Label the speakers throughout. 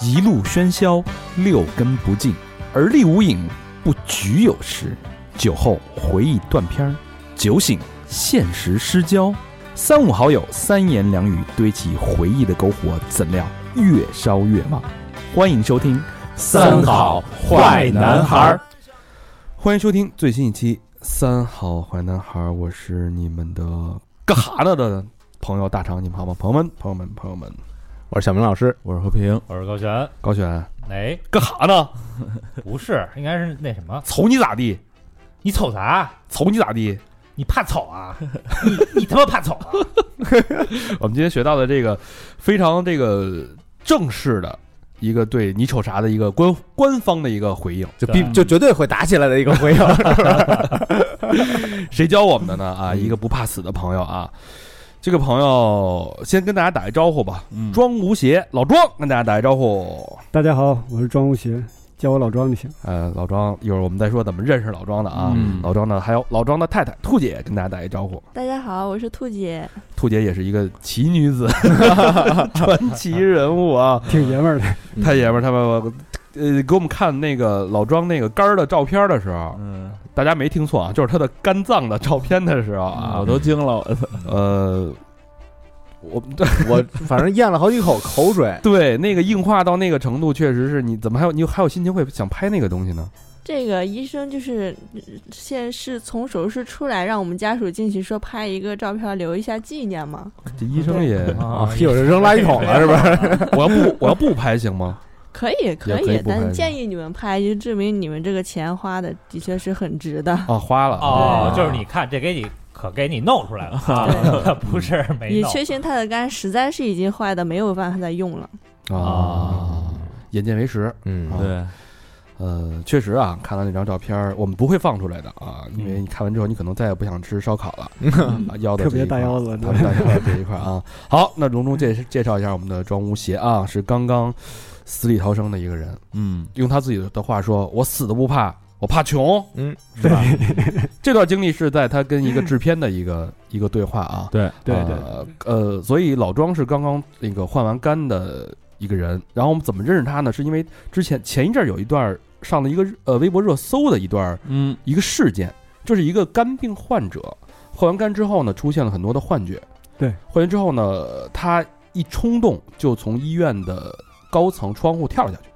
Speaker 1: 一路喧嚣，六根不净，而立无影，不局有时。酒后回忆断片儿，酒醒现实失焦。三五好友，三言两语堆起回忆的篝火，怎料越烧越旺。欢迎收听《
Speaker 2: 儿，
Speaker 1: 欢迎收听最新一期《三好坏男孩》，我是你们的干哈呢的朋友大长，你们好吗？朋友们，朋友们，朋友们，
Speaker 2: 我是小明老师。
Speaker 1: 我是和平，
Speaker 3: 我是高璇。
Speaker 1: 高璇，
Speaker 3: 哎，
Speaker 1: 干哈呢？
Speaker 3: 不是，应该是那什么，
Speaker 1: 瞅你咋地？
Speaker 3: 你瞅啥？
Speaker 1: 瞅你咋地？
Speaker 3: 你怕丑 啊？你你他妈怕丑啊？
Speaker 1: 我们今天学到的这个非常这个正式的一个对你瞅啥的一个官官方的一个回应，
Speaker 2: 就必
Speaker 3: 对
Speaker 2: 就绝对会打起来的一个回应，
Speaker 1: 谁教我们的呢？
Speaker 2: 嗯
Speaker 1: 啊，一个不怕死的朋友啊，这个朋友先跟大家打一招呼吧，
Speaker 2: 嗯
Speaker 1: 庄无邪，老庄跟大家打一招呼。
Speaker 4: 大家好，我是庄无邪，叫我老庄就行。
Speaker 2: 啊
Speaker 1: 呃，老庄，一会儿我们再说怎么认识老庄的啊。
Speaker 2: 嗯
Speaker 1: 老庄呢，还有老庄的太太兔姐，跟大家打一招呼。
Speaker 5: 大家好，我是兔姐。
Speaker 1: 兔姐也是一个奇 女子，传奇人物啊。
Speaker 4: 挺爷们儿的，
Speaker 6: 嗯
Speaker 1: 太爷们儿他们呃给我们看那个老庄那个肝儿的照片的时候，
Speaker 6: 嗯，
Speaker 1: 大家没听错啊，就是他的肝脏的照片的时候啊，
Speaker 6: 嗯我都惊了，我
Speaker 1: 呃，我。
Speaker 2: 我反正咽了好几口口水
Speaker 1: 对那个硬化到那个程度，确实是你怎么还有你还有心情会想拍那个东西呢？
Speaker 5: 这个医生就是呃现是从手术室出来，让我们家属进去说拍一个照片留一下纪念嘛。
Speaker 1: 这医生也，
Speaker 3: 啊
Speaker 2: 屁股就扔垃圾桶了，是不是？
Speaker 1: 我要不我要不拍行吗？
Speaker 5: 可以，可
Speaker 1: 可以不拍
Speaker 5: 但
Speaker 1: 是吧
Speaker 5: 是建议你们拍，就证明你们这个钱花的的确是很值的。
Speaker 1: 啊，花了
Speaker 3: 哦，
Speaker 1: 对
Speaker 3: 就是你看，这给你可给你弄出来 了，
Speaker 7: 啊
Speaker 3: 不是没
Speaker 5: 也
Speaker 3: 弄。
Speaker 5: 确信他的肝实在是已经坏的没有办法再用了。
Speaker 4: 哦
Speaker 1: 啊，眼见为实。
Speaker 2: 嗯
Speaker 1: 啊
Speaker 6: 对，
Speaker 1: 呃，确实啊，看到那张照片儿，我们不会放出来的啊，因为你看完之后，你可能再也不想吃烧烤了。啊腰的
Speaker 4: 嗯 特别
Speaker 1: 这一块
Speaker 4: 大腰子
Speaker 1: 他们大家这一块啊。好，那隆重 介介绍一下我们的庄无邪啊，是刚刚死里逃生的一个人。
Speaker 6: 嗯，
Speaker 1: 用他自己的话说：“我死都不怕，我怕穷。”
Speaker 2: 嗯，
Speaker 1: 是吧？这段经历是在他跟一个制片的一个一个对话啊。
Speaker 6: 对，
Speaker 4: 对对，
Speaker 1: 呃呃，所以老庄是刚刚那个换完肝的一个人。然后我们怎么认识他呢？是因为之前前一阵儿有一段儿上了一个呃微博热搜的一段儿
Speaker 6: 嗯，
Speaker 1: 一个事件，就是一个肝病患者换完肝之后呢，出现了很多的幻觉。
Speaker 4: 对，
Speaker 1: 幻觉之后呢，他一冲动就从医院的高层窗户跳了下去。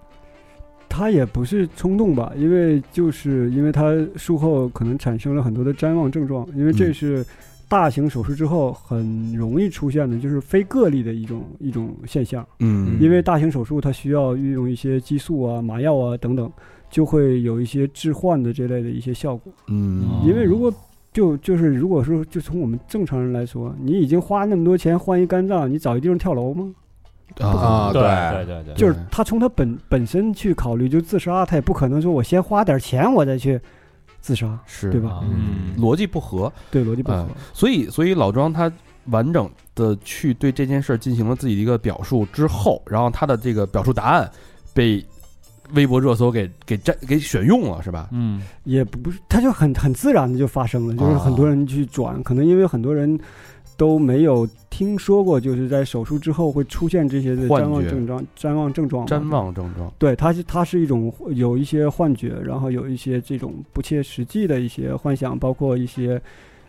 Speaker 4: 他也不是冲动吧，因为就是因为他术后可能产生了很多的谵妄症状，因为这
Speaker 1: 嗯
Speaker 4: 是大型手术之后很容易出现的，就是非个例的一种一种现象。
Speaker 1: 嗯
Speaker 4: 因为大型手术它需要运用一些激素啊、麻药啊等等，就会有一些致幻的这类的一些效果。
Speaker 1: 嗯
Speaker 4: 因为如果就就是如果说就从我们正常人来说，你已经花那么多钱换一肝脏，你找一地方跳楼吗？
Speaker 2: 啊
Speaker 3: 对
Speaker 2: 对
Speaker 3: 对对对，
Speaker 4: 就是他从他本本身去考虑，就自杀，他也不可能说我先花点钱我再去自杀，
Speaker 1: 是
Speaker 4: 对吧？
Speaker 6: 嗯
Speaker 1: 逻辑不合，
Speaker 4: 对逻辑不合。
Speaker 1: 啊所以所以老庄他完整的去对这件事儿进行了自己的一个表述之后，然后他的这个表述答案被微博热搜给给占给选用了，是吧？
Speaker 6: 嗯，
Speaker 4: 也不不是，他就很很自然的就发生了，就是
Speaker 1: 啊
Speaker 4: 很多人去转，可能因为很多人都没有听说过，就是在手术之后会出现这些的
Speaker 1: 幻
Speaker 4: 谵妄
Speaker 1: 觉
Speaker 4: 症状，谵妄症状嘛，
Speaker 1: 瞻望症状，
Speaker 4: 对，它是它是一种有一些幻觉，然后有一些这种不切实际的一些幻想，包括一些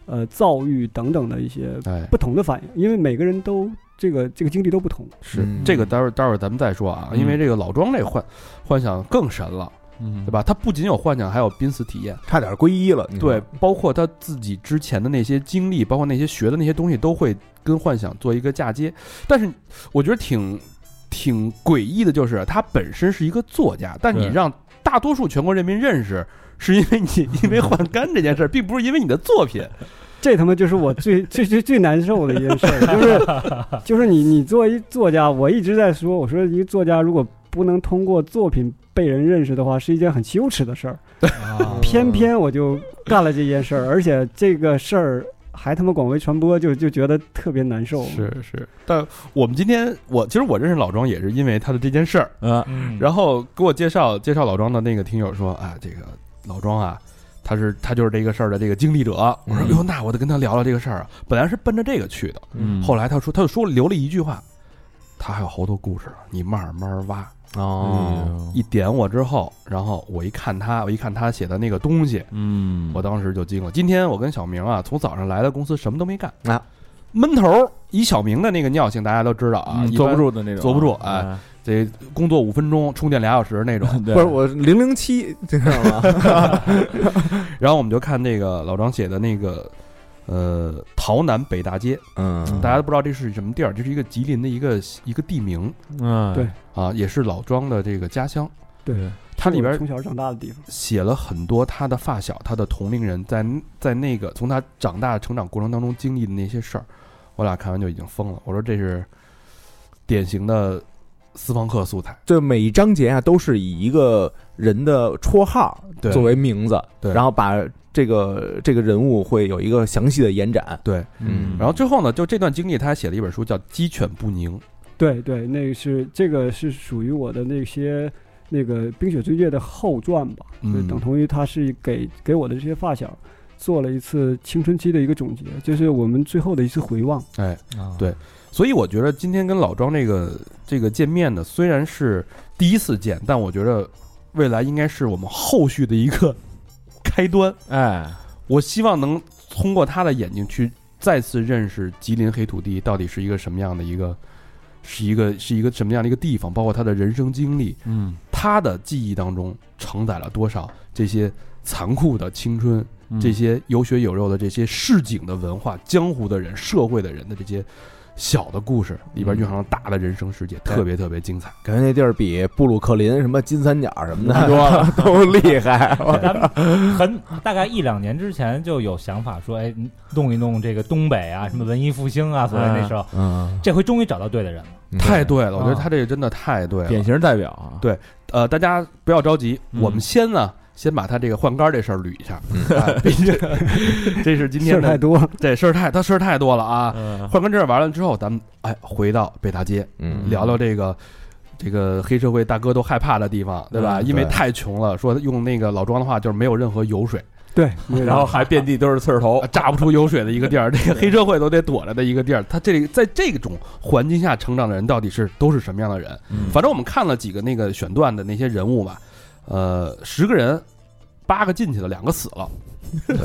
Speaker 4: 呃躁郁等等的一些
Speaker 1: 哎，
Speaker 4: 不同的反应，因为每个人都这个这个经历都不同。
Speaker 1: 是、
Speaker 2: 嗯
Speaker 1: 这个待会儿待会儿咱们再说啊，
Speaker 6: 嗯
Speaker 1: 因为这个老庄这幻幻想更神了，
Speaker 6: 嗯
Speaker 1: 对？吧？他不仅有幻想，还有濒死体验，
Speaker 2: 差点皈依了。你说
Speaker 1: 对，，包括他自己之前的那些经历，包括那些学的那些东西，都会跟幻想做一个嫁接。但是我觉得挺挺诡异的，就是他本身是一个作家，但你
Speaker 6: 对
Speaker 1: 让大多数全国人民认识，是因为你因为换肝这件事儿，并不是因为你的作品。
Speaker 4: 这他妈就是我最最最最难受的一件事儿，就是就是你你作为作家，我一直在说，我说一个作家如果不能通过作品被人认识的话，是一件很羞耻的事儿。 偏偏我就干了这件事儿，而且这个事儿还他妈广为传播，就就觉得特别难受。
Speaker 1: 是，但我们今天我其实我认识老庄也是因为他的这件事儿，
Speaker 6: 嗯，
Speaker 3: 嗯，
Speaker 1: 然后给我介绍介绍老庄的那个听友说啊，这个老庄啊，他是他就是这个事儿的这个经历者。我说
Speaker 2: 嗯
Speaker 1: 哟，那我得跟他聊聊这个事儿啊。本来是奔着这个去的，
Speaker 6: 嗯
Speaker 1: 后来他说他就说留了一句话，他他还有好多故事呢，啊你慢慢挖。嗯
Speaker 7: 哦，
Speaker 1: 一点我之后，然后我一看他，我一看他写的那个东西，
Speaker 2: 嗯，
Speaker 1: 我当时就惊了。今天我跟小明啊，从早上来到公司什么都没干
Speaker 7: 啊，
Speaker 1: 闷头儿。以小明的那个尿性，大家都知道啊，
Speaker 2: 嗯
Speaker 1: 一般
Speaker 2: 坐不，住的那种，
Speaker 1: 坐不住哎
Speaker 2: 啊，
Speaker 1: 得工作五分钟，充电俩小时那种。
Speaker 2: 对
Speaker 7: 不是我零零七，知道吗？
Speaker 1: 然后我们就看那个老张写的那个，呃，桃南北大街，
Speaker 7: 嗯
Speaker 1: 大家都不知道这是什么地儿，这是一个吉林的一个一个地名
Speaker 2: 嗯，
Speaker 4: 对
Speaker 1: 啊，也是老庄的这个家乡。
Speaker 2: 对，
Speaker 1: 它里边
Speaker 4: 是我从小长大的地方，
Speaker 1: 写了很多他的发小、他的同龄人在在那个从他长大成长过程当中经历的那些事儿，我俩看完就已经疯了。我说这是典型的斯方克素材，
Speaker 7: 就每一章节啊，都是以一个人的绰号
Speaker 1: 对
Speaker 7: 作为名字，
Speaker 1: 对
Speaker 7: 然后把这个这个人物会有一个详细的延展。
Speaker 1: 对。
Speaker 2: 嗯，
Speaker 1: 然后之后呢，就这段经历，他还写了一本书叫《鸡犬不宁》，
Speaker 4: 对对，那个是这个是属于我的那些那个《冰雪追月》的后传吧，
Speaker 1: 嗯
Speaker 4: 就等同于他是给给我的这些发小做了一次青春期的一个总结，就是我们最后的一次回望。
Speaker 1: 哎，
Speaker 2: 啊
Speaker 1: 对所以我觉得今天跟老庄这个这个见面呢，虽然是第一次见，但我觉得未来应该是我们后续的一个 开端。
Speaker 2: 哎，
Speaker 1: 我希望能通过他的眼睛去再次认识吉林黑土地到底是一个什么样的一个，是一个是一个什么样的一个地方，包括他的人生经历，
Speaker 2: 嗯
Speaker 1: 他的记忆当中承载了多少这些残酷的青春，
Speaker 2: 嗯
Speaker 1: 这些有血有肉的这些市井的文化、江湖的人、社会的人的这些小的故事里边蕴含了大的人生世界，特别特别精彩。
Speaker 7: 感觉那地儿比布鲁克林、什么金三角什么的多了，都厉害。
Speaker 3: 咱们很大概一两年之前就有想法说，哎，弄一弄这个东北啊，什么文艺复兴啊，所谓那时 候，
Speaker 7: 嗯，
Speaker 3: 这回终于找到对的人 了。
Speaker 1: 太对了，我觉得
Speaker 3: 啊
Speaker 1: 他这个真的太对了。
Speaker 2: 典型代表啊，
Speaker 1: 对呃，大家不要着急，
Speaker 2: 嗯
Speaker 1: 我们先呢，先把他这个换杆儿这事儿捋一下。啊毕竟这是今
Speaker 4: 事
Speaker 1: 天
Speaker 4: 儿太
Speaker 1: 的
Speaker 4: 多了，
Speaker 1: 这事儿太，他事儿太多了啊。
Speaker 2: 嗯，
Speaker 1: 换杆这事儿完了之后，咱们哎回到北大街
Speaker 7: 嗯
Speaker 1: 聊聊这个。这个黑社会大哥都害怕的地方，对吧？
Speaker 2: 嗯
Speaker 1: 因为
Speaker 7: 对
Speaker 1: 太穷了，说用那个老庄的话就是没有任何油水，
Speaker 4: 对，没有
Speaker 2: 然后还遍地都是刺儿头
Speaker 1: 啊，榨不出油水的一个地儿，这个黑社会都得躲着的一个地儿。他这在这种环境下成长的人到底是都是什么样的人？
Speaker 2: 嗯
Speaker 1: 反正我们看了几个那个选段的那些人物吧，呃，十个人，八个进去了，两个死了，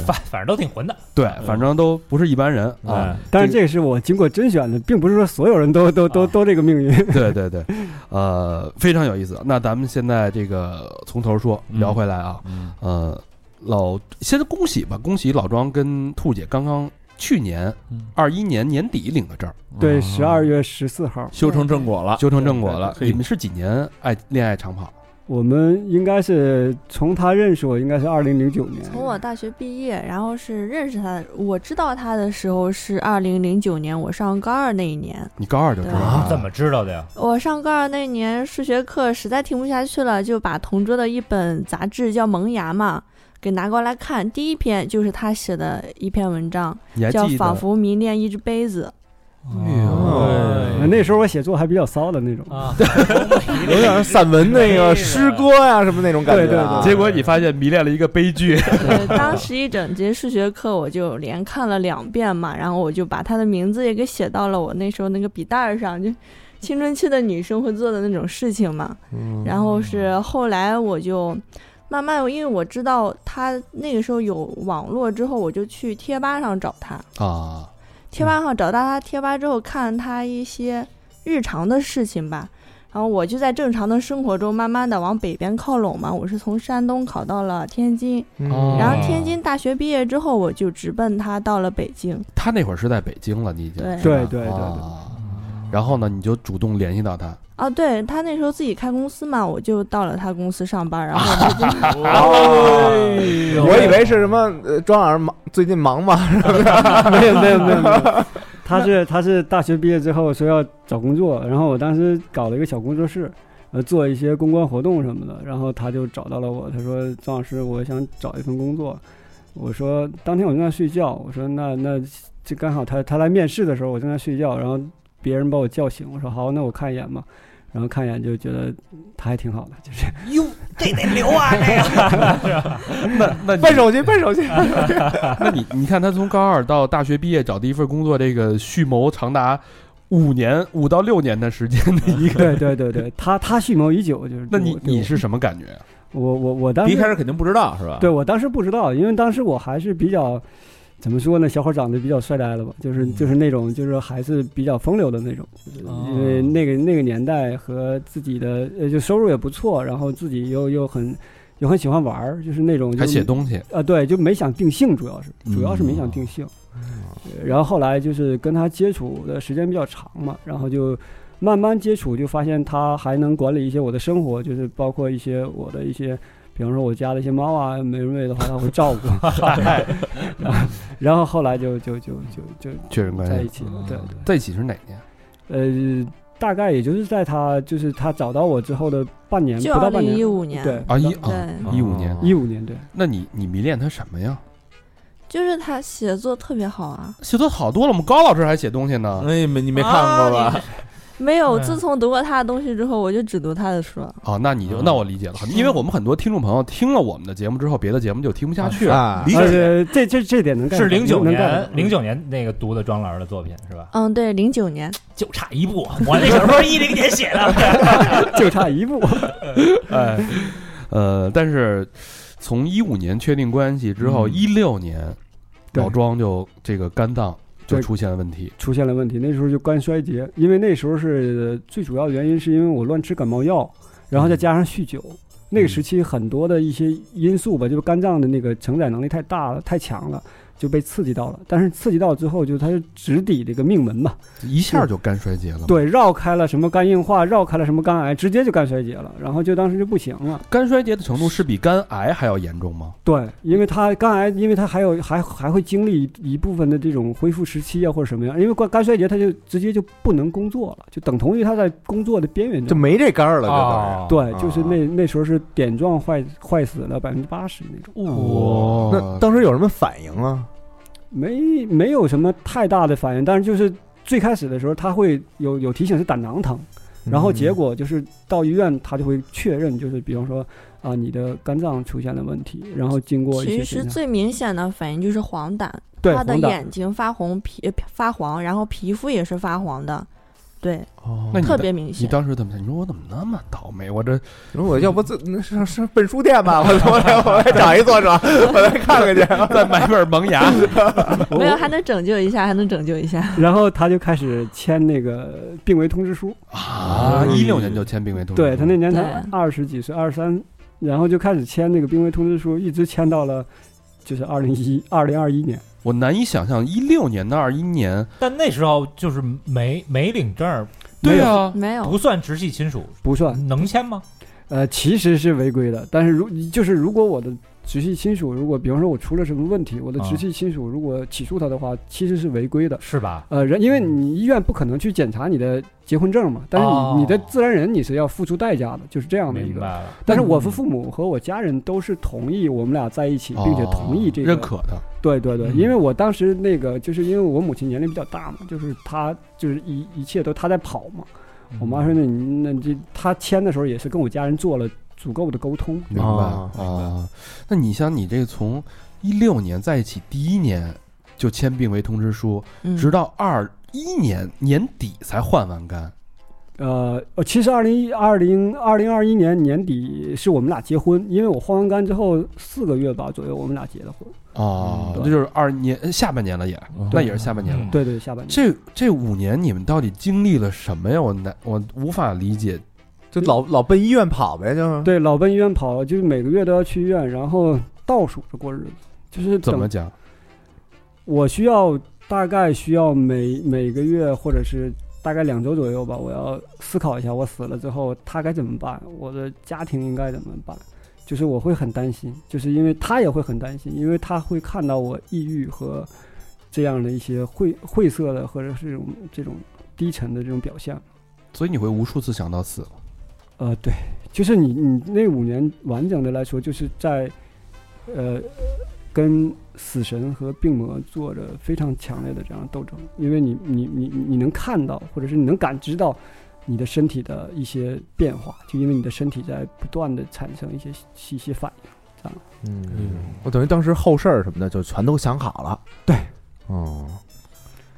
Speaker 3: 反反正都挺混的，
Speaker 1: 对，反正都不是一般人
Speaker 7: 嗯
Speaker 2: 嗯
Speaker 1: 啊。
Speaker 2: 哎
Speaker 4: 但是这个是我经过甄选的，并不是说所有人都都都
Speaker 3: 啊
Speaker 4: 都这个命运。
Speaker 1: 对对对，呃，非常有意思。那咱们现在这个从头说
Speaker 2: 嗯
Speaker 1: 聊回来啊，
Speaker 2: 嗯
Speaker 1: 呃，老先恭喜吧，恭喜老庄跟兔姐刚刚去年
Speaker 2: 嗯
Speaker 1: 二一年年底领的证儿，
Speaker 4: 嗯对，
Speaker 2: 啊
Speaker 4: 十二月十四号，
Speaker 2: 修成正果了，
Speaker 1: 修成正果了。
Speaker 2: 嘿
Speaker 1: 你们是几年爱恋爱长跑？
Speaker 4: 我们应该是从他认识我，应该是二零零九年。
Speaker 5: 从我大学毕业，然后是认识他，我知道他的时候是二零零九年，我上高二那一年。
Speaker 1: 你高二就知道
Speaker 7: 啊
Speaker 1: 了，
Speaker 3: 怎么知道的呀？
Speaker 5: 我上高二那一年数学课实在听不下去了，就把同桌的一本杂志叫《萌芽》嘛，给拿过来看。第一篇就是他写的一篇文章，
Speaker 1: 你还
Speaker 5: 叫
Speaker 1: 记得
Speaker 5: 《仿？佛迷恋一只杯子》。
Speaker 2: 哎
Speaker 4: 呃
Speaker 2: 呦
Speaker 4: 那时候我写作还比较骚的那种，
Speaker 3: 啊，
Speaker 7: 有点散文那个诗歌呀、什么那种感觉、啊。
Speaker 1: 结果你发现迷恋了一个悲 剧。
Speaker 5: 对，当时一整节数学课我就连看了两遍嘛，然后我就把他的名字也给写到了我那时候那个笔袋儿上，就青春期的女生会做的那种事情嘛。然后是后来我就慢慢，因为我知道他那个时候有网络之后，我就去贴吧上找他，
Speaker 1: 啊，
Speaker 5: 贴吧上找到他贴吧之后，看他一些日常的事情吧。然后我就在正常的生活中，慢慢的往北边靠拢嘛。我是从山东考到了天津，
Speaker 7: 嗯
Speaker 1: 哦
Speaker 5: 然后天津大学毕业之后，我就直奔他到了北京。
Speaker 1: 他那会儿是在北京了，你已经
Speaker 5: 对
Speaker 1: 是吧
Speaker 4: 对对对对
Speaker 1: 啊然后呢，你就主动联系到他，
Speaker 5: 啊，对他那时候自己开公司嘛，我就到了他公司上班，然后我 就
Speaker 3: 哎
Speaker 7: 我以为是什么呃庄老师忙，最近忙吗？
Speaker 4: 没有没有没有没有，他是他是大学毕业之后说要找工作，然后我当时搞了一个小工作室，呃，做一些公关活动什么的，然后他就找到了我，他说张老师，我想找一份工作，我说当天我正在睡觉，我说那那这刚好他他来面试的时候我正在睡觉，然后别人把我叫醒，我说好，那我看一眼吧。然后看一眼就觉得他还挺好的，就是
Speaker 3: 哟，这得留啊，这 个
Speaker 1: 那那
Speaker 7: 办手续，办手续。
Speaker 1: 那你你看他从高二到大学毕业找第一份工作，这个蓄谋长达五年五到六年的时间的 一个。
Speaker 4: 对对对对，他他蓄谋已久，就是
Speaker 1: 那
Speaker 4: 对
Speaker 1: 你
Speaker 4: 我对
Speaker 1: 你
Speaker 4: 我
Speaker 1: 是什么感觉啊？
Speaker 4: 我我我当
Speaker 2: 第一开
Speaker 4: 时
Speaker 2: 始肯定不知道是吧？
Speaker 4: 对我当时不知道，因为当时我还是比较怎么说呢，小伙长得比较帅呆了吧，就是
Speaker 1: 嗯
Speaker 4: 就是那种就是还是比较风流的那种，
Speaker 1: 哦
Speaker 4: 因为那个那个年代和自己的呃就收入也不错，然后自己又又很又很喜欢玩儿，就是那种就
Speaker 1: 还写
Speaker 4: 是
Speaker 1: 东西，
Speaker 4: 啊，对，就没想定性，主要是主要是没想
Speaker 3: 嗯
Speaker 4: 定性。呃然后后来就是跟他接触的时间比较长嘛，然后就慢慢接触，就发现他还能管理一些我的生活，就是包括一些我的一些。比方说，我家的一些猫啊，美容美的话，他 会照顾。 然后然后后来就就就就
Speaker 1: 确认
Speaker 4: 就
Speaker 1: 关
Speaker 4: 在一
Speaker 1: 系。
Speaker 4: 起了。
Speaker 3: 嗯
Speaker 4: 对对，
Speaker 1: 在一起是哪年？
Speaker 4: 呃，大概也就是在他就是他找到我之后的半年，不
Speaker 5: 就
Speaker 4: 到
Speaker 5: 二
Speaker 4: 半
Speaker 5: 零
Speaker 4: 年
Speaker 5: 一，五年，
Speaker 4: 对
Speaker 1: 啊一
Speaker 5: 对嗯
Speaker 1: 啊一五年。
Speaker 4: 一五年对。
Speaker 1: 那你你迷恋他什么呀？
Speaker 5: 就是他写作特别好啊。
Speaker 1: 写的好多了，我们高老师还写东西呢。
Speaker 2: 哎，没你没看过吧？
Speaker 4: 啊
Speaker 5: 没有，
Speaker 3: 嗯
Speaker 5: 自从读过他的东西之后，我就只读他的书了。
Speaker 1: 哦，那你就
Speaker 2: 嗯
Speaker 1: 那我理解了，因为我们很多听众朋友听了我们的节目之后，别的节目就听不下去了。
Speaker 7: 啊
Speaker 2: 理
Speaker 4: 而
Speaker 2: 解
Speaker 4: 且呃这这这点能干
Speaker 3: 是
Speaker 4: 得到
Speaker 3: 零九
Speaker 4: 能干得到
Speaker 3: 年，零九年那个读的庄老师的作品是吧？
Speaker 5: 嗯，对，零九年，
Speaker 3: 就差一步，我那小说一零年写 的。
Speaker 4: 就差一步。
Speaker 1: 哎，呃，但是从一五年确定关系之后，
Speaker 2: 嗯
Speaker 1: 一六年
Speaker 4: 对
Speaker 1: 老庄就这个肝脏就
Speaker 4: 对
Speaker 1: 出现了问题。
Speaker 4: 出现了问题，那时候就肝衰竭，因为那时候是最主要的原因是因为我乱吃感冒药，然后再加上酗酒。那个时期很多的一些因素吧，就是肝脏的那个承载能力太大了，太强了，就被刺激到了。但是刺激到之后，就它就直抵这个命门嘛，
Speaker 1: 一下就肝衰竭了。，
Speaker 4: 对，绕开了什么肝硬化，绕开了什么肝癌，直接就肝衰竭了。然后就当时就不行了，
Speaker 1: 肝衰竭的程度是比肝癌还要严重吗？
Speaker 4: 对，因为它肝癌，因为它还有还还会经历一一部分的这种恢复时期啊，或者什么样，因为肝肝衰竭，它就直接就不能工作了，就等同于他在工作的边缘
Speaker 7: 就
Speaker 4: 状态。
Speaker 7: 没这杆儿了，就等于
Speaker 3: 哦，
Speaker 4: 对，就是那那时候是点状坏坏死了百分之八十那种，嗯
Speaker 1: 哇
Speaker 7: 那当时有什么反应啊？
Speaker 4: 没没有什么太大的反应，但是就是最开始的时候他会有有提醒是胆囊疼，
Speaker 7: 嗯
Speaker 4: 然后结果就是到医院他就会确认，就是比方说啊你的肝脏出现了问题，然后经过一些
Speaker 5: 其
Speaker 4: 检
Speaker 5: 实
Speaker 4: 查
Speaker 5: 最明显的反应就是黄疸，
Speaker 4: 对
Speaker 5: 他的
Speaker 4: 黄疸
Speaker 5: 眼睛发红皮发黄，然后皮肤也是发黄的，对，
Speaker 7: 哦
Speaker 1: 那你
Speaker 5: 特
Speaker 1: 的
Speaker 5: 别明显
Speaker 1: 你。当时怎么想？你说我怎么那么倒霉？我这
Speaker 7: 你说我要不自那上上奔书店吧，我我来我来找一作者，我来看看去。
Speaker 1: 再买本《萌芽》
Speaker 5: 没
Speaker 4: 哦
Speaker 5: 有，还能拯救一下，还能拯救一下。
Speaker 4: 然后他就开始签那个病危通知书，
Speaker 1: 啊！一六年就签病危通知书，
Speaker 4: 对他那年才
Speaker 5: 对
Speaker 4: 二十几岁，二十三，然后就开始签那个病危通知书，一直签到了就是二零一二零二一年。
Speaker 1: 我难以想象一六年到二一年，
Speaker 3: 但那时候就是没没领证儿，
Speaker 1: 对
Speaker 4: 没有
Speaker 1: 啊，
Speaker 5: 没有，
Speaker 3: 不算直系亲属，
Speaker 4: 不哦算，
Speaker 3: 能签吗？
Speaker 4: 呃，其实是违规的，但是如就是如果我的直系亲属，如果比方说我出了什么问题，我的
Speaker 3: 啊
Speaker 4: 直系亲属如果起诉他的话，其实是违规的。
Speaker 3: 是吧？
Speaker 4: 呃，人因为你医院不可能去检查你的结婚证嘛，但是你、
Speaker 3: 哦
Speaker 4: 你的自然人你是要付出代价的，就是这样的一
Speaker 3: 明
Speaker 4: 个。
Speaker 3: 白了。
Speaker 1: 嗯
Speaker 4: 但是我父父母和我家人都是同意我们俩在一起，并且同意这个、
Speaker 1: 哦认可的，
Speaker 4: 对对对，
Speaker 3: 嗯
Speaker 4: 因为我当时那个，就是因为我母亲年龄比较大嘛，就是她就是一一切都她在跑嘛。
Speaker 1: 嗯
Speaker 4: 我妈说那你那这她签的时候也是跟我家人做了足够的沟通，
Speaker 1: 明白
Speaker 7: 哦
Speaker 1: 啊？那你像你这从一六年在一起第一年就签病危通知书，
Speaker 5: 嗯，
Speaker 1: 直到二一年年底才换完肝，
Speaker 4: 呃，呃其实二零一二零二零二一年年底是我们俩结婚，因为我换完肝之后四个月吧左右我们俩结的婚。
Speaker 1: 哦，
Speaker 4: 嗯
Speaker 1: 那就是二年呃下半年了也，那也是下半年了。
Speaker 3: 嗯
Speaker 4: 对对，下半年。
Speaker 1: 这这五年你们到底经历了什么呀？我难我无法理解。
Speaker 7: 就老老奔医院跑呗，就是
Speaker 4: 对，老奔医院跑，就是每个月都要去医院，然后倒数着过日子，就是
Speaker 1: 怎
Speaker 4: 等
Speaker 1: 么讲？
Speaker 4: 我需要大概需要每每个月或者是大概两周左右吧，我要思考一下，我死了之后他该怎么办，我的家庭应该怎么办。就是我会很担心，就是因为他也会很担心，因为他会看到我抑郁和这样的一些晦晦涩的或者是这种这种低沉的这种表现。
Speaker 1: 所以你会无数次想到死。
Speaker 4: 呃，对，就是你你那五年完整的来说，就是在呃跟死神和病魔做着非常强烈的这样的斗争，因为你你你你能看到，或者是你能感知到你的身体的一些变化，就因为你的身体在不断的产生一些一些反应。
Speaker 7: 哦嗯，我等于当时后事儿什么的就全都想好了。
Speaker 4: 对，
Speaker 7: 哦，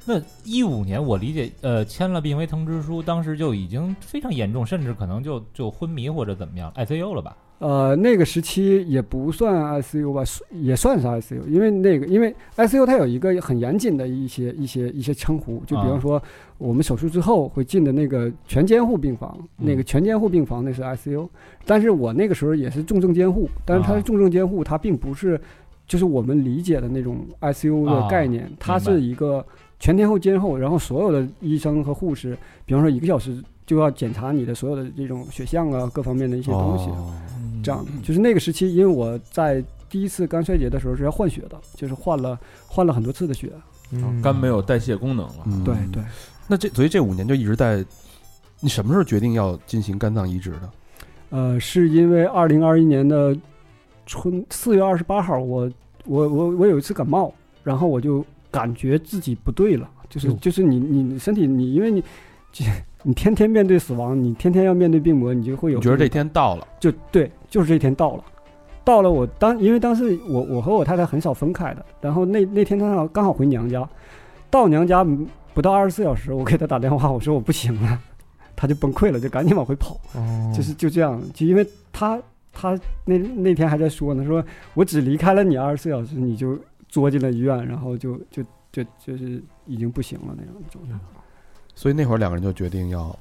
Speaker 3: 那一五年，我理解，呃，签了病危通知书，当时就已经非常严重，甚至可能就就昏迷或者怎么样 ICU 了吧？
Speaker 4: 呃，那个时期也不算 ICU 吧，算也算是 ICU，因为那个因为 ICU 它有一个很严谨的一些一些一些称呼，就比
Speaker 3: 啊
Speaker 4: 方说我们手术之后会进的那个全监护病房，那个
Speaker 3: 嗯
Speaker 4: 全监护病房那是 ICU，但是我那个时候也是重症监护，但是它
Speaker 3: 啊
Speaker 4: 是重症监护，它并不是就是我们理解的那种 ICU 的
Speaker 3: 啊
Speaker 4: 概念，它
Speaker 3: 明
Speaker 4: 是
Speaker 3: 白
Speaker 4: 一个全天候监护，然后所有的医生和护士，比方说一个小时就要检查你的所有的这种血样啊各方面的一些东西。
Speaker 1: 哦
Speaker 8: 嗯
Speaker 2: 嗯
Speaker 4: 这样，就是那个时期，因为我在第一次肝衰竭的时候是要换血的，就是换了换了很多次的血。
Speaker 7: 哦
Speaker 1: 嗯
Speaker 6: 肝没有代谢功能了，
Speaker 8: 嗯
Speaker 4: 嗯对对，
Speaker 8: 那这所以这五年就一直在，你什么时候决定要进行肝脏移植的？
Speaker 4: 呃，是因为二零二一年的春四月二十八号，我我我我有一次感冒，然后我就感觉自己不对了，就是
Speaker 8: 哟
Speaker 4: 就是你你你身体你因为你 你天天面对死亡，你天天要面对病魔，你就会有
Speaker 8: 你觉得
Speaker 4: 这
Speaker 8: 这天到了？
Speaker 4: 就对，就是这天到了，到了我当因为当时我我和我太太很少分开的，然后那那天刚好刚好回娘家，到娘家嗯不到二十四小时，我给她打电话，我说我不行了，她就崩溃了，就赶紧往回跑，
Speaker 8: 哦
Speaker 7: 嗯
Speaker 4: 就是就这样，就因为她她那那天还在说呢，说我只离开了你二十四小时，你就捉进了医院，然后就就就就是已经不行了那样的状态，
Speaker 8: 嗯所以那会儿两个人就决定要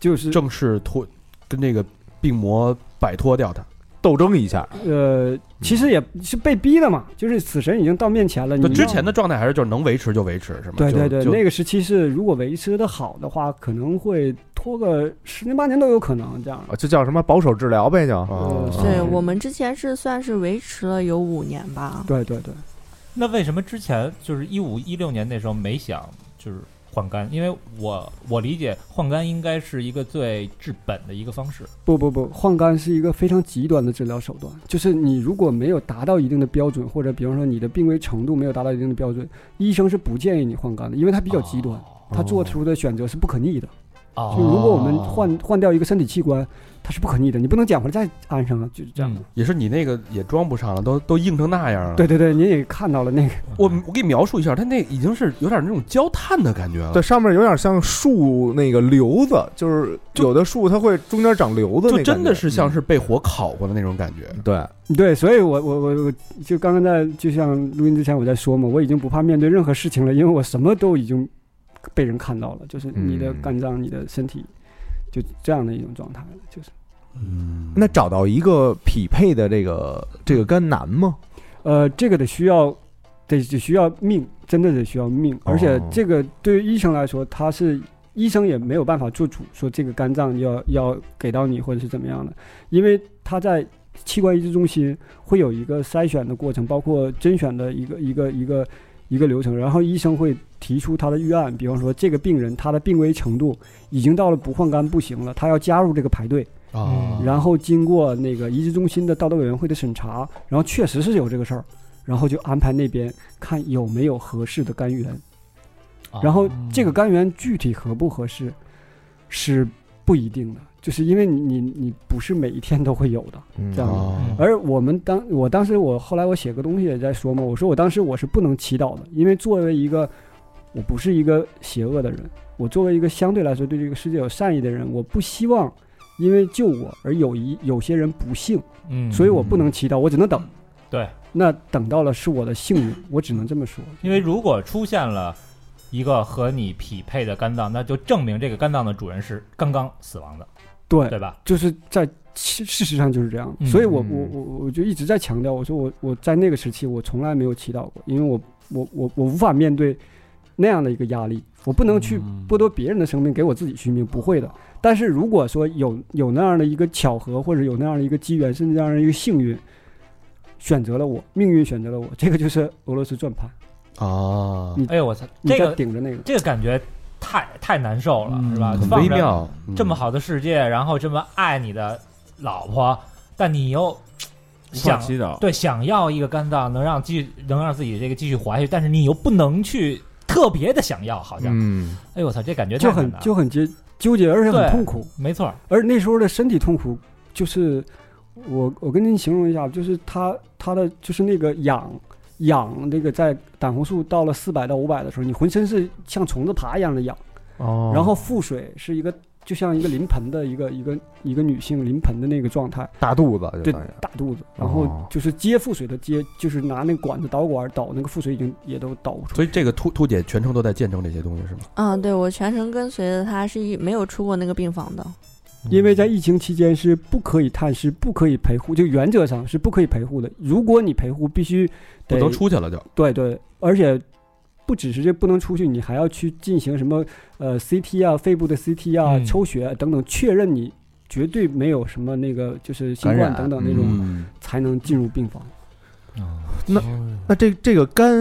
Speaker 4: 就是
Speaker 8: 正式脱跟这个病魔摆脱掉它。
Speaker 1: 斗争一下，
Speaker 4: 呃，其实也是被逼的嘛，就是死神已经到面前了，你
Speaker 8: 就之
Speaker 4: 要
Speaker 8: 前的状态还是就是能维持就维持是吗？
Speaker 4: 嗯对对
Speaker 8: 就
Speaker 4: 对，
Speaker 8: 就
Speaker 4: 那个时期是如果维持的好的话，可能会拖个十年八年都有可能这样。
Speaker 1: 啊
Speaker 7: 哦
Speaker 1: 这叫什么保守治疗呗，就
Speaker 8: 哦
Speaker 4: 嗯
Speaker 5: 对
Speaker 4: 嗯
Speaker 5: 我们之前是算是维持了有五年吧，
Speaker 4: 对对对，
Speaker 3: 那为什么之前就是一五一六年那时候没想就是换肝？因为我我理解换肝应该是一个最治本的一个方式。
Speaker 4: 不不不，换肝是一个非常极端的治疗手段，就是你如果没有达到一定的标准，或者比方说你的病危程度没有达到一定的标准，医生是不建议你换肝的，因为它比较极端，他做出的选择是不可逆的。
Speaker 3: 哦，
Speaker 4: 就如果我们换换掉一个身体器官，它是不可逆的，你不能捡回来再安上啊，就是这样的。
Speaker 3: 嗯
Speaker 8: 也是你那个也装不上了，都都硬成那样了。
Speaker 4: 对，对对，您也看到了那个，
Speaker 3: 嗯
Speaker 8: 我我给你描述一下，它那已经是有点那种焦炭的感觉了。
Speaker 1: 对，上面有点像树那个瘤子，就是有的树它会中间长瘤子那
Speaker 8: 就
Speaker 1: 感觉，
Speaker 8: 真的是像
Speaker 1: 嗯
Speaker 8: 是被火烤过的那种感觉。
Speaker 1: 对，
Speaker 4: 对，所以我我我我就刚刚在就像录音之前我在说嘛，我已经不怕面对任何事情了，因为我什么都已经被人看到了，就是你的
Speaker 1: 嗯
Speaker 4: 肝脏、你的身体，就这样的一种状态了，就是
Speaker 8: 嗯，
Speaker 1: 那找到一个匹配的这个这个肝难吗？
Speaker 4: 呃，这个得需要得得需要命，真的得需要命，而且这个对于医生来说，他是医生也没有办法做主，说这个肝脏要要给到你或者是怎么样的，因为他在器官移植中心会有一个筛选的过程，包括甄选的一个一个一个一个流程，然后医生会提出他的预案，比方说这个病人他的病危程度已经到了不换肝不行了，他要加入这个排队，
Speaker 8: 啊，
Speaker 4: 然后经过那个移植中心的道德委员会的审查，然后确实是有这个事儿，然后就安排那边看有没有合适的肝源，
Speaker 2: 啊
Speaker 3: 哦
Speaker 4: 然后
Speaker 2: 嗯
Speaker 4: 这个肝源具体合不合适是不一定的，就是因为你你你不是每一天都会有的。这样
Speaker 8: 哦
Speaker 3: 嗯
Speaker 4: 而我们当我当时我后来我写个东西也在说嘛，我说我当时我是不能祈祷的，因为作为一个我不是一个邪恶的人，我作为一个相对来说对这个世界有善意的人，我不希望因为救我而有一有些人不幸，
Speaker 3: 嗯，
Speaker 4: 所以我不能祈祷，我只能等。
Speaker 3: 对，
Speaker 4: 那等到了是我的幸运，我只能这么说。
Speaker 3: 因为如果出现了一个和你匹配的肝脏，那就证明这个肝脏的主人是刚刚死亡的，
Speaker 4: 对
Speaker 3: 对，吧？
Speaker 4: 就是在事事实上就是这样的，
Speaker 3: 嗯
Speaker 4: 所以我我我我就一直在强调，我说我我在那个时期我从来没有祈祷过，因为我我我我无法面对那样的一个压力，我不能去
Speaker 8: 嗯
Speaker 4: 剥夺别人的生命给我自己续命，不会的。但是如果说有有那样的一个巧合，或者有那样的一个机缘，甚至那样的一个幸运，选择了我，命运选择了我，这个就是俄罗斯转盘，
Speaker 8: 啊，
Speaker 4: 你
Speaker 3: 哎呦我操，
Speaker 4: 你
Speaker 3: 这
Speaker 4: 在
Speaker 3: 个
Speaker 4: 顶着那个。
Speaker 3: 这个感觉太太难受了，
Speaker 8: 嗯
Speaker 3: 是吧？
Speaker 8: 很
Speaker 3: 放
Speaker 8: 微
Speaker 3: 着
Speaker 8: 妙，嗯
Speaker 3: 这么。好的世界，然后这么爱你的老婆，但你又想
Speaker 6: 祈祷，
Speaker 3: 对想要一个肝脏，能让继能让自己这个继续活下去，但是你又不能去特别的想要，好像，
Speaker 1: 嗯，
Speaker 3: 哎呦我操，这感觉
Speaker 4: 就
Speaker 3: 太
Speaker 4: 很
Speaker 3: 难了
Speaker 4: 就很纠纠结，而且很
Speaker 3: 对
Speaker 4: 痛苦。
Speaker 3: 没错儿，
Speaker 4: 而那时候的身体痛苦，就是我我跟您形容一下，就是他他的就是那个痒，痒，那个在胆红素到了四百到五百的时候，你浑身是像虫子爬一样的痒。
Speaker 1: 哦
Speaker 4: 然后腹水是一个就像一个临盆的一个一个一个女性临盆的那个状态，
Speaker 1: 大肚子就
Speaker 4: 对
Speaker 1: 等于，
Speaker 4: 大肚子，然后就是接腹水的接，就是拿那管子导管导那个腹水已经也都导不出
Speaker 8: 所以这个兔兔姐全程都在见证这些东西是吗？
Speaker 5: 啊，对我全程跟随着他是一没有出过那个病房的。
Speaker 4: 因为在疫情期间是不可以探视、不可以陪护，就原则上是不可以陪护的。如果你陪护，必须
Speaker 8: 不
Speaker 4: 得
Speaker 8: 能出去了就。
Speaker 4: 对对，而且不只是这不能出去，你还要去进行什么呃 CT 啊、肺部的 CT 啊、
Speaker 3: 嗯
Speaker 4: 抽血啊等等，确认你绝对没有什么那个就是新
Speaker 1: 感
Speaker 4: 冠
Speaker 1: 染
Speaker 4: 等等那种，
Speaker 8: 嗯，
Speaker 4: 才能进入病房。
Speaker 1: 那那这这个肝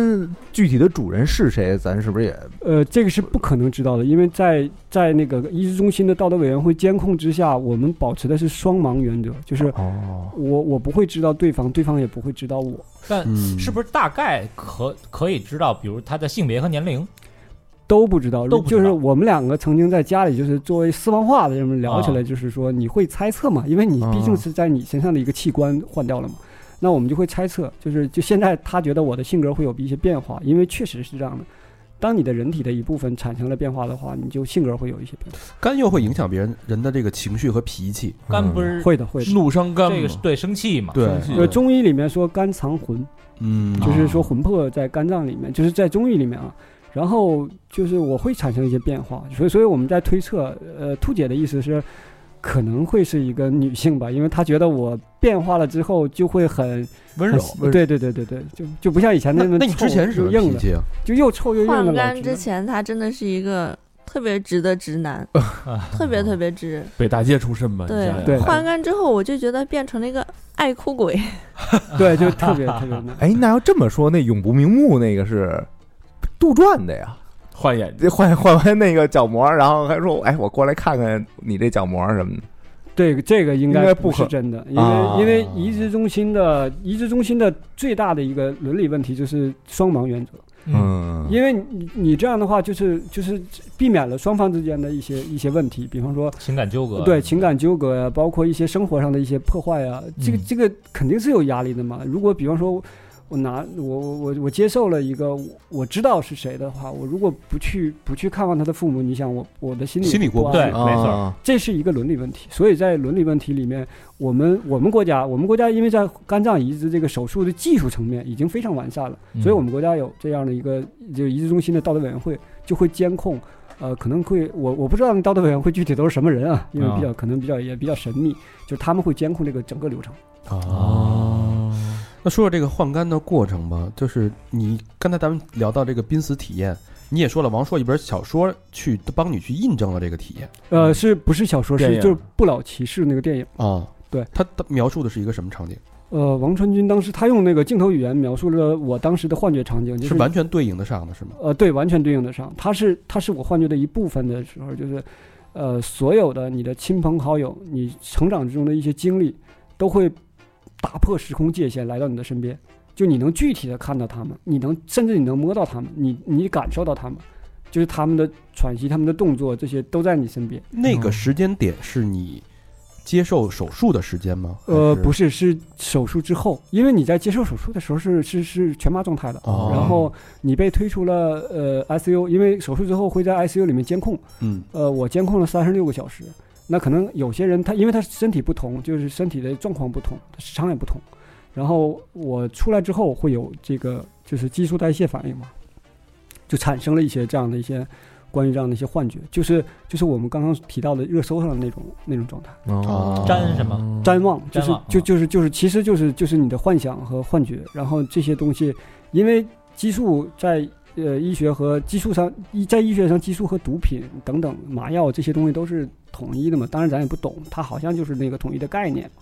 Speaker 1: 具体的主人是谁，咱是不是也
Speaker 4: 呃，这个是不可能知道的，因为在在那个医师中心的道德委员会监控之下，我们保持的是双盲原则，就是
Speaker 1: 哦？。
Speaker 4: 我我不会知道对方，对方也不会知道我。
Speaker 3: 但
Speaker 8: 嗯
Speaker 3: 是不是大概可可以知道，比如他的性别和年龄？
Speaker 4: 都不知道，
Speaker 3: 都不知
Speaker 4: 就
Speaker 3: 道
Speaker 4: 是我们两个曾经在家里，就是作为私房话的这么聊起来，
Speaker 3: 啊
Speaker 4: 就是说你会猜测嘛，因为你毕竟是在你身上的一个器官换掉
Speaker 3: 啊
Speaker 4: 了嘛，那我们就会猜测，就是就现在他觉得我的性格会有一些变化，因为确实是这样的。当你的人体的一部分产生了变化的话，你就性格会有一些变化。
Speaker 8: 肝又会影响别人人的这个情绪和脾气，
Speaker 3: 肝不是
Speaker 4: 会的，
Speaker 2: 嗯
Speaker 4: 会的。
Speaker 8: 怒伤肝
Speaker 3: 这个是
Speaker 8: 嘛
Speaker 3: 对生气嘛？
Speaker 8: 对
Speaker 6: 生气
Speaker 4: 呃，中医里面说肝藏魂，
Speaker 8: 嗯，
Speaker 4: 就是
Speaker 8: 啊
Speaker 4: 说魂魄在肝脏里面，就是在中医里面啊。然后就是我会产生一些变化，所以所以我们在推测，呃，兔姐的意思是可能会是一个女性吧，因为她觉得我变化了之后就会很
Speaker 8: 温柔。
Speaker 4: 很对对对对对，就就不像以前
Speaker 8: 那
Speaker 4: 么
Speaker 8: 那你之
Speaker 4: 臭
Speaker 8: 前是什
Speaker 4: 又
Speaker 8: 么
Speaker 4: 硬
Speaker 8: 脾
Speaker 4: 的，
Speaker 8: 气啊？
Speaker 4: 就又臭又硬的
Speaker 5: 换
Speaker 4: 老
Speaker 5: 肝
Speaker 4: 直
Speaker 5: 之
Speaker 4: 男
Speaker 5: 前，他真的是一个特别直的 直男，特别特别直。
Speaker 6: 北大街出身
Speaker 2: 嗯
Speaker 6: 嘛，
Speaker 5: 对
Speaker 4: 对
Speaker 5: 换肝之后，我就觉得变成了一个爱哭鬼。
Speaker 4: 对，就特别特别难
Speaker 1: 哎，那要这么说，那永不瞑目那个是杜撰的呀？
Speaker 6: 换眼睛，
Speaker 1: 这换换完那个角膜，然后还说，哎，我过来看看你这角膜什么的。
Speaker 4: 对，这个应
Speaker 1: 应该
Speaker 4: 该
Speaker 1: 不
Speaker 4: 不是
Speaker 1: 可
Speaker 4: 真的，因
Speaker 1: 啊
Speaker 4: 为因为移植中心的移植中心的最大的一个伦理问题就是双盲原则。
Speaker 3: 嗯，
Speaker 1: 嗯
Speaker 4: 因为你你这样的话，就是就是避免了双方之间的一些一些问题，比方说哦
Speaker 3: 情感纠葛。
Speaker 4: 对情感纠葛呀、包括一些生活上的一些破坏啊，这个
Speaker 3: 嗯
Speaker 4: 这个肯定是有压力的嘛。如果比方说我拿我我我我接受了一个我我知道是谁的话，我如果不去不去看望他的父母，你想我我的心里
Speaker 8: 心里过不
Speaker 4: 不
Speaker 3: 去
Speaker 4: 安
Speaker 3: 对没错
Speaker 1: 啊
Speaker 4: 这是一个伦理问题，所以在伦理问题里面，我们我们国家我们国家因为在肝脏移植这个手术的技术层面已经非常完善了，
Speaker 3: 嗯
Speaker 4: 所以我们国家有这样的一个就移植中心的道德委员会就会监控，呃，可能会我我不知道那道德委员会具体都是什么人啊，因为比较可能比较也比较神秘，就是他们会监控这个整个流程。
Speaker 8: 啊哦，那说说这个换肝的过程吧，就是你刚才咱们聊到这个濒死体验，你也说了，王朔一本小说去帮你去印证了这个体验
Speaker 4: 呃，是不是小说？
Speaker 6: 电
Speaker 4: 是
Speaker 6: 影
Speaker 4: 就是《不老骑士》那个电影。
Speaker 8: 啊。
Speaker 4: 对，
Speaker 8: 他他描述的是一个什么场景？
Speaker 4: 呃，王传君当时他用那个镜头语言描述了我当时的幻觉场景，就
Speaker 8: 是
Speaker 4: 是
Speaker 8: 完全对应得上的，是吗？
Speaker 4: 呃，对，完全对应得上。它是它是我幻觉的一部分的时候，就是，呃，所有的你的亲朋好友，你成长之中的一些经历，都会打破时空界限来到你的身边。就你能具体的看到他们，你能甚至你能摸到他们，你你感受到他们，就是他们的喘息、他们的动作，这些都在你身边。
Speaker 8: 那个时间点是你接受手术的时间吗？
Speaker 4: 呃，
Speaker 8: 还
Speaker 4: 不是，是手术之后，因为你在接受手术的时候是是是全麻状态的，
Speaker 8: 哦
Speaker 4: 然后你被推出了呃 ICU，因为手术之后会在 ICU 里面监控。
Speaker 8: 嗯，
Speaker 4: 呃，我监控了三十六个小时。那可能有些人他因为他身体不同，就是身体的状况不同，时长也不同。然后我出来之后会有这个就是激素代谢反应嘛，就产生了一些这样的一些关于这样的一些幻觉，就是就是我们刚刚提到的热搜上的那种那种状态，
Speaker 8: 哦
Speaker 3: 粘什么？
Speaker 4: 瞻望就
Speaker 3: 嗯瞻
Speaker 4: 是
Speaker 3: 望
Speaker 4: 就
Speaker 3: 啊
Speaker 4: 就是就是其实就是就是你的幻想和幻觉，然后这些东西因为激素在。呃，医学和激素上，医在医学上，激素和毒品等等麻药这些东西都是统一的嘛。当然咱也不懂，它好像就是那个统一的概念嘛。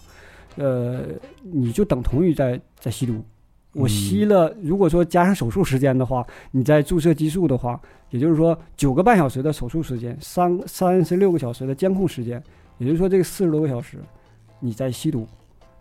Speaker 4: 呃，你就等同于在在吸毒。我吸
Speaker 3: 嗯
Speaker 4: 了，如果说加上手术时间的话，你再注射激素的话，也就是说九个半小时的手术时间，三三十六个小时的监控时间，也就是说这个四十多个小时，你在吸毒，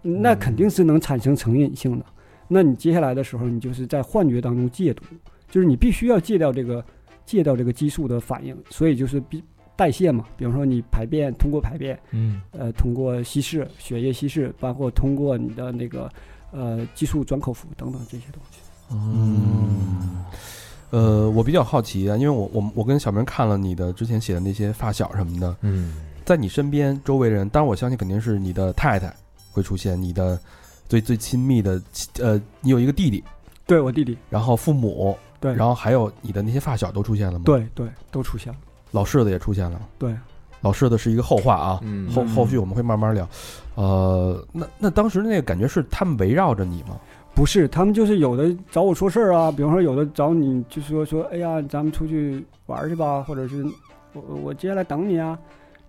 Speaker 4: 那肯定是能产生成瘾性的。那你接下来的时候，你就是在幻觉当中戒毒，就是你必须要戒掉这个戒掉这个激素的反应，所以就是必代谢嘛，比方说你排便，通过排便，
Speaker 3: 嗯
Speaker 4: 呃，通过稀释血液稀释，包括通过你的那个呃激素转口服等等这些东西。
Speaker 1: 嗯，呃，我比较好奇啊，因为我我我跟小明看了你的之前写的那些发小什么的，
Speaker 7: 嗯，
Speaker 1: 在你身边周围人，当然我相信肯定是你的太太会出现，你的最最亲密的亲呃，你有一个弟弟，
Speaker 4: 对我弟弟，
Speaker 1: 然后父母，
Speaker 4: 对
Speaker 1: 然后还有你的那些发小都出现了吗？，
Speaker 4: 对对都出现了，
Speaker 1: 老柿子也出现了。
Speaker 4: 对，
Speaker 1: 老柿子是一个后话啊，
Speaker 7: 嗯
Speaker 1: 后
Speaker 4: 嗯
Speaker 1: 后续我们会慢慢聊。呃，那那当时那个感觉是他们围绕着你吗？
Speaker 4: 不是他们就是有的找我说事儿啊，比方说有的找你就说说，哎呀，咱们出去玩儿去吧，或者是我我接下来等你啊。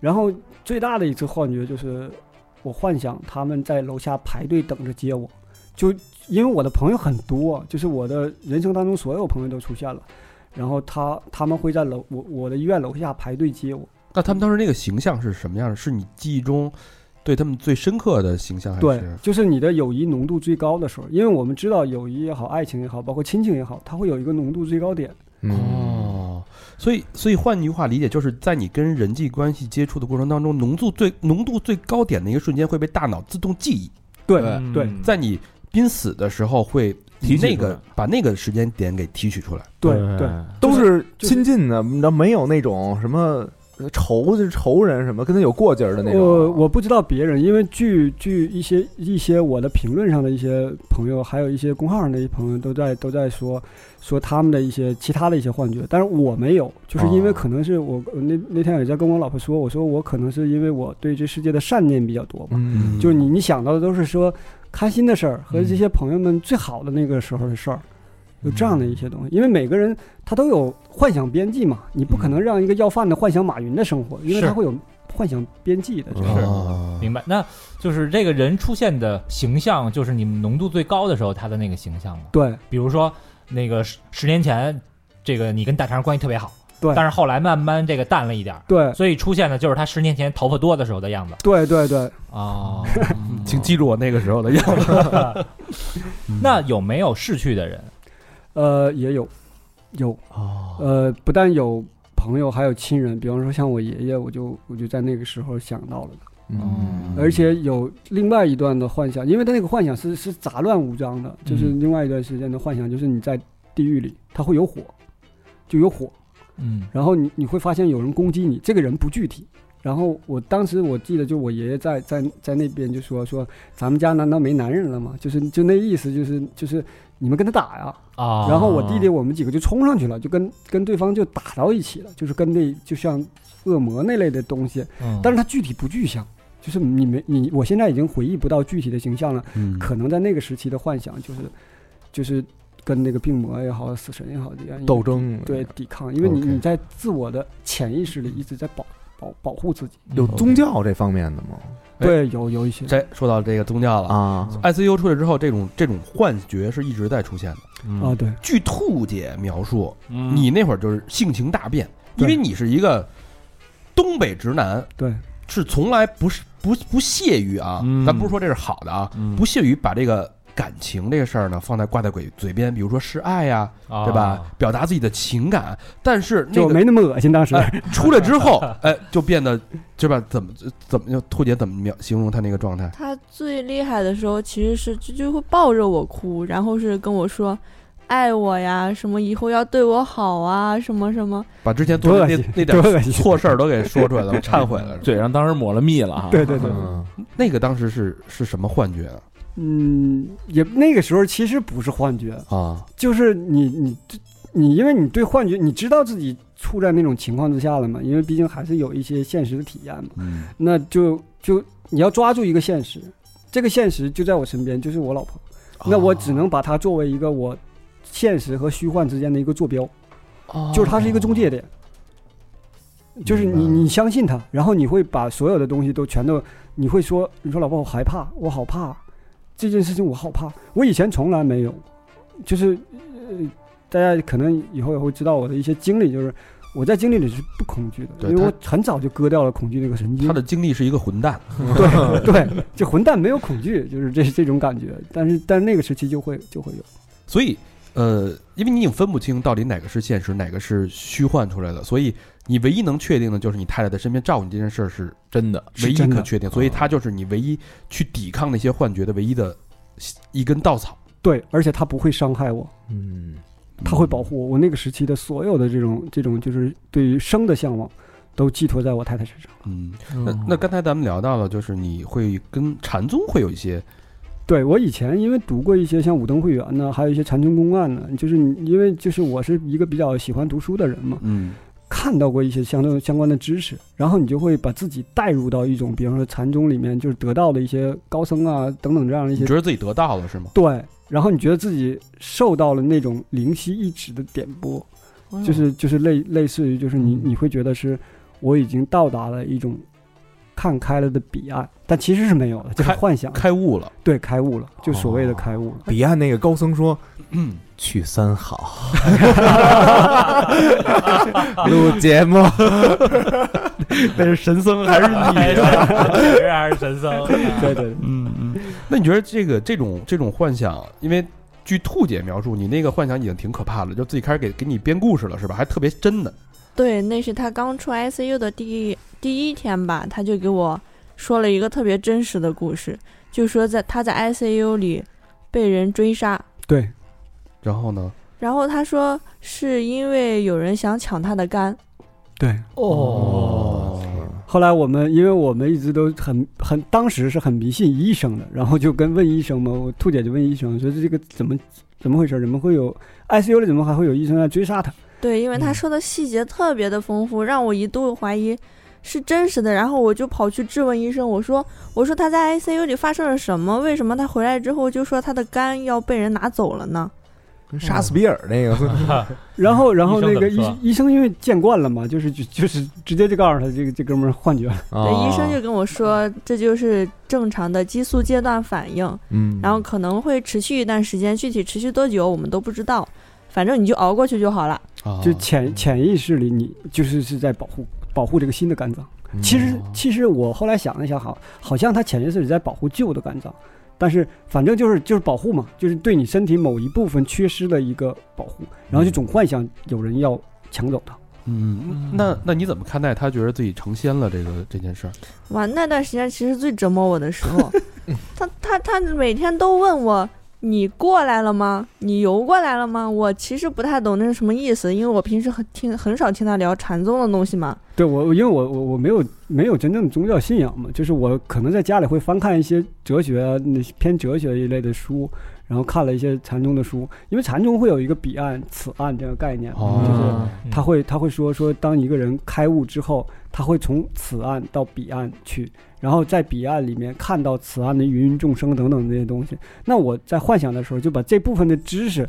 Speaker 4: 然后最大的一次幻觉就是我幻想他们在楼下排队等着接我，就因为我的朋友很多，就是我的人生当中所有朋友都出现了，然后他他们会在楼我我的医院楼下排队接我。
Speaker 1: 那他们当时那个形象是什么样的？是你记忆中对他们最深刻的形象，还
Speaker 4: 对
Speaker 1: 是，
Speaker 4: 就是你的友谊浓度最高的时候，因为我们知道友谊也好，爱情也好，包括亲情也好，它会有一个浓度最高点。嗯
Speaker 7: 嗯
Speaker 1: 哦？所以，所以换句话理解，就是在你跟人际关系接触的过程当中，浓度最浓度最高点的一个瞬间会被大脑自动记忆，
Speaker 4: 对
Speaker 2: 对
Speaker 4: 对
Speaker 3: 嗯
Speaker 1: 在你濒死的时候会
Speaker 2: 提取出来
Speaker 1: 那个把那个时间点给提取出来。
Speaker 4: 对
Speaker 7: 嗯
Speaker 4: 对，
Speaker 7: 都是
Speaker 4: 就是
Speaker 7: 亲近的，你知道没有那种什么呃仇就是仇人什么，跟他有过节儿的那种。
Speaker 4: 我呃我不知道别人，因为据据一些一些我的评论上的一些朋友，还有一些公号上的一些朋友都在都在说说他们的一些其他的一些幻觉，但是我没有，就是因为
Speaker 7: 啊
Speaker 1: 哦
Speaker 4: 可能是我、我那那天也在跟我老婆说，我说我可能是因为我对这世界的善念比较多吧，
Speaker 7: 嗯，
Speaker 4: 就是你你想到的都是说开心的事儿和
Speaker 1: 嗯
Speaker 4: 这些朋友们最好的那个时候的事儿，有这
Speaker 1: 嗯
Speaker 4: 样的一些东西。因为每个人他都有幻想边际嘛，你不可能让一个要饭的幻想马云的生活，因
Speaker 1: 嗯
Speaker 4: 为
Speaker 1: 是
Speaker 4: 他会有幻想边际的。这个
Speaker 7: 是
Speaker 1: 哦
Speaker 3: 明白，那就是这个人出现的形象，就是你们浓度最高的时候他的那个形象嘛。
Speaker 4: 对
Speaker 3: 比如说那个十十年前，这个你跟大肠关系特别好，
Speaker 4: 对
Speaker 3: 但是后来慢慢这个淡了一点儿，
Speaker 4: 对
Speaker 3: 所以出现的就是他十年前头发多的时候的样子
Speaker 4: 对对对，
Speaker 3: 哦
Speaker 1: 请记住我那个时候的样子。
Speaker 3: 嗯那有没有逝去的人？
Speaker 4: 呃，也有有
Speaker 1: 哦，
Speaker 4: 呃，不但有朋友，还有亲人，比方说像我爷爷，我就我就在那个时候想到了。
Speaker 7: 嗯
Speaker 4: 而且有另外一段的幻想，因为他那个幻想是是杂乱无章的，就是
Speaker 3: 嗯
Speaker 4: 另外一段时间的幻想，就是你在地狱里，它会有火，就有火，
Speaker 3: 嗯
Speaker 4: 然后你你会发现有人攻击你，这个人不具体。然后我当时我记得，就我爷爷在在在那边就说说，咱们家难道没男人了吗？就是就那意思，就是就是你们跟他打呀。
Speaker 3: 啊，
Speaker 4: 然后我弟弟我们几个就冲上去了，就跟跟对方就打到一起了，就是跟那就像恶魔那类的东西，
Speaker 3: 嗯，
Speaker 4: 但是它具体不具象，就是你没你，我现在已经回忆不到具体的形象了。
Speaker 1: 嗯
Speaker 4: 可能在那个时期的幻想就是，就是跟那个病魔也好，死神也好，这样
Speaker 7: 斗争，
Speaker 4: 对抵抗，因为你
Speaker 1: OK
Speaker 4: 你在自我的潜意识里一直在保保保护自己。
Speaker 7: 有
Speaker 3: 嗯
Speaker 7: 宗教这方面的吗？
Speaker 1: 哎
Speaker 4: 对，有有一些，
Speaker 1: 这说到这个宗教了。
Speaker 7: 啊，
Speaker 1: ICU 出来之后，这种这种幻觉是一直在出现的。
Speaker 4: 啊，对
Speaker 1: 据兔姐描述，
Speaker 2: 嗯
Speaker 1: 你那会儿就是性情大变，因为
Speaker 4: 对
Speaker 1: 你是一个东北直男，
Speaker 4: 对
Speaker 1: 是从来不是不不屑于啊，
Speaker 2: 嗯
Speaker 1: 咱不是说这是好的啊，
Speaker 2: 嗯
Speaker 1: 不屑于把这个感情这个事儿呢放在挂在嘴嘴边，比如说示爱呀、
Speaker 3: 啊
Speaker 1: 对吧？表达自己的情感，但是那
Speaker 4: 就
Speaker 1: 个
Speaker 4: 没那么恶心。当时
Speaker 1: 哎 出来之 后，哎，就变得对吧？怎么怎么兔姐怎么描形容她那个状态？
Speaker 5: 他最厉害的时候其实是就就会抱着我哭，然后是跟我说爱我呀，什么以后要对我好啊，什么什么。
Speaker 1: 把之前
Speaker 4: 多
Speaker 1: 做的
Speaker 4: 恶
Speaker 1: 那
Speaker 4: 心，
Speaker 1: 那
Speaker 4: 多
Speaker 1: 点
Speaker 4: 恶心。
Speaker 1: 错事儿都给说 出来了，忏悔了。
Speaker 2: 嘴上当时抹了蜜了哈。
Speaker 4: 对
Speaker 1: 啊
Speaker 4: 对对，
Speaker 7: 嗯
Speaker 1: 那个当时是是什么幻觉啊？
Speaker 4: 嗯，也那个时候其实不是幻觉，
Speaker 1: 啊，
Speaker 4: 就是你你你，因为你对幻觉，你知道自己处在那种情况之下了嘛，因为毕竟还是有一些现实的体验嘛，
Speaker 1: 嗯，
Speaker 4: 那就就你要抓住一个现实，这个现实就在我身边，就是我老婆，那我只能把它作为一个我现实和虚幻之间的一个坐标，
Speaker 3: 哦
Speaker 4: 就是它是一个中介点。就是你，
Speaker 1: 哦明白
Speaker 4: 你相信它，然后你会把所有的东西都全都，你会说，你说老婆，我害怕，我好怕，这件事情我好怕，我以前从来没有，就是，呃，大家可能以后也会知道我的一些经历，就是我在经历里是不恐惧的，
Speaker 1: 对
Speaker 4: 因为
Speaker 1: 他
Speaker 4: 我很早就割掉了恐惧这个神经
Speaker 1: 他。的经历是一个混蛋，
Speaker 4: 对对，就混蛋没有恐惧，就是这这种感觉。但是但是那个时期就会就会有，
Speaker 1: 所以呃，因为你已经分不清到底哪个是现实，哪个是虚幻出来的，所以你唯一能确定的就是你太太在身边照顾你这件事儿是
Speaker 2: 真的，
Speaker 1: 唯
Speaker 4: 是
Speaker 1: 一
Speaker 4: 真的啊
Speaker 1: 可确定，所以它就是你唯一去抵抗那些幻觉的唯一的一根稻草。
Speaker 4: 对，而且他不会伤害我，
Speaker 1: 嗯，
Speaker 4: 他会保护我。我那个时期的所有的这种这种就是对于生的向往，都寄托在我太太身上。
Speaker 8: 嗯，那那刚才咱们聊到了，就是你会跟禅宗会有一些，
Speaker 4: 对我以前因为读过一些像《武登会员》呢，还有一些《禅宗公案》呢，就是你因为就是我是一个比较喜欢读书的人嘛，
Speaker 8: 嗯
Speaker 4: 看到过一些相对相关的知识，然后你就会把自己带入到一种，比方说禅宗里面就是得到的一些高僧啊等等这样的一
Speaker 8: 你
Speaker 4: 些
Speaker 1: 嗯
Speaker 8: 觉得自己得到了是吗？
Speaker 4: 对，然后你觉得自己受到了那种灵犀一指的点拨，就是就是类类似于就是你
Speaker 1: 嗯
Speaker 4: 你会觉得是我已经到达了一种看开了的彼岸，但其实是没有的，就是
Speaker 8: 开
Speaker 4: 幻想，
Speaker 8: 开悟 了，
Speaker 4: 对，开悟了，就所谓的
Speaker 1: 哦
Speaker 4: 开悟了。
Speaker 1: 彼岸那个高僧说
Speaker 8: 嗯，：“
Speaker 1: 去三 好，录节 目。
Speaker 8: 那是神僧还是
Speaker 3: 还是啊还是神僧，
Speaker 4: 对对，对
Speaker 8: 嗯嗯，那你觉得这个这种这种幻想，因为据兔姐描述，你那个幻想已经挺可怕了，就自己开始给给你编故事了，是吧？还特别真的。
Speaker 5: 对，那是他刚出 ICU 的第一第一天吧，他就给我说了一个特别真实的故事，就说在他在 ICU 里被人追杀，
Speaker 4: 对，
Speaker 8: 然后呢？
Speaker 5: 然后他说是因为有人想抢他的肝，
Speaker 4: 对，
Speaker 8: 哦，
Speaker 4: 后来我们，因为我们一直都很很，当时是很迷信医生的，然后就跟问医生嘛，我兔姐就问医生说这个怎么怎么回事？怎么会有 ICU 里怎么还会有医生来追杀他？
Speaker 5: 对，因为他
Speaker 4: 嗯
Speaker 5: 说的细节特别的丰富，让我一度怀疑是真实的。然后我就跑去质问医生，我说：“我说他在 ICU 里发生了什么？为什么他回来之后就说他的肝要被人拿走了呢
Speaker 1: 跟杀死比尔那
Speaker 4: 嗯
Speaker 1: 个，
Speaker 4: 然后，然
Speaker 3: 嗯
Speaker 4: 后
Speaker 3: 医生
Speaker 4: 那个
Speaker 3: 怎
Speaker 4: 医
Speaker 3: 么说
Speaker 4: 医生因为见惯了嘛，就是就就是直接就告诉他这个这哥们儿幻觉了。？”
Speaker 7: 哦啊
Speaker 5: 对，医生就跟我说，这就是正常的激素阶段反应，
Speaker 1: 嗯，
Speaker 5: 然后可能会持续一段时间，具体持续多久我们都不知道，反正你就熬过去就好了。
Speaker 8: 啊
Speaker 4: 就潜潜意识里你就是是在保护保护这个新的肝脏。
Speaker 1: 嗯
Speaker 4: 其实其实我后来想了一想，好，好像他潜意识里在保护旧的肝脏，但是反正就是就是保护嘛，就是对你身体某一部分缺失的一个保护，然后就总幻想有人要抢走它。
Speaker 8: 嗯，那那你怎么看待他觉得自己成仙了这个这件事儿？
Speaker 5: 哇，那段时间其实最折磨我的时 候，他他他每天都问我。你过来了吗？你游过来了吗？我其实不太懂那是什么意思，因为我平时很听很少听他聊禅宗的东西嘛。
Speaker 4: 对我，我因为我我我没有没有真正的宗教信仰嘛，就是我可能在家里会翻看一些哲学啊，那些偏哲学一类的书，然后看了一些禅宗的书，因为禅宗会有一个彼岸、此岸这个概念嘛，就是
Speaker 3: 嗯
Speaker 8: 哦
Speaker 6: 嗯
Speaker 4: 他会他会说说，当一个人开悟之后，他会从此岸到彼岸去，然后在彼岸里面看到此岸的芸芸众生等等这些东西。那我在幻想的时候，就把这部分的知识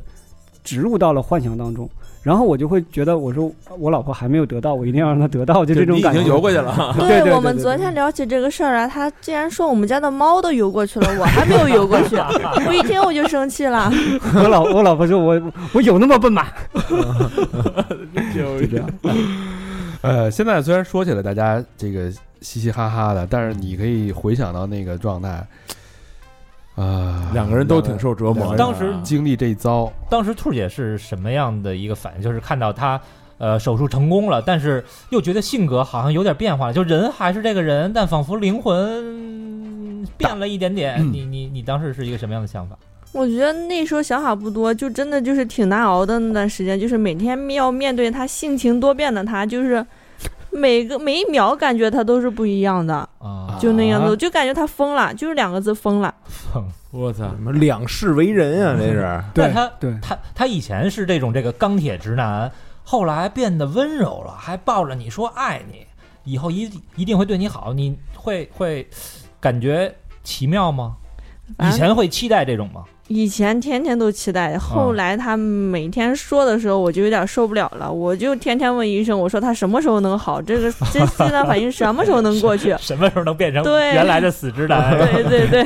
Speaker 4: 植入到了幻想当中，然后我就会觉得，我说我老婆还没有得到，我一定要让她得到，就这种感觉。
Speaker 6: 过 去了，
Speaker 5: 对
Speaker 4: 对对
Speaker 5: 我们
Speaker 4: 对
Speaker 5: 昨
Speaker 4: 对
Speaker 5: 天聊起这个事儿来，他竟然说我们家的猫都游过去了，我还没有游过 去，我一听我就生气了。
Speaker 4: 我老我老婆说我我有那么笨吗？就这样。
Speaker 8: 呃，现在虽然说起来大家这个嘻嘻哈哈的，但是你可以回想到那个状态，啊，
Speaker 1: 两个人都挺受折磨
Speaker 2: 啊
Speaker 1: 的。
Speaker 3: 当时
Speaker 8: 经历这一遭，
Speaker 3: 当时兔姐是什么样的一个反应？就是看到他呃手术成功了，但是又觉得性格好像有点变化了，就人还是这个人，但仿佛灵魂变了一点点。
Speaker 8: 嗯
Speaker 3: 你你你当时是一个什么样的想法？
Speaker 5: 我觉得那时候想法不多，就真的就是挺难熬的那段时间，就是每天要面对他性情多变的他，就是每个每一秒感觉他都是不一样的，
Speaker 3: 啊，
Speaker 5: 就那样子，
Speaker 8: 啊
Speaker 5: 我就感觉他疯了，就是两个字疯了。
Speaker 6: 我操
Speaker 1: 什，么两世为人啊，这是。
Speaker 3: 但
Speaker 4: 对
Speaker 3: 他
Speaker 4: 对，
Speaker 3: 他他以前是这种这个钢铁直男，后来变得温柔了，还抱着你说爱你，以后一一定会对你好，你会会感觉奇妙吗？以
Speaker 5: 反正
Speaker 3: 前会期待这种吗？？
Speaker 5: 以前天天都期待，后来他每天说的时候，我就有点受不了了，我就天天问医生，我说他什么时候能好？这个这阶段反应什么时候能过 去
Speaker 3: 什么时候能变成
Speaker 5: 对
Speaker 3: 原来的死直男？
Speaker 5: 对对对，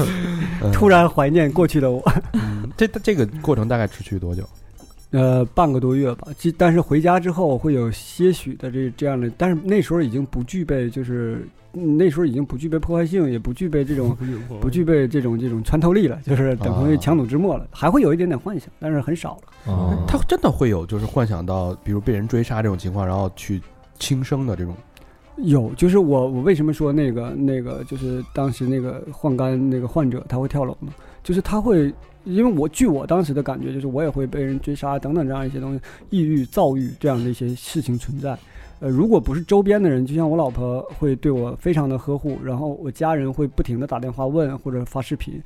Speaker 8: 嗯
Speaker 4: 突然怀念过去的我，
Speaker 8: 嗯这这个过程大概持续多久？
Speaker 4: 呃，半个多月吧。其但是回家之后会有些许的这这样的，但是那时候已经不具备，就是嗯那时候已经不具备破坏性，也不具备这种不具备这种这种穿透力了，就是等同于
Speaker 8: 啊
Speaker 4: 强弩之末了。还会有一点点幻想，但是很少了。
Speaker 3: 哦
Speaker 8: 他真的会有就是幻想到，比如被人追杀这种情况，然后去轻生的这种。
Speaker 4: 有，就是我我为什么说那个那个就是当时那个换肝那个患者他会跳楼呢？就是他会，因为我据我当时的感觉，就是我也会被人追杀等等这样一些东西，抑郁、躁郁这样的一些事情存在。呃，如果不是周边的人，就像我老婆会对我非常的呵护，然后我家人会不停的打电话问或者发视频。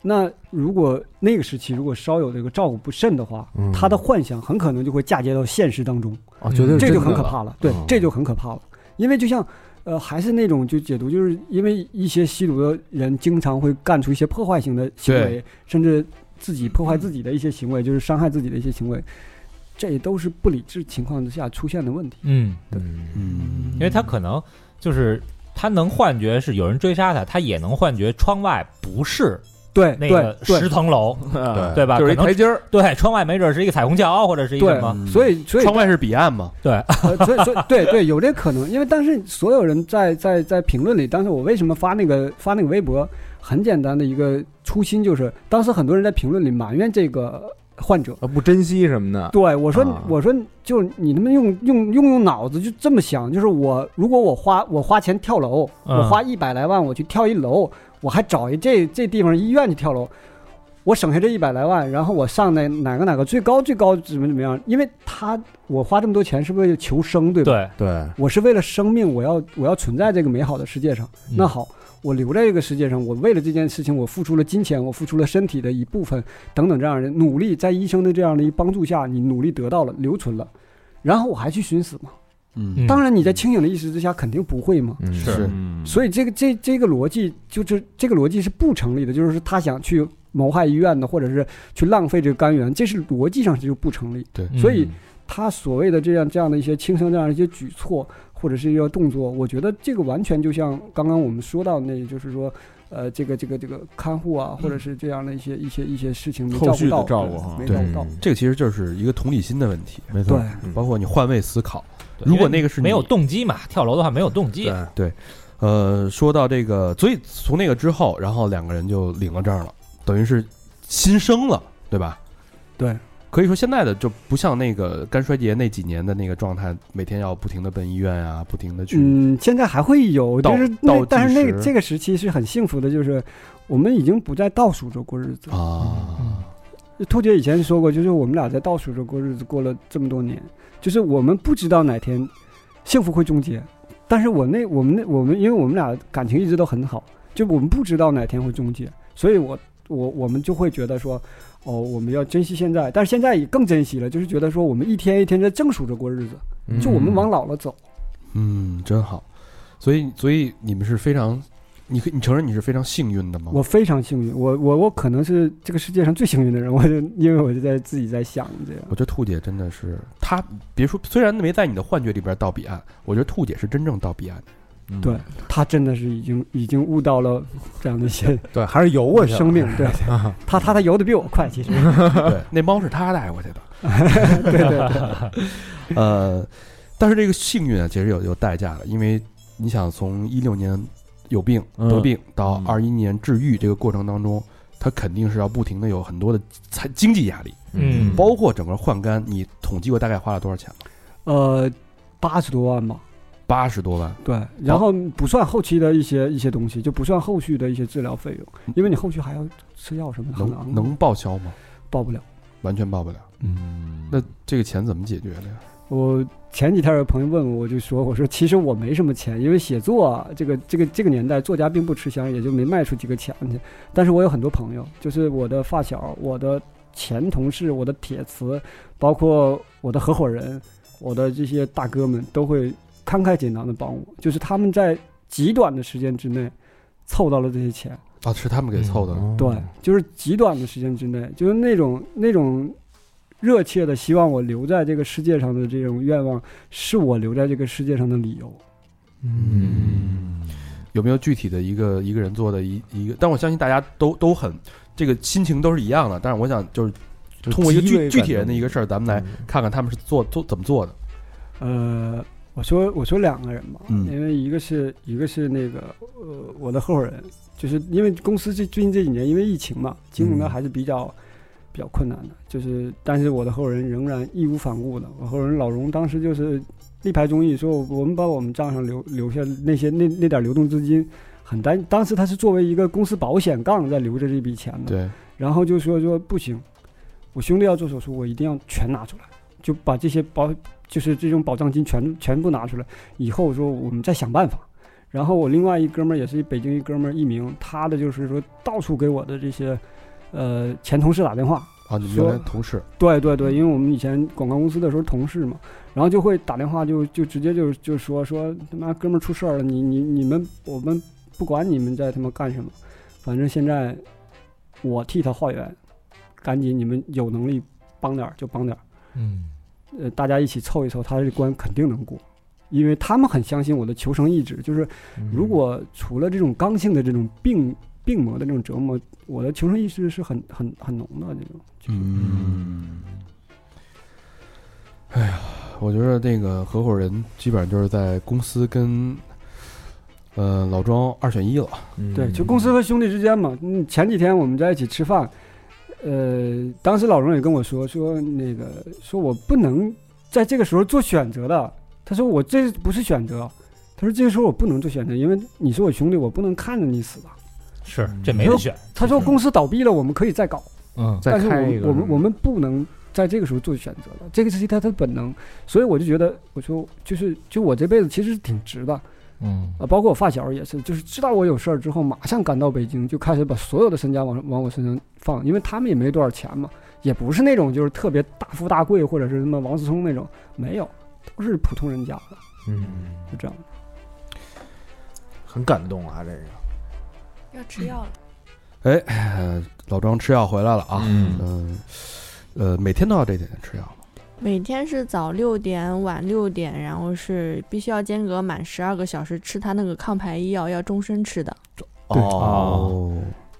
Speaker 4: 那如果那个时期如果稍有这个照顾不慎的话，
Speaker 7: 嗯
Speaker 4: 他的幻想很可能就会嫁接到现实当中。
Speaker 7: 我觉得
Speaker 4: 这
Speaker 7: 真
Speaker 4: 就
Speaker 7: 的
Speaker 4: 很可怕了。对
Speaker 7: 嗯，
Speaker 4: 这就很可怕了，因为就像。呃，还是那种就解读，就是因为一些吸毒的人经常会干出一些破坏性的行为，甚至自己破坏自己的一些行为，就是伤害自己的一些行为，这也都是不理智情况之下出现的问题。
Speaker 3: 嗯，
Speaker 7: 嗯
Speaker 1: 嗯，
Speaker 3: 因为他可能就是他能幻觉是有人追杀他，他也能幻觉窗外不是
Speaker 4: 对
Speaker 3: 那个
Speaker 4: 对
Speaker 3: 十层楼，
Speaker 7: 对
Speaker 3: 对吧？
Speaker 1: 哎就是一
Speaker 3: 可能
Speaker 1: 台阶儿，
Speaker 3: 对，窗外没准是一个彩虹桥或者是一个什么，
Speaker 1: 嗯
Speaker 4: 对，所以所以
Speaker 1: 窗外是彼岸嘛，
Speaker 4: 呃，所以所以对对，有这可能，因为当时所有人在在在评论里，当时我为什么发那个发那个微博，很简单的一个初心就是，当时很多人在评论里埋怨这个患者。
Speaker 7: 啊不珍惜什么的，
Speaker 4: 对我说，
Speaker 7: 啊
Speaker 4: 我说，就是你他妈用用用用脑子就这么想，就是我如果我花我花钱跳楼，
Speaker 3: 嗯
Speaker 4: 我花一百来万我去跳一楼，我还找一这这地方医院去跳楼，我省下这一百来万，然后我上那哪个哪个最高最高怎么怎么样？因为他我花这么多钱是为了求生，对吧？
Speaker 3: 对，
Speaker 7: 对，
Speaker 4: 我是为了生命，我要我要存在这个美好的世界上。
Speaker 3: 嗯
Speaker 4: 那好，我留在这个世界上，我为了这件事情，我付出了金钱，我付出了身体的一部分，等等这样的努力，在医生的这样的一帮助下，你努力得到了，留存了，然后我还去寻死吗？
Speaker 1: 嗯
Speaker 4: 当然，你在清醒的意识之下，肯定不会嘛。
Speaker 7: 嗯
Speaker 1: 是
Speaker 2: 嗯
Speaker 4: 所以这个这这个逻辑就是这个逻辑是不成立的，就是他想去谋害医院的，或者是去浪费这个肝源，这是逻辑上就不成立。
Speaker 1: 对，
Speaker 3: 嗯
Speaker 4: 所以他所谓的这样这样的一些轻生这样一些举措或者是一个动作，我觉得这个完全就像刚刚我们说到的那，就是说，呃，这个这个这个看护啊，或者是这样的一些一些一些事情没
Speaker 2: 后
Speaker 4: 照
Speaker 2: 续
Speaker 4: 顾
Speaker 2: 的
Speaker 4: 到，嗯
Speaker 2: 照顾哈
Speaker 4: 没照
Speaker 7: 对
Speaker 4: 顾到，
Speaker 1: 这个其实就是一个同理心的问题，
Speaker 2: 没
Speaker 4: 对
Speaker 2: 错，，
Speaker 7: 嗯
Speaker 1: 包括你换位思考。
Speaker 3: 对
Speaker 1: 如果
Speaker 3: 因为
Speaker 1: 那个是你
Speaker 3: 没有动机嘛，跳楼的话没有动机，
Speaker 7: 对，
Speaker 1: 呃，说到这个，所以从那个之后，然后两个人就领了证了，等于是新生了，对吧？
Speaker 4: 对，
Speaker 1: 可以说现在的就不像那个肝衰竭那几年的那个状态，每天要不停的奔医院啊，不停的去，
Speaker 4: 嗯，现在还会有，
Speaker 1: 倒
Speaker 4: 就是
Speaker 1: 倒
Speaker 4: 那
Speaker 1: 计
Speaker 4: 但是那个
Speaker 1: 时
Speaker 4: 这个时期是很幸福的，就是我们已经不在倒数着过日子。
Speaker 1: 啊，
Speaker 4: 兔姐以前说过，就是我们俩在倒数着过日子，过了这么多年，就是我们不知道哪天幸福会终结。但是我那我们那我们，因为我们俩感情一直都很好，就我们不知道哪天会终结，所以我我我们就会觉得说，哦，我们要珍惜现在，但是现在也更珍惜了，就是觉得说我们一天一天在正数着过日子，
Speaker 7: 嗯
Speaker 4: 就我们往老了走。
Speaker 1: 嗯，真好。所以，所以你们是非常，你可以你承认你是非常幸运的吗？
Speaker 4: 我非常幸运，我我我可能是这个世界上最幸运的人，我就因为我就在自己在想这样。
Speaker 1: 我觉得兔姐真的是，她别说，虽然没在你的幻觉里边到彼岸，我觉得兔姐是真正到彼岸的。
Speaker 2: 嗯
Speaker 4: 对他真的是已经已经悟到了这样的一些
Speaker 7: 对，还是啊游
Speaker 1: 嗯
Speaker 7: 过去了
Speaker 4: 生命， 对，他他他游的比我快，其实，
Speaker 1: 对，那猫是她带过去的。
Speaker 4: 对对 对，
Speaker 1: 呃，但是这个幸运啊，其实有有代价的，因为你想从一六年有病
Speaker 2: 嗯
Speaker 1: 得病到
Speaker 2: 嗯
Speaker 1: 二一年治愈这个过程当中，他肯定是要不停的有很多的财经济压力，
Speaker 3: 嗯
Speaker 1: 包括整个换肝，你统计过大概花了多少钱吗？
Speaker 4: 呃，八十多万吧，
Speaker 1: 八十多万，
Speaker 4: 对，然后不算后期的一些一些东西，就不算后续的一些治疗费用，因为你后续还要吃药什么的，很
Speaker 1: 能
Speaker 4: 昂
Speaker 1: 能报销吗？
Speaker 4: 报不了。
Speaker 1: 完全报不了。
Speaker 2: 嗯
Speaker 1: 那这个钱怎么解决的呀？
Speaker 4: 我前几天有朋友问我，我就说，我说其实我没什么钱，因为写作、啊、这个这个这个年代，作家并不吃香，也就没卖出几个钱去。但是我有很多朋友，就是我的发小、我的前同事、我的铁磁，包括我的合伙人、我的这些大哥们，都会慷慨解囊的帮我，就是他们在极短的时间之内凑到了这些钱。
Speaker 1: 啊，是他们给凑
Speaker 2: 嗯
Speaker 1: 的。
Speaker 7: 哦
Speaker 4: 对，就是极短的时间之内，就是那种那种热切的希望我留在这个世界上的这种愿望，是我留在这个世界上的理由。
Speaker 1: 嗯，有没有具体的一个一个人做的一一个？但我相信大家都都很这个心情都是一样的。但是我想就是
Speaker 7: 就
Speaker 1: 通过一个
Speaker 7: 极为
Speaker 1: 具具体
Speaker 7: 感
Speaker 1: 人的
Speaker 7: 动
Speaker 1: 一个事儿，咱们来
Speaker 7: 嗯
Speaker 1: 看看他们是做做怎么做的。
Speaker 4: 呃，我说我说两个人吧，
Speaker 1: 嗯
Speaker 4: 因为一个是一个是那个呃我的合伙人，就是因为公司这最近这几年因为疫情嘛，经营的
Speaker 1: 嗯
Speaker 4: 还是比较。比较困难的，就是但是我的合伙人仍然义无反顾的。我合伙人老荣当时就是力排众议，说我我们把我们账上留留下那些那那点流动资金，很担，当时他是作为一个公司保险杠在留着这笔钱嘛，
Speaker 1: 对，
Speaker 4: 然后就说说不行，我兄弟要做手术，我一定要全拿出来，就把这些保就是这种保障金全全部拿出来，以后说我们再想办法。然后我另外一哥们儿也是北京一哥们儿一鸣，他的就是说到处给我的这些，呃前同事打电话，
Speaker 1: 啊，你们原来
Speaker 4: 说
Speaker 1: 同事，
Speaker 4: 对对对，因为我们以前广告公司的时候同事嘛，然后就会打电话就就直接就就说说他妈哥们儿出事儿了，你你你们我们不管你们在他妈干什么，反正现在我替他化缘，赶紧你们有能力帮点儿就帮点儿，
Speaker 3: 嗯，
Speaker 4: 呃，大家一起凑一凑，他这关肯定能过，因为他们很相信我的求生意志，就是如果除了这种刚性的这种病病魔的这种折磨，我的求生意志是很很很浓的这种，
Speaker 1: 嗯，哎呀，我觉得那个合伙人基本上就是在公司跟呃老庄二选一了，
Speaker 4: 嗯对，就公司和兄弟之间嘛。嗯，前几天我们在一起吃饭，呃，当时老荣也跟我说说那个说我不能在这个时候做选择的。他说我这不是选择，他说这个时候我不能做选择，因为你是我兄弟，我不能看着你死吧。
Speaker 3: 是
Speaker 1: 嗯
Speaker 3: 这没得选，
Speaker 4: 他说公司倒闭了，我们可以再搞，
Speaker 3: 嗯
Speaker 1: 再
Speaker 4: 但是我
Speaker 1: 开一
Speaker 4: 们
Speaker 1: 个
Speaker 4: 我们我们不能在这个时候做选择的，这个是他的本能。所以我就觉得，我说就是就我这辈子其实挺值的。
Speaker 3: 嗯
Speaker 4: 啊，包括我发小也是，就是知道我有事儿之后，马上赶到北京，就开始把所有的身家往往我身上放，因为他们也没多少钱嘛，也不是那种就是特别大富大贵，或者是什么王思聪那种，没有，都是普通人家的，
Speaker 6: 嗯，
Speaker 4: 就这样。
Speaker 1: 很感动啊，这个。
Speaker 5: 要吃药了，
Speaker 1: 哎，老庄吃药回来了啊，
Speaker 6: 嗯
Speaker 1: 嗯，呃，每天都要这点吃药，
Speaker 5: 每天是早六点晚六点，然后是必须要间隔满十二个小时吃他那个抗排异药，要终身吃的。
Speaker 1: 对
Speaker 6: 哦，，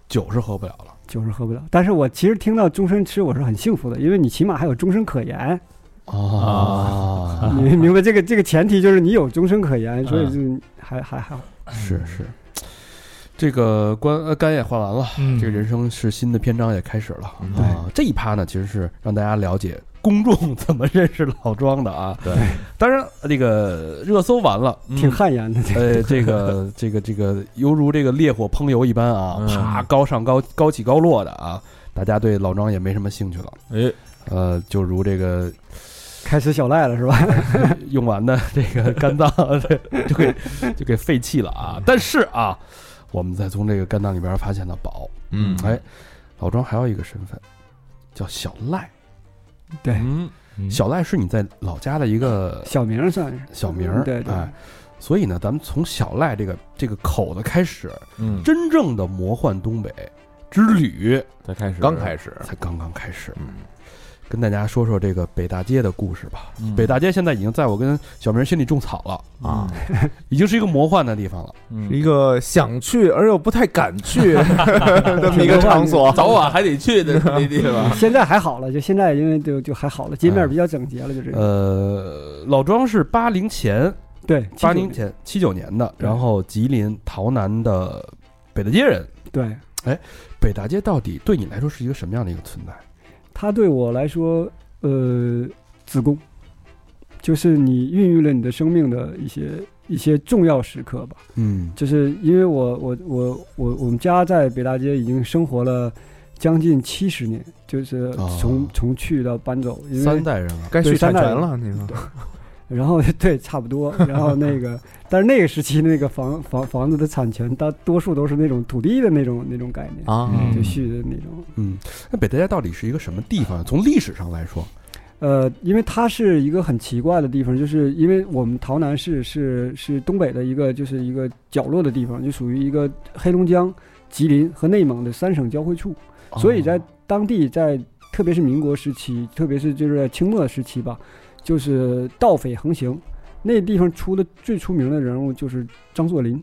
Speaker 1: 酒是喝不了了
Speaker 4: 酒是喝不了，但是我其实听到终身吃，我是很幸福的，因为你起码还有终身可言，
Speaker 1: 啊，
Speaker 4: 你明白这个这个前提就是你有终身可言，所以就还还还好
Speaker 6: 嗯
Speaker 1: 是是，这个关呃肝也换完了。
Speaker 3: 嗯，
Speaker 1: 这个人生是新的篇章也开始了
Speaker 6: 嗯
Speaker 1: 啊！这一趴呢，其实是让大家了解公众怎么认识老庄的啊。
Speaker 6: 对，嗯
Speaker 1: 当然那个热搜完了，
Speaker 4: 挺汗颜的。这个
Speaker 1: 呃，这个这个这个犹如这个烈火烹油一般啊，
Speaker 6: 嗯
Speaker 1: 啪高上高高起高落的啊，大家对老庄也没什么兴趣了。
Speaker 6: 哎，
Speaker 1: 呃，就如这个
Speaker 4: 开始小赖了是吧？
Speaker 1: 用完的 这个肝脏就给就给废弃了啊。但是啊，我们再从这个肝脏里边发现了宝。
Speaker 6: 嗯，
Speaker 1: 哎，老庄还有一个身份叫小赖，
Speaker 4: 对，
Speaker 6: 嗯，
Speaker 3: 嗯
Speaker 1: 小赖是你在老家的一个
Speaker 4: 小名儿算是
Speaker 1: 小名儿，
Speaker 4: 对对
Speaker 1: 哎。所以呢，咱们从小赖这个这个口子开始，
Speaker 6: 嗯，
Speaker 1: 真正的魔幻东北之旅
Speaker 6: 才开始，
Speaker 1: 刚
Speaker 6: 开始，
Speaker 1: 才刚刚开始。
Speaker 6: 嗯，
Speaker 1: 跟大家说说这个北大街的故事吧。
Speaker 6: 嗯
Speaker 1: 北大街现在已经在我跟小明心里种草了，
Speaker 2: 嗯
Speaker 6: 啊，
Speaker 1: 已经是一个魔幻的地方了。
Speaker 7: 一个想去而又不太敢去 这么一个场所，
Speaker 6: 早晚还得去的那地 方，
Speaker 4: 现在还好了，就现在因为就就还好了，街面
Speaker 1: 嗯
Speaker 4: 儿比较整洁了，就这个。
Speaker 1: 呃，老庄是八零前，
Speaker 4: 对，
Speaker 1: 八
Speaker 4: 79
Speaker 1: 零前七九年的，
Speaker 4: 对
Speaker 1: 然后吉林洮南的北大街人。
Speaker 4: 对
Speaker 1: 北大街到底对你来说是一个什么样的一个存在？
Speaker 4: 它对我来说，呃，子宫，就是你孕育了你的生命的一些一些重要时刻吧。
Speaker 1: 嗯
Speaker 4: 就是因为我我我我我们家在北大街已经生活了将近七十年，就是
Speaker 1: 哦
Speaker 4: 从、从去到搬走，因为
Speaker 1: 三代人啊了，
Speaker 7: 该续
Speaker 4: 对
Speaker 7: 产
Speaker 4: 三代
Speaker 7: 权
Speaker 4: 人
Speaker 7: 了。你说，
Speaker 4: 然后 对差不多，然后 那个，但是那个时期那个房房房子的产权，大多数都是那种土地的那种那种概念，
Speaker 7: 啊
Speaker 3: 嗯
Speaker 4: 就续的那种。
Speaker 1: 嗯，那北大街到底是一个什么地方？从历史上来说，
Speaker 4: 呃，因为它是一个很奇怪的地方，就是因为我们洮南市是是东北的一个就是一个角落的地方，就属于一个黑龙江、吉林和内蒙的三省交汇处，
Speaker 1: 哦
Speaker 4: 哦所以在当地在特别是民国时期，特别是就是在清末时期吧，就是盗匪横行，那地方出的最出名的人物就是张作霖。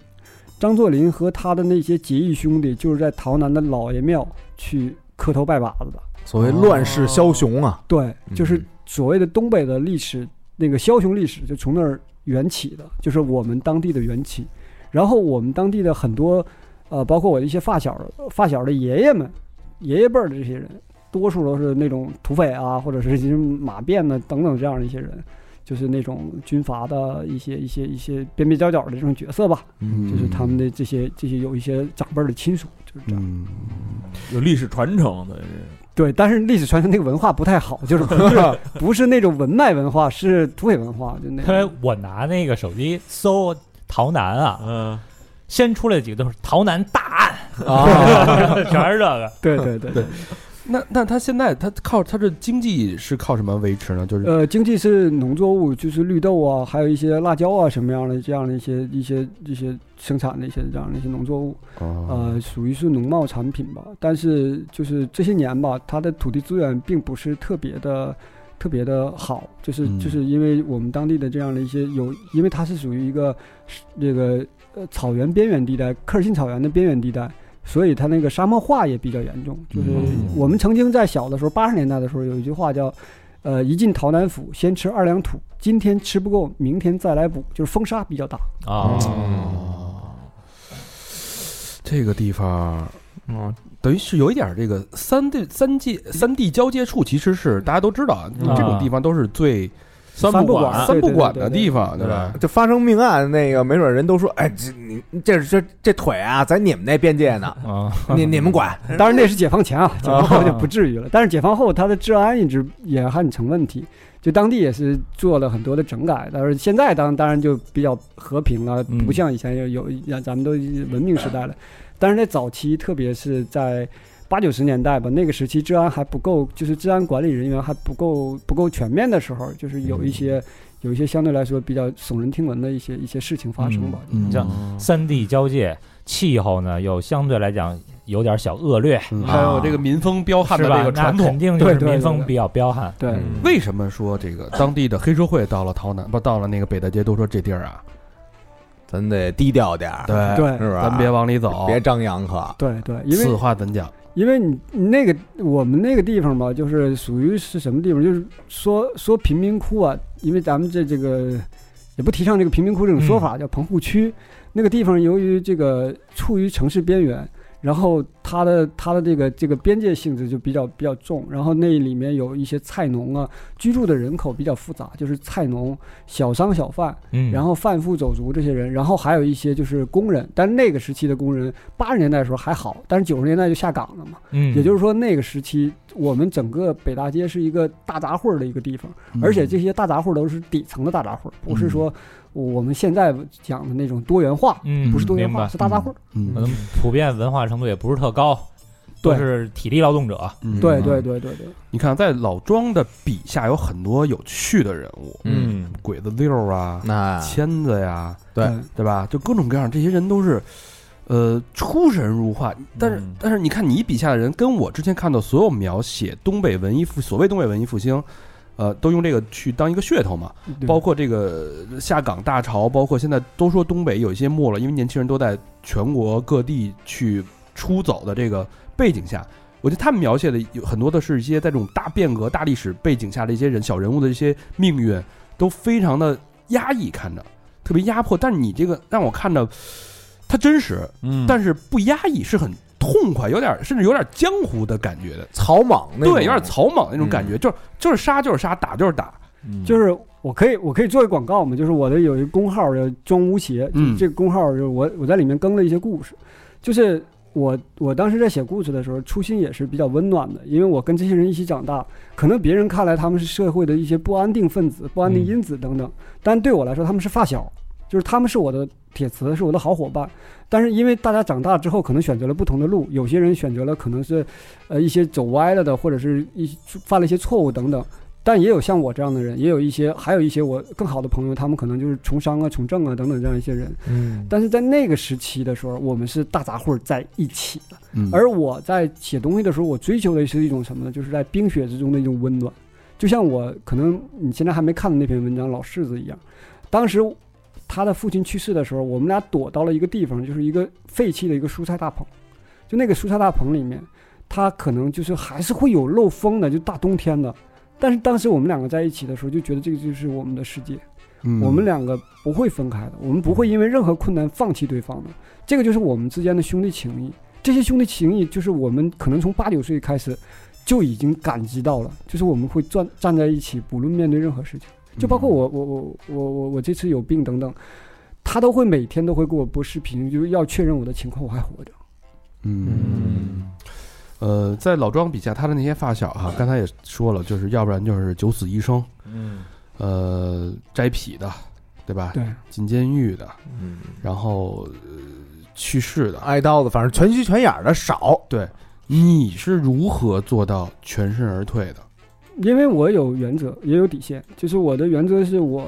Speaker 4: 张作霖和他的那些结义兄弟，就是在洮南的老爷庙去磕头拜把子的。
Speaker 7: 所谓乱世
Speaker 1: 哦
Speaker 7: 枭雄啊，
Speaker 4: 对，就是
Speaker 6: 嗯
Speaker 4: 所谓的东北的历史，那个枭雄历史就从那儿缘起的，就是我们当地的缘起。然后我们当地的很多，呃，包括我的一些发小、发小的爷爷们、爷爷辈儿的这些人，多数都是那种土匪啊，或者是一些马变呐等等这样的一些人，就是那种军阀的一些一些一些边边角角的这种角色吧，
Speaker 1: 嗯
Speaker 4: 就是他们的这些这些有一些长辈儿的亲属，就是这样。
Speaker 1: 嗯，
Speaker 7: 有历史传承的，
Speaker 4: 对，但是历史传承那个文化不太好，就是不是不是那种文脉文化，是土匪文化，就那
Speaker 3: 因为
Speaker 4: 种。
Speaker 3: 我拿那个手机搜逃难啊，
Speaker 7: 嗯，
Speaker 3: 先出来几个都是逃难大案，
Speaker 1: 啊，
Speaker 3: 全是这个。
Speaker 4: 对对对
Speaker 1: 对那那他现在他靠他这经济是靠什么维持呢？就是
Speaker 4: 呃，经济是农作物，就是绿豆啊，还有一些辣椒啊，什么样的这样的一些一些一些生产的一些这样的一些农作物，
Speaker 1: 啊
Speaker 4: 呃，属于是农贸产品吧。但是就是这些年吧，它的土地资源并不是特别的特别的好，就是
Speaker 1: 嗯
Speaker 4: 就是因为我们当地的这样的一些有，因为它是属于一个是这个呃草原边缘地带，科尔沁草原的边缘地带。所以它那个沙漠化也比较严重，就是
Speaker 1: 嗯
Speaker 4: 我们曾经在小的时候，八十年代的时候有一句话叫呃，一进陶南府，先吃二两土，今天吃不够，明天再来补，就是风沙比较大。
Speaker 1: 嗯
Speaker 3: 啊，
Speaker 1: 这个地方啊
Speaker 7: 嗯，
Speaker 1: 等于是有一点儿这个三地三界三地交界处，其实是大家都知道啊，
Speaker 4: 嗯
Speaker 1: 这种地方都是最
Speaker 7: 三
Speaker 4: 三
Speaker 7: 不
Speaker 4: 不管
Speaker 7: 管，
Speaker 1: 三不管的地方，
Speaker 7: 对
Speaker 1: 对吧？
Speaker 7: 就发生命案那个，没准人都说，哎，这你这这这腿啊，在你们那边界 呢，
Speaker 3: 啊，
Speaker 7: 你你们管，
Speaker 4: 当然那是解放前啊，解放后就不至于了。但是解放后，它的治安一直也很成问题，就当地也是做了很多的整改，但是现在当当然就比较和平了，
Speaker 3: 嗯
Speaker 4: 不像以前有有咱们都文明时代了。但是在早期，特别是在八九十年代吧，那个时期治安还不够，就是治安管理人员还不够不够全面的时候，就是有一些。有一些相对来说比较耸人听闻的一些一些事情发生吧，
Speaker 1: 嗯
Speaker 3: 这样三地交界，气候呢又相对来讲有点小恶劣，啊
Speaker 1: 嗯还有这个民风彪悍
Speaker 3: 是
Speaker 1: 的
Speaker 3: 吧？
Speaker 1: 这个传
Speaker 3: 那
Speaker 1: 统
Speaker 3: 肯，定就是
Speaker 4: 对对对
Speaker 3: 民风
Speaker 4: 对
Speaker 3: 比较彪悍。
Speaker 4: 对，
Speaker 1: 为什么说这个当地的黑社会到了洮南，不到了那个北大街都说这地儿啊？
Speaker 7: 咱得低调点儿，
Speaker 1: 对，
Speaker 4: 对
Speaker 7: 哎是吧？
Speaker 1: 咱别往里走，
Speaker 7: 别张扬可，
Speaker 4: 对对，因为
Speaker 1: 此话怎讲？
Speaker 4: 因为你你那个我们那个地方吧，就是属于是什么地方？就是说说贫民窟啊，因为咱们这这个也不提倡这个贫民窟这种说法，叫棚户区。那个地方由于这个处于城市边缘，然后它的它的这个这个边界性质就比较比较重，然后那里面有一些菜农啊，居住的人口比较复杂，就是菜农、小商小贩，
Speaker 3: 嗯，
Speaker 4: 然后贩夫走卒这些人，然后还有一些就是工人，但那个时期的工人，八十年代的时候还好，但是九十年代就下岗了嘛。
Speaker 3: 嗯，
Speaker 4: 也就是说，那个时期我们整个北大街是一个大杂烩儿的一个地方，
Speaker 3: 嗯
Speaker 4: 而且这些大杂烩儿都是底层的大杂烩儿，不是说我们现在讲的那种多元化，
Speaker 3: 嗯，
Speaker 4: 不是多元
Speaker 3: 明
Speaker 4: 化，
Speaker 3: 白。
Speaker 4: 是大杂烩儿。
Speaker 1: 嗯，
Speaker 3: 可
Speaker 1: 嗯
Speaker 3: 能普遍文化程度也不是特高，都
Speaker 4: 对
Speaker 3: 是体力劳动者。
Speaker 1: 嗯
Speaker 4: 对对对对对，
Speaker 1: 你看，在老庄的笔下有很多有趣的人物，
Speaker 7: 嗯，
Speaker 1: 鬼子六啊，
Speaker 7: 那
Speaker 1: 签子呀，
Speaker 7: 嗯对
Speaker 4: 嗯
Speaker 1: 对吧？就各种各样，这些人都是，呃，出神入化。但是，
Speaker 7: 嗯
Speaker 1: 但是你看你笔下的人，跟我之前看到所有描写东北文艺复，所谓东北文艺复兴，呃，都用这个去当一个噱头嘛。
Speaker 4: 对
Speaker 1: 包括这个呃下岗大潮，包括现在都说东北有一些没落，因为年轻人都在全国各地去出走的这个背景下，我觉得他们描写的有很多的是一些在这种大变革、大历史背景下的一些人小人物的一些命运，都非常的压抑，看着特别压迫。但是你这个让我看着，它真实，
Speaker 7: 嗯
Speaker 1: 但是不压抑，是很痛快，有点甚至有点江湖的感觉的，
Speaker 7: 草莽那种
Speaker 1: 对，有点草莽那种感觉，就是就是杀就是杀，打就是打，
Speaker 7: 嗯
Speaker 4: 就是我可以我可以做一广告嘛，就是我的有一个公号叫庄无邪，就
Speaker 1: 嗯
Speaker 4: 是这个公号就是我我在里面更了一些故事，就是我我当时在写故事的时候，初心也是比较温暖的，因为我跟这些人一起长大，可能别人看来他们是社会的一些不安定分子、不安定因子等等，但对我来说他们是发小，就是他们是我的铁磁，是我的好伙伴。但是因为大家长大之后，可能选择了不同的路，有些人选择了可能是，呃，一些走歪了的，或者是一犯了一些错误等等。但也有像我这样的人，也有一些，还有一些我更好的朋友，他们可能就是从商啊、从政啊等等这样一些人。
Speaker 7: 嗯
Speaker 4: 但是在那个时期的时候，我们是大杂烩儿在一起的。
Speaker 1: 嗯
Speaker 4: 而我在写东西的时候，我追求的是一种什么呢？就是在冰雪之中的一种温暖，就像我可能你现在还没看的那篇文章《老柿子》一样，当时他的父亲去世的时候，我们俩躲到了一个地方，就是一个废弃的一个蔬菜大棚，就那个蔬菜大棚里面，它可能就是还是会有漏风的，就大冬天的。但是当时我们两个在一起的时候，就觉得这个就是我们的世界，
Speaker 1: 嗯
Speaker 4: 我们两个不会分开的，我们不会因为任何困难放弃对方的。这个就是我们之间的兄弟情谊。这些兄弟情谊，就是我们可能从八九岁开始就已经感激到了，就是我们会站站在一起，不论面对任何事情。就包括
Speaker 1: 嗯
Speaker 4: 我我我我我我这次有病等等，他都会每天都会给我播视频，就是要确认我的情况我还活着。
Speaker 1: 嗯，呃，在老庄笔下，他的那些发小哈、刚才也说了，就是要不然就是九死一生，
Speaker 7: 嗯
Speaker 1: 呃，摘皮的，对吧？
Speaker 4: 对，
Speaker 1: 进监狱的，
Speaker 7: 嗯，
Speaker 1: 然后、呃、去世的。
Speaker 7: 挨刀的，反正全心全眼儿的少。
Speaker 1: 你是如何做到全身而退的？
Speaker 4: 因为我有原则，也有底线。就是我的原则是我，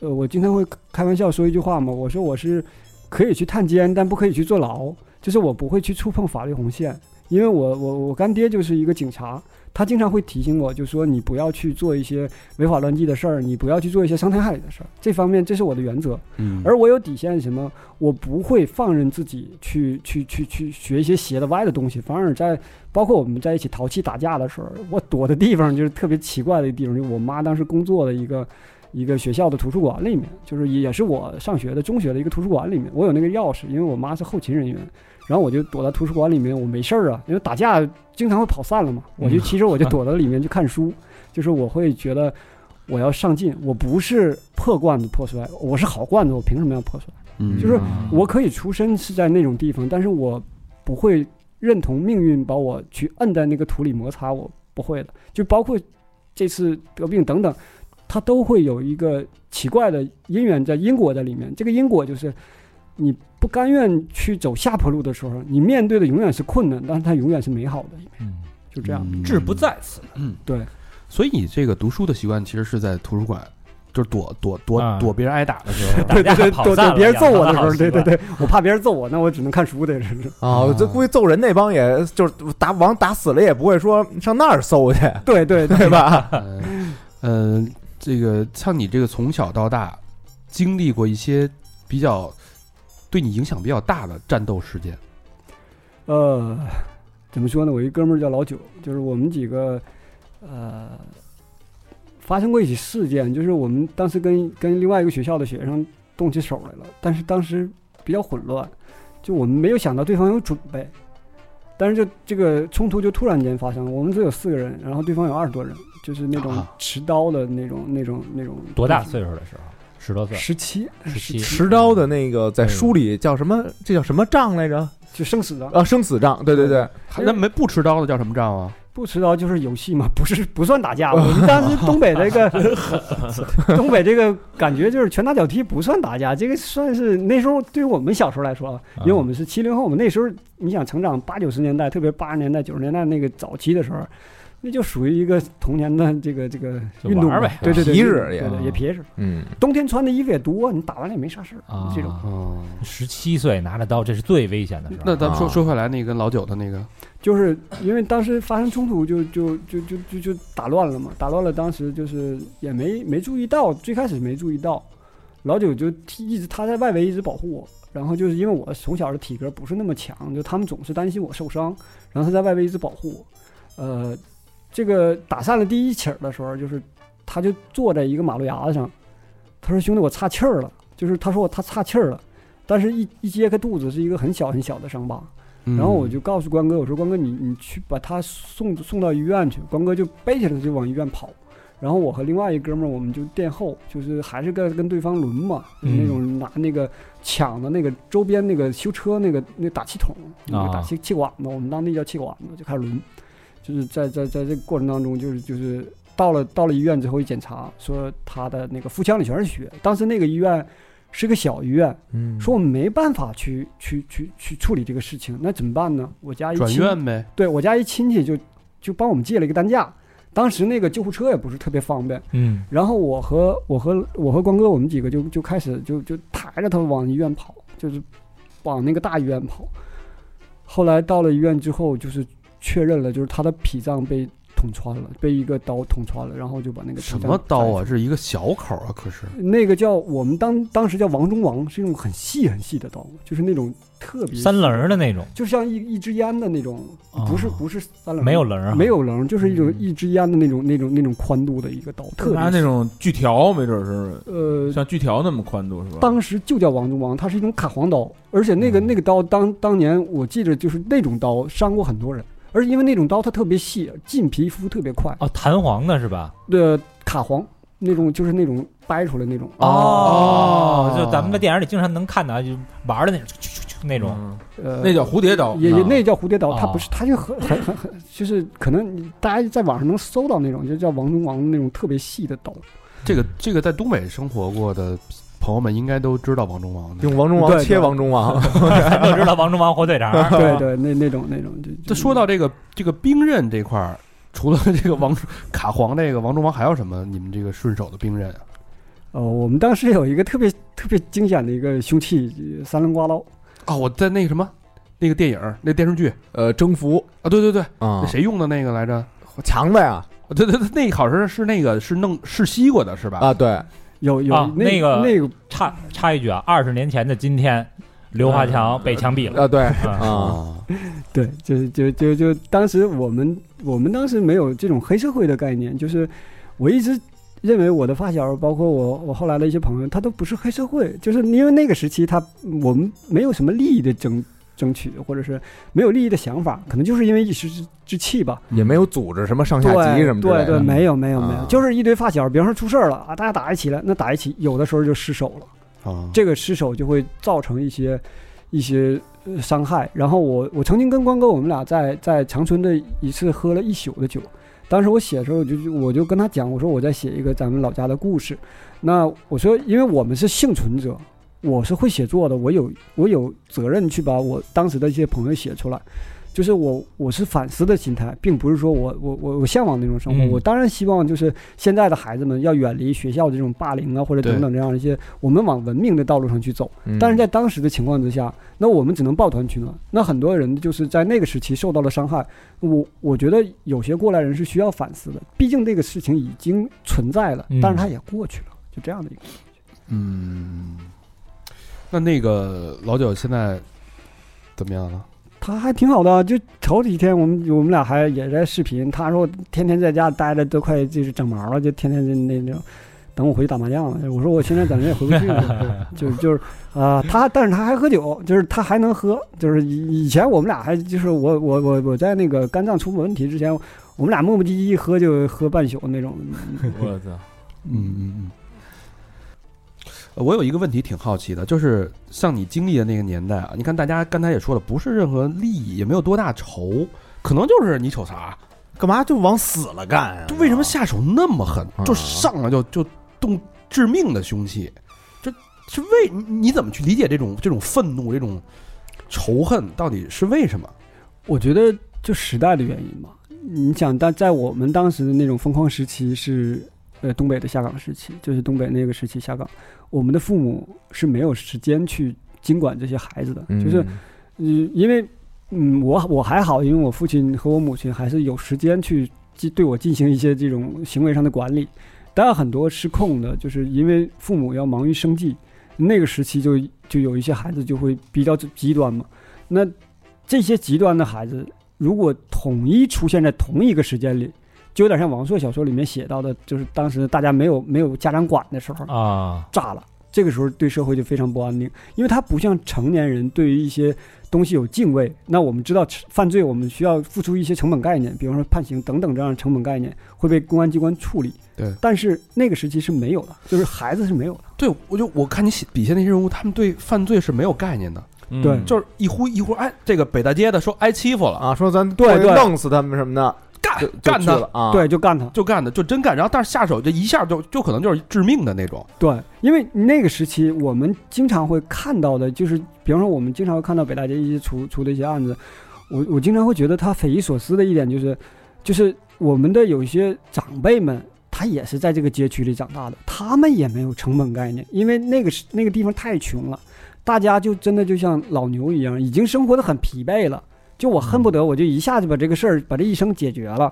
Speaker 4: 呃，我经常会开玩笑说一句话嘛，我说我是可以去探监，但不可以去坐牢，就是我不会去触碰法律红线。因为我我我干爹就是一个警察，他经常会提醒我，就说你不要去做一些违法乱纪的事儿，你不要去做一些伤天害理的事儿。这方面，这是我的原则。
Speaker 1: 嗯
Speaker 4: 而我有底线是什么？我不会放任自己去去去去学一些邪的歪的东西，反而在包括我们在一起淘气打架的时候，我躲的地方就是特别奇怪的地方，就是我妈当时工作的一个一个学校的图书馆里面，就是也是我上学的中学的一个图书馆里面，我有那个钥匙，因为我妈是后勤人员。然后我就躲到图书馆里面，我没事儿啊，因为打架经常会跑散了嘛，我就其实我就躲到里面去看书， 就是我会觉得我要上进，我不是破罐子破摔，我是好罐子，我凭什么要破摔？
Speaker 1: 嗯
Speaker 4: 就是我可以出身是在那种地方，但是我不会认同命运把我去摁在那个土里摩擦，我不会的。就包括这次得病等等，它都会有一个奇怪的因缘在因果在里面。这个因果就是你不甘愿去走下坡路的时候，你面对的永远是困难，但是它永远是美好的，
Speaker 3: 嗯，
Speaker 4: 就这样。
Speaker 3: 志不在此，
Speaker 1: 所以你这个读书的习惯其实是在图书馆，就是躲躲
Speaker 3: 啊
Speaker 1: 躲躲别人挨打的时 候。
Speaker 3: 打架
Speaker 4: 对，
Speaker 3: 跑
Speaker 4: 对
Speaker 3: 散
Speaker 4: 对，
Speaker 3: 了
Speaker 4: 别人
Speaker 3: 养
Speaker 4: 揍
Speaker 3: 成
Speaker 4: 我
Speaker 3: 了
Speaker 4: 的时
Speaker 3: 好
Speaker 4: 候，
Speaker 3: 习
Speaker 4: 对对
Speaker 3: 惯，
Speaker 4: 对，我怕别人揍我，那我只能看书的，这 是。
Speaker 7: 啊，这估计揍人那帮也就是打往打死了也不会说上那儿搜去，
Speaker 4: 对对对
Speaker 7: 对吧？
Speaker 1: 嗯、 呃，这个像你这个从小到大经历过一些比较对你影响比较大的战斗事件，
Speaker 4: 呃，怎么说呢？我一哥们儿叫老九，就是我们几个，呃，发生过一起事件，就是我们当时跟跟另外一个学校的学生动起手来了，但是当时比较混乱，就我们没有想到对方有准备，但是就这个冲突就突然间发生了，我们只有四个人，然后对方有二十多人，就是那种
Speaker 1: 啊
Speaker 4: 持刀的那种、那种那种。
Speaker 3: 多大？岁数的时候？十多岁，
Speaker 4: 十七，
Speaker 3: 十七，
Speaker 7: 持刀的那个在书里叫什么？这叫什么杖来着？
Speaker 4: 就生死的。
Speaker 7: 啊，生死杖。对对对，
Speaker 1: 还那没不持刀的叫什么仗啊？
Speaker 4: 不持刀就是游戏嘛，不是不算打架。我们当时东北这个，东北这个感觉就是拳打脚踢不算打架，这个算是那时候对于我们小时候来说啊，因为我们是七零后，我们那时候你想成长八九十年代，特别八十年代九十年代那个早期的时候，那就属于一个童年的这个这个
Speaker 3: 就
Speaker 4: 运动
Speaker 3: 玩
Speaker 4: 嘛
Speaker 3: 呗
Speaker 4: 对对对，
Speaker 7: 皮
Speaker 4: 运
Speaker 7: 实
Speaker 4: 动
Speaker 7: 也
Speaker 4: 对
Speaker 3: 啊
Speaker 4: 对也皮实。
Speaker 7: 嗯，
Speaker 4: 冬天穿的衣服也多，你打完了也没啥事儿
Speaker 3: 啊，
Speaker 4: 这种。嗯
Speaker 1: 哦，
Speaker 3: 十七岁拿着刀，这是最危险的时候。
Speaker 1: 那咱们说
Speaker 7: 啊
Speaker 1: 说回来，那个跟老九的那个，
Speaker 4: 就是因为当时发生冲突就，就就就就就打乱了嘛，打乱了。当时就是也没没注意到，最开始没注意到，老九就踢一直他在外围一直保护我，然后就是因为我从小的体格不是那么强，就他们总是担心我受伤，然后他在外围一直保护我。呃，这个打散了第一起儿的时候，就是他就坐在一个马路牙子上，他说：“兄弟，我岔气儿了。”就是他说我他岔气儿了，但是一一揭开肚子是一个很小很小的伤疤。
Speaker 1: 嗯
Speaker 4: 然后我就告诉关哥，我说关哥你，你去把他送送到医院去。关哥就背起来就往医院跑。然后我和另外一哥们儿，我们就殿后，就是还是跟跟对方轮嘛，就是那种拿那个抢的那个周边那个修车那个那打气筒，那个打气气管子，我们当地叫气管子，就开始轮。就是在在在这个过程当中，就是就是到了到了医院之后一检查，说他的那个腹腔里全是血。当时那个医院是个小医院，
Speaker 7: 嗯
Speaker 4: 说我们没办法去去去去处理这个事情，那怎么办呢？我家一
Speaker 1: 转
Speaker 4: 亲
Speaker 1: 院呗，
Speaker 4: 对我家一亲戚就就帮我们借了一个担架，当时那个救护车也不是特别方便，
Speaker 3: 嗯，
Speaker 4: 然后我和我和我和光哥我们几个就就开始就就抬着他往医院跑，就是往那个大医院跑。后来到了医院之后，就是确认了，就是他的脾脏被捅穿了，被一个刀捅穿了，然后就把那个脾
Speaker 1: 什
Speaker 4: 脏
Speaker 1: 么刀
Speaker 4: 摘
Speaker 1: 啊？是一个小口啊，可是
Speaker 4: 出？那个叫我们当当时叫王中王，是一种很细很细的刀，就是那种特别
Speaker 3: 三棱儿的那种，
Speaker 4: 就像一一支烟的那种，不是
Speaker 3: 哦
Speaker 4: 不是三棱，
Speaker 3: 没有棱儿啊，
Speaker 4: 没有棱，就是一种一支烟的那种那种那种宽度的一个刀，特别
Speaker 2: 拿那种锯条，没准是
Speaker 4: 细呃，
Speaker 2: 像锯条那么宽度是吧？
Speaker 4: 当时就叫王中王，它是一种砍黄刀，而且那个
Speaker 3: 嗯
Speaker 4: 那个刀当当年我记得就是那种刀伤过很多人，而
Speaker 3: 啊
Speaker 4: 因为那种刀它特别细，进皮肤特别快，
Speaker 3: 哦，弹簧的是吧？
Speaker 4: 呃，卡黄那种就是那种掰出来那种，
Speaker 3: 哦，就咱们在电影里经常能看到，就玩的那种，啾啾啾啾那种，
Speaker 4: 呃，
Speaker 2: 那叫蝴蝶
Speaker 7: 哦
Speaker 2: 刀，
Speaker 4: 也也
Speaker 2: 啊
Speaker 4: 那叫蝴蝶刀，它
Speaker 3: 哦
Speaker 4: 不是，它就很很很很，就是可能你大家在网上能搜到那种，就叫王中王那种特别细的刀，
Speaker 1: 这个这个在东北生活过的朋友们应该都知道王中王的。
Speaker 7: 用王中王
Speaker 4: 对
Speaker 7: 切
Speaker 4: 对
Speaker 7: 王中王，
Speaker 3: 咱都知道王中王火腿肠。
Speaker 4: 对对，那那种那种就
Speaker 1: 这说到这个这个兵刃这块儿，除了这个王卡皇这个王中王，还有什么你们这个顺手的兵刃啊？
Speaker 4: 呃，我们当时有一个特别特别惊险的一个凶器，三棱刮刀，
Speaker 1: 哦，我在那个什么那个电影儿那电视剧
Speaker 7: 呃，征服
Speaker 1: 啊，对对对，
Speaker 7: 啊
Speaker 1: 那，谁用的那个来着？哦
Speaker 7: 强子呀
Speaker 1: 对对对，那好像是那个是弄是西瓜的是吧？
Speaker 7: 啊，对，
Speaker 4: 有有、
Speaker 3: 啊
Speaker 4: 那
Speaker 3: 那个
Speaker 4: 那个
Speaker 3: 插插一句啊，二十年前的今天，刘华强被枪毙了。
Speaker 7: 啊对
Speaker 3: 嗯
Speaker 7: 啊，
Speaker 4: 对，就是就就就当时我们我们当时没有这种黑社会的概念，就是我一直认为我的发小，包括我我后来的一些朋友，他都不是黑社会，就是因为那个时期他我们没有什么利益的争争取，或者是没有利益的想法，可能就是因为一时之之气吧。
Speaker 7: 也没有组织什么上下级
Speaker 4: 对
Speaker 7: 什么之类
Speaker 4: 对对，
Speaker 7: 的，
Speaker 4: 没有没有没有，
Speaker 7: 啊
Speaker 4: 就是一堆发小，比方说出事儿了啊，大家打一起了，那打一起，有的时候就失手了。
Speaker 1: 啊，
Speaker 4: 这个失手就会造成一些一些呃伤害。然后我我曾经跟关哥我们俩在在长春的一次喝了一宿的酒，当时我写的时候我就我就跟他讲，我说我在写一个咱们老家的故事。那我说，因为我们是幸存者，我是会写作的，我有我有责任去把我当时的一些朋友写出来。就是我，我是反思的心态，并不是说我我我我向往那种生活。
Speaker 3: 嗯
Speaker 4: 我当然希望就是现在的孩子们要远离学校这种霸凌啊，或者等等这样一些，我们往文明的道路上去走。
Speaker 7: 嗯
Speaker 4: 但是在当时的情况之下，那我们只能抱团取暖。那很多人就是在那个时期受到了伤害，我我觉得有些过来人是需要反思的，毕竟这个事情已经存在了
Speaker 3: 嗯，
Speaker 4: 但是它也过去了，就这样的一个。
Speaker 1: 嗯，那那个老九现在怎么样了？
Speaker 4: 他还挺好的啊，就头几天我们我们俩还也在视频，他说天天在家待着都快就是长毛了，就天天就那那种。等我回去打麻将了，我说我现在暂时也回不去了，就就是啊、他但是他还喝酒，就是他还能喝，就是以以前我们俩还就是我我我我在那个肝脏出问题之前，我们俩磨磨唧唧喝就喝半宿那种，
Speaker 2: 我操，
Speaker 1: 嗯嗯嗯。呃我有一个问题挺好奇的，就是像你经历的那个年代啊，你看大家刚才也说了，不是任何利益，也没有多大仇，可能就是你瞅啥，
Speaker 7: 干嘛就往死了干啊？
Speaker 1: 就为什么下手那么狠，
Speaker 7: 啊
Speaker 1: 就上来就就动致命的凶器，这是为你你怎么去理解这种这种愤怒、这种仇恨到底是为什么？
Speaker 4: 我觉得就时代的原因吧。你想，但在我们当时的那种疯狂时期是，呃，东北的下岗时期，就是东北那个时期下岗，我们的父母是没有时间去经管这些孩子的，
Speaker 7: 嗯
Speaker 4: 就是，嗯，因为，嗯，我我还好，因为我父亲和我母亲还是有时间去进对我进行一些这种行为上的管理，当然很多失控的，就是因为父母要忙于生计，那个时期就就有一些孩子就会比较极端嘛。那这些极端的孩子，如果统一出现在同一个时间里，就有点像王朔小说里面写到的，就是当时大家没有没有家长管的时候，
Speaker 3: 啊，
Speaker 4: 炸了。这个时候对社会就非常不安定，因为他不像成年人对于一些东西有敬畏。那我们知道犯罪，我们需要付出一些成本概念，比方说判刑等等这样的成本概念会被公安机关处理。
Speaker 1: 对
Speaker 4: 但是那个时期是没有的，就是孩子是没有的。
Speaker 1: 对，我就我看你写笔下那些人物，他们对犯罪是没有概念的，
Speaker 2: 嗯
Speaker 4: 对
Speaker 1: 就是一呼一呼，哎，这个北大街的说挨欺负了，
Speaker 7: 啊，说咱
Speaker 4: 对对
Speaker 7: 弄死他们什么的，
Speaker 1: 干
Speaker 7: 就
Speaker 1: 干
Speaker 7: 就去
Speaker 1: 他
Speaker 7: 了啊，
Speaker 4: 对，就干他。
Speaker 1: 就干的就真干，然后但是下手就一下就就可能就是致命的那种，
Speaker 4: 对，因为那个时期我们经常会看到的，就是比方说我们经常会看到北大街一些出出的一些案子，我我经常会觉得他匪夷所思的一点就是，就是我们的有一些长辈们，他也是在这个街区里长大的，他们也没有成本概念，因为那个是那个地方太穷了，大家就真的就像老牛一样，已经生活的很疲惫了，就我恨不得我就一下子把这个事儿把这一生解决了，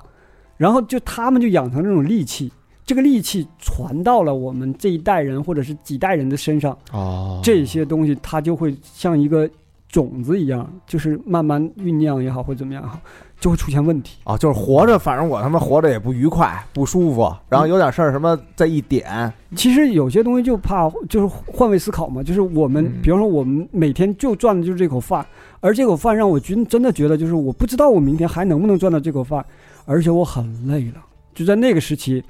Speaker 4: 然后就他们就养成这种戾气。这个戾气传到了我们这一代人或者是几代人的身上，
Speaker 1: 哦
Speaker 4: 这些东西它就会像一个种子一样，就是慢慢酝酿也好，或者怎么样也好，就会出现问题。
Speaker 7: 啊，就是活着，反正我他妈活着也不愉快，不舒服，然后有点事儿什么再一点，
Speaker 4: 其实有些东西就怕就是换位思考嘛，就是我们
Speaker 7: 嗯，
Speaker 4: 比方说我们每天就赚的就是这口饭，而这口饭让我真真的觉得就是我不知道我明天还能不能赚到这口饭，而且我很累了。就在那个时期，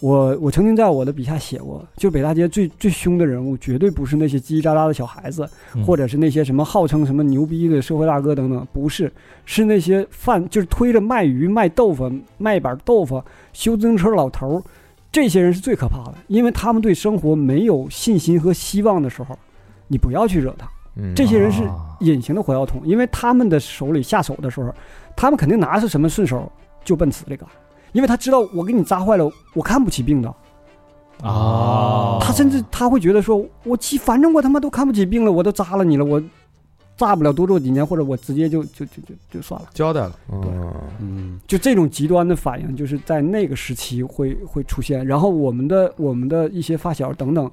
Speaker 4: 我我曾经在我的笔下写过，就北大街最最凶的人物，绝对不是那些叽叽喳喳的小孩子，
Speaker 3: 嗯
Speaker 4: 或者是那些什么号称什么牛逼的社会大哥等等，不是，是那些贩就是推着卖鱼、卖豆腐、卖板豆腐、修自行车老头儿，这些人是最可怕的，因为他们对生活没有信心和希望的时候，你不要去惹他。
Speaker 7: 嗯
Speaker 4: 这些人是
Speaker 3: 啊
Speaker 4: 隐形的火药桶，因为他们的手里下手的时候，他们肯定拿是什么顺手就奔死这个，因为他知道我给你扎坏了，我看不起病的，
Speaker 3: 啊，
Speaker 4: 他甚至他会觉得说，我其反正我他妈都看不起病了，我都扎了你了，我炸不了多做几年，或者我直接就就就就就算了，
Speaker 1: 交代了，
Speaker 7: 嗯
Speaker 1: 嗯，
Speaker 4: 就这种极端的反应，就是在那个时期会会出现，然后我们的我们的一些发小等等。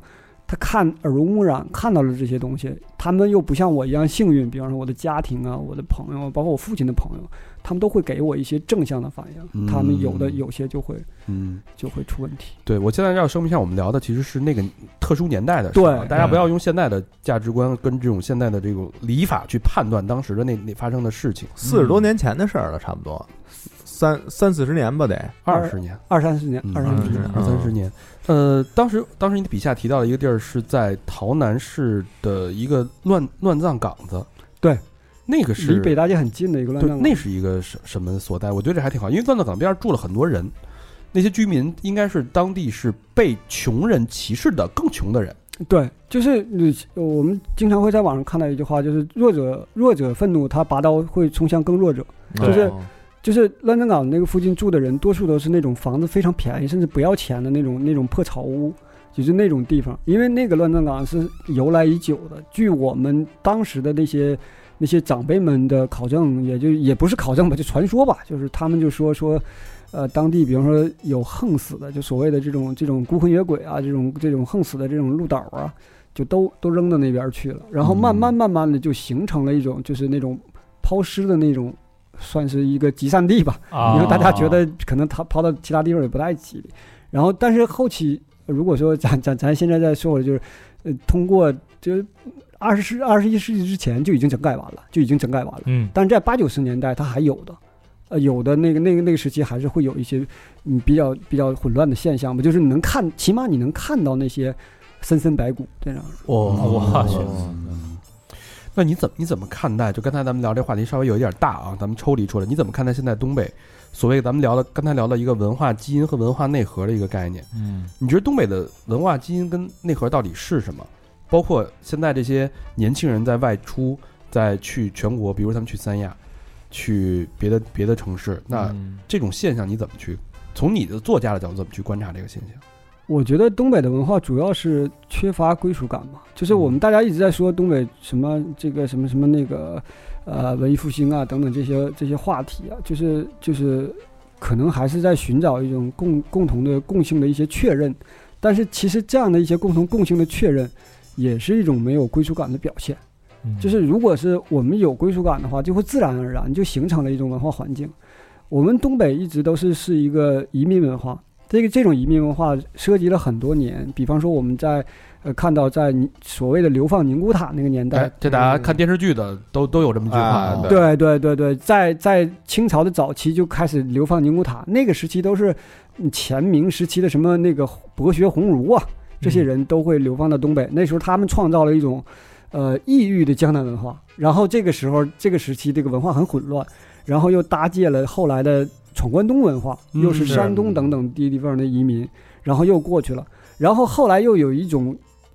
Speaker 4: 他看耳濡目染，看到了这些东西，他们又不像我一样幸运，比方说我的家庭啊、我的朋友啊，包括我父亲的朋友，他们都会给我一些正向的反应。
Speaker 1: 嗯
Speaker 4: 他们有的有些就会
Speaker 1: 嗯，
Speaker 4: 就会出问题。
Speaker 1: 对我现在要声明一下，我们聊的其实是那个特殊年代的事啊，
Speaker 4: 对
Speaker 1: 大家不要用现在的价值观跟这种现在的这种礼法去判断当时的那那发生的事情。
Speaker 7: 四十多年前的事儿了，差不多三三四十年吧得。
Speaker 1: 二十年，
Speaker 4: 二三十年
Speaker 1: 嗯，
Speaker 4: 二三十
Speaker 7: 嗯
Speaker 4: 年，
Speaker 1: 二三十年，呃，当时当时你的笔下提到的一个地儿是在桃南市的一个乱乱葬岗子，
Speaker 4: 对，
Speaker 1: 那个
Speaker 4: 离
Speaker 1: 是
Speaker 4: 北大街很近的一个乱
Speaker 1: 对
Speaker 4: 葬，岗
Speaker 1: 那。是一个什什么所在？我觉得这还挺好，因为乱葬岗边儿住了很多人，那些居民应该是当地是被穷人歧视的更穷的人。
Speaker 4: 对，就是你我们经常会在网上看到一句话，就是弱者弱者愤怒，他拔刀会冲向更弱者。
Speaker 7: 嗯
Speaker 4: 就是就是乱葬岗那个附近住的人，多数都是那种房子非常便宜，甚至不要钱的那种那种破草屋，就是那种地方。因为那个乱葬岗是由来已久的，据我们当时的那些那些长辈们的考证，也就也不是考证吧，就传说吧，就是他们就说说。呃，当地比方说有横死的，就所谓的这种这种孤魂野鬼啊，这种这种横死的这种鹿岛啊，就都都扔到那边去了。然后慢慢慢慢的就形成了一种就是那种抛尸的那种，算是一个集散地吧。
Speaker 3: 啊，
Speaker 4: 因为大家觉得可能他抛到其他地方也不太吉利。然后，但是后期如果说咱咱咱现在在说的就是，呃，通过就是二十世二十一世纪之前就已经整改完了，就已经整改完了。
Speaker 3: 嗯
Speaker 4: 但是在八九十年代，它还有的，呃，有的那个那个那个时期还是会有一些嗯比较比较混乱的现象吧，就是你能看，起码你能看到那些森森白骨这样。
Speaker 1: 嗯
Speaker 3: 我去
Speaker 1: 那你怎么你怎么看待？就刚才咱们聊这话题稍微有一点大啊，咱们抽离出来，你怎么看待现在东北所谓咱们聊的刚才聊的一个文化基因和文化内核的一个概念？
Speaker 2: 嗯，
Speaker 1: 你觉得东北的文化基因跟内核到底是什么？包括现在这些年轻人在外出，在去全国，比如他们去三亚，去别的别的城市，那这种现象你怎么去？从你的作家的角度怎么去观察这个现象？
Speaker 4: 我觉得东北的文化主要是缺乏归属感吧，就是我们大家一直在说东北什么这个什么什么那个，呃，文艺复兴啊等等这些这些话题啊，就是就是可能还是在寻找一种共共同的共性的一些确认，但是其实这样的一些共同共性的确认，也是一种没有归属感的表现。
Speaker 1: 嗯
Speaker 3: 嗯
Speaker 4: 就是如果是我们有归属感的话，就会自然而然就形成了一种文化环境。我们东北一直都是是一个移民文化，这个这种移民文化涉及了很多年。比方说我们在呃看到在你所谓的流放宁古塔那个年代嗯
Speaker 1: 哎，，这大家看电视剧的都都有这么一句话
Speaker 7: 啊，
Speaker 1: 对
Speaker 4: 对对对对，在在清朝的早期就开始流放宁古塔，那个时期都是嗯前明时期的什么那个博学鸿儒啊，这
Speaker 1: 嗯
Speaker 4: 些人都会流放到东北。那时候他们创造了一种，呃，异域的江南文化。然后这个时候这个时期这个文化很混乱，然后又搭借了后来的闯关东文化，
Speaker 1: 嗯
Speaker 4: 又是
Speaker 1: 是
Speaker 4: 山东等等地地方的移民，然后又过去了。然后后来又有一种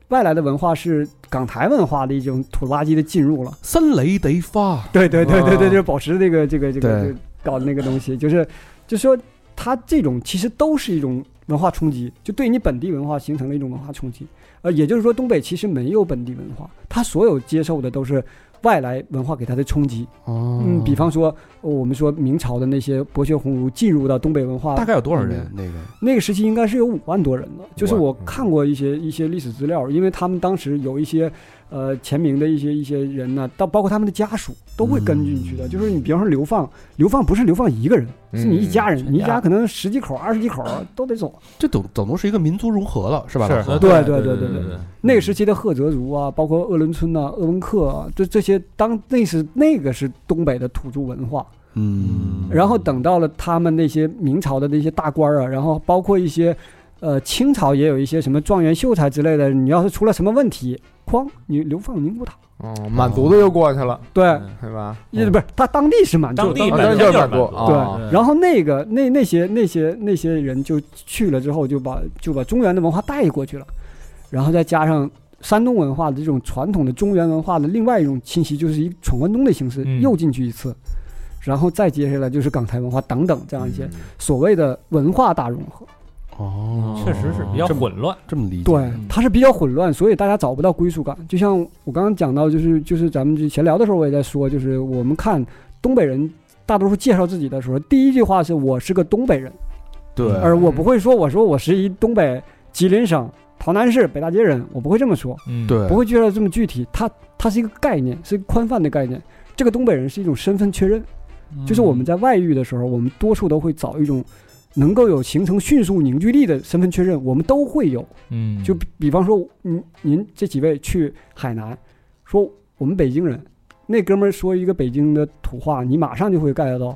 Speaker 4: 外来的文化是港台文化的一种土了吧唧的进入了。
Speaker 1: 三雷得发，
Speaker 4: 对对对对对，
Speaker 1: 啊
Speaker 4: 就是宝石这个这个这个
Speaker 1: 对
Speaker 4: 这个搞那个东西，就是就说它这种其实都是一种文化冲击，就对你本地文化形成了一种文化冲击。呃，也就是说，东北其实没有本地文化，它所有接受的都是外来文化给它的冲击。
Speaker 1: 哦
Speaker 4: 嗯，比方说、呃我们说明朝的那些博学鸿儒进入到东北文化
Speaker 1: 大概有多少人？那个
Speaker 4: 那个时期应该是有五万嗯多人的，就是我看过一些一些历史资料，因为他们当时有一些呃前明的一些一些人呢，到包括他们的家属都会跟进去的。就是你比方说流放，流放不是流放一个人，
Speaker 7: 嗯
Speaker 4: 是你一家人，
Speaker 3: 嗯
Speaker 4: 你一家可能十几口、二十几口啊都得走。
Speaker 1: 这总总共是一个民族融合了，是吧？
Speaker 2: 是
Speaker 1: 老何
Speaker 2: 对
Speaker 4: 对
Speaker 2: 对
Speaker 4: 对
Speaker 2: 对
Speaker 4: 对
Speaker 2: 对，
Speaker 4: 那个时期的赫哲族啊，包括鄂伦春呐、鄂温克啊，这这些当那是那个是东北的土著文化。
Speaker 1: 嗯
Speaker 4: 然后等到了他们那些明朝的那些大官儿啊，然后包括一些，呃，清朝也有一些什么状元秀才之类的，你要是出了什么问题，哐，你流放宁古塔。
Speaker 7: 哦，满族的又过去了，
Speaker 4: 对，
Speaker 7: 对吧？
Speaker 4: 也不是他当地是满洲，
Speaker 3: 当地
Speaker 7: 啊
Speaker 3: 满
Speaker 7: 当
Speaker 3: 族
Speaker 7: 然就
Speaker 3: 就
Speaker 7: 是
Speaker 3: 是
Speaker 7: 满族
Speaker 3: 满
Speaker 7: 啊。
Speaker 4: 对
Speaker 7: 哦，
Speaker 4: 然后那个那那些那些那些人就去了之后，就把就把中原的文化带过去了，然后再加上山东文化的这种传统的中原文化的另外一种侵袭，就是以闯关东的形式、
Speaker 3: 嗯
Speaker 4: 又进去一次，然后再接下来就是港台文化等等这样一些所谓的文化大融合。
Speaker 1: 哦
Speaker 3: 嗯确实是比较
Speaker 1: 这么
Speaker 3: 混乱。
Speaker 4: 哦
Speaker 1: 这么理解，
Speaker 4: 对，它是比较混乱，所以大家找不到归属感。就像我刚刚讲到，就是就是咱们之前聊的时候，我也在说，就是我们看东北人大多数介绍自己的时候，第一句话是我是个东北人，
Speaker 1: 对
Speaker 4: 而我不会说我说我是一东北吉林省洮南市北大街人，我不会这么说，
Speaker 3: 嗯，
Speaker 1: 对
Speaker 4: 不会介绍这么具体。它它是一个概念，是一个宽泛的概念。这个东北人是一种身份确认，就是我们在外遇的时候，我们多数都会找一种能够有形成迅速凝聚力的身份确认，我们都会有。
Speaker 3: 嗯，
Speaker 4: 就比比方说，您您这几位去海南，说我们北京人，那哥们儿说一个北京的土话，你马上就会 get 到，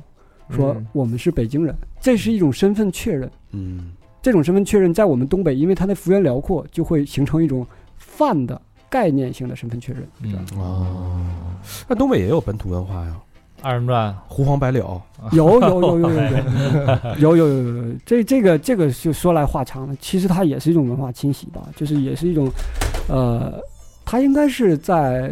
Speaker 4: 说
Speaker 7: 嗯
Speaker 4: 我们是北京人，这是一种身份确认。
Speaker 1: 嗯
Speaker 4: 这种身份确认在我们东北，因为它的幅员辽阔，就会形成一种泛的概念性的身份确认。
Speaker 3: 嗯
Speaker 1: 哦，那东北也有本土文化呀，
Speaker 3: 二人转，
Speaker 4: 哦
Speaker 1: 胡黄白柳，
Speaker 4: 有有有有有有有有有有有，这这个这个就说来话长了。其实它也是一种文化侵袭吧，就是也是一种，呃，它应该是在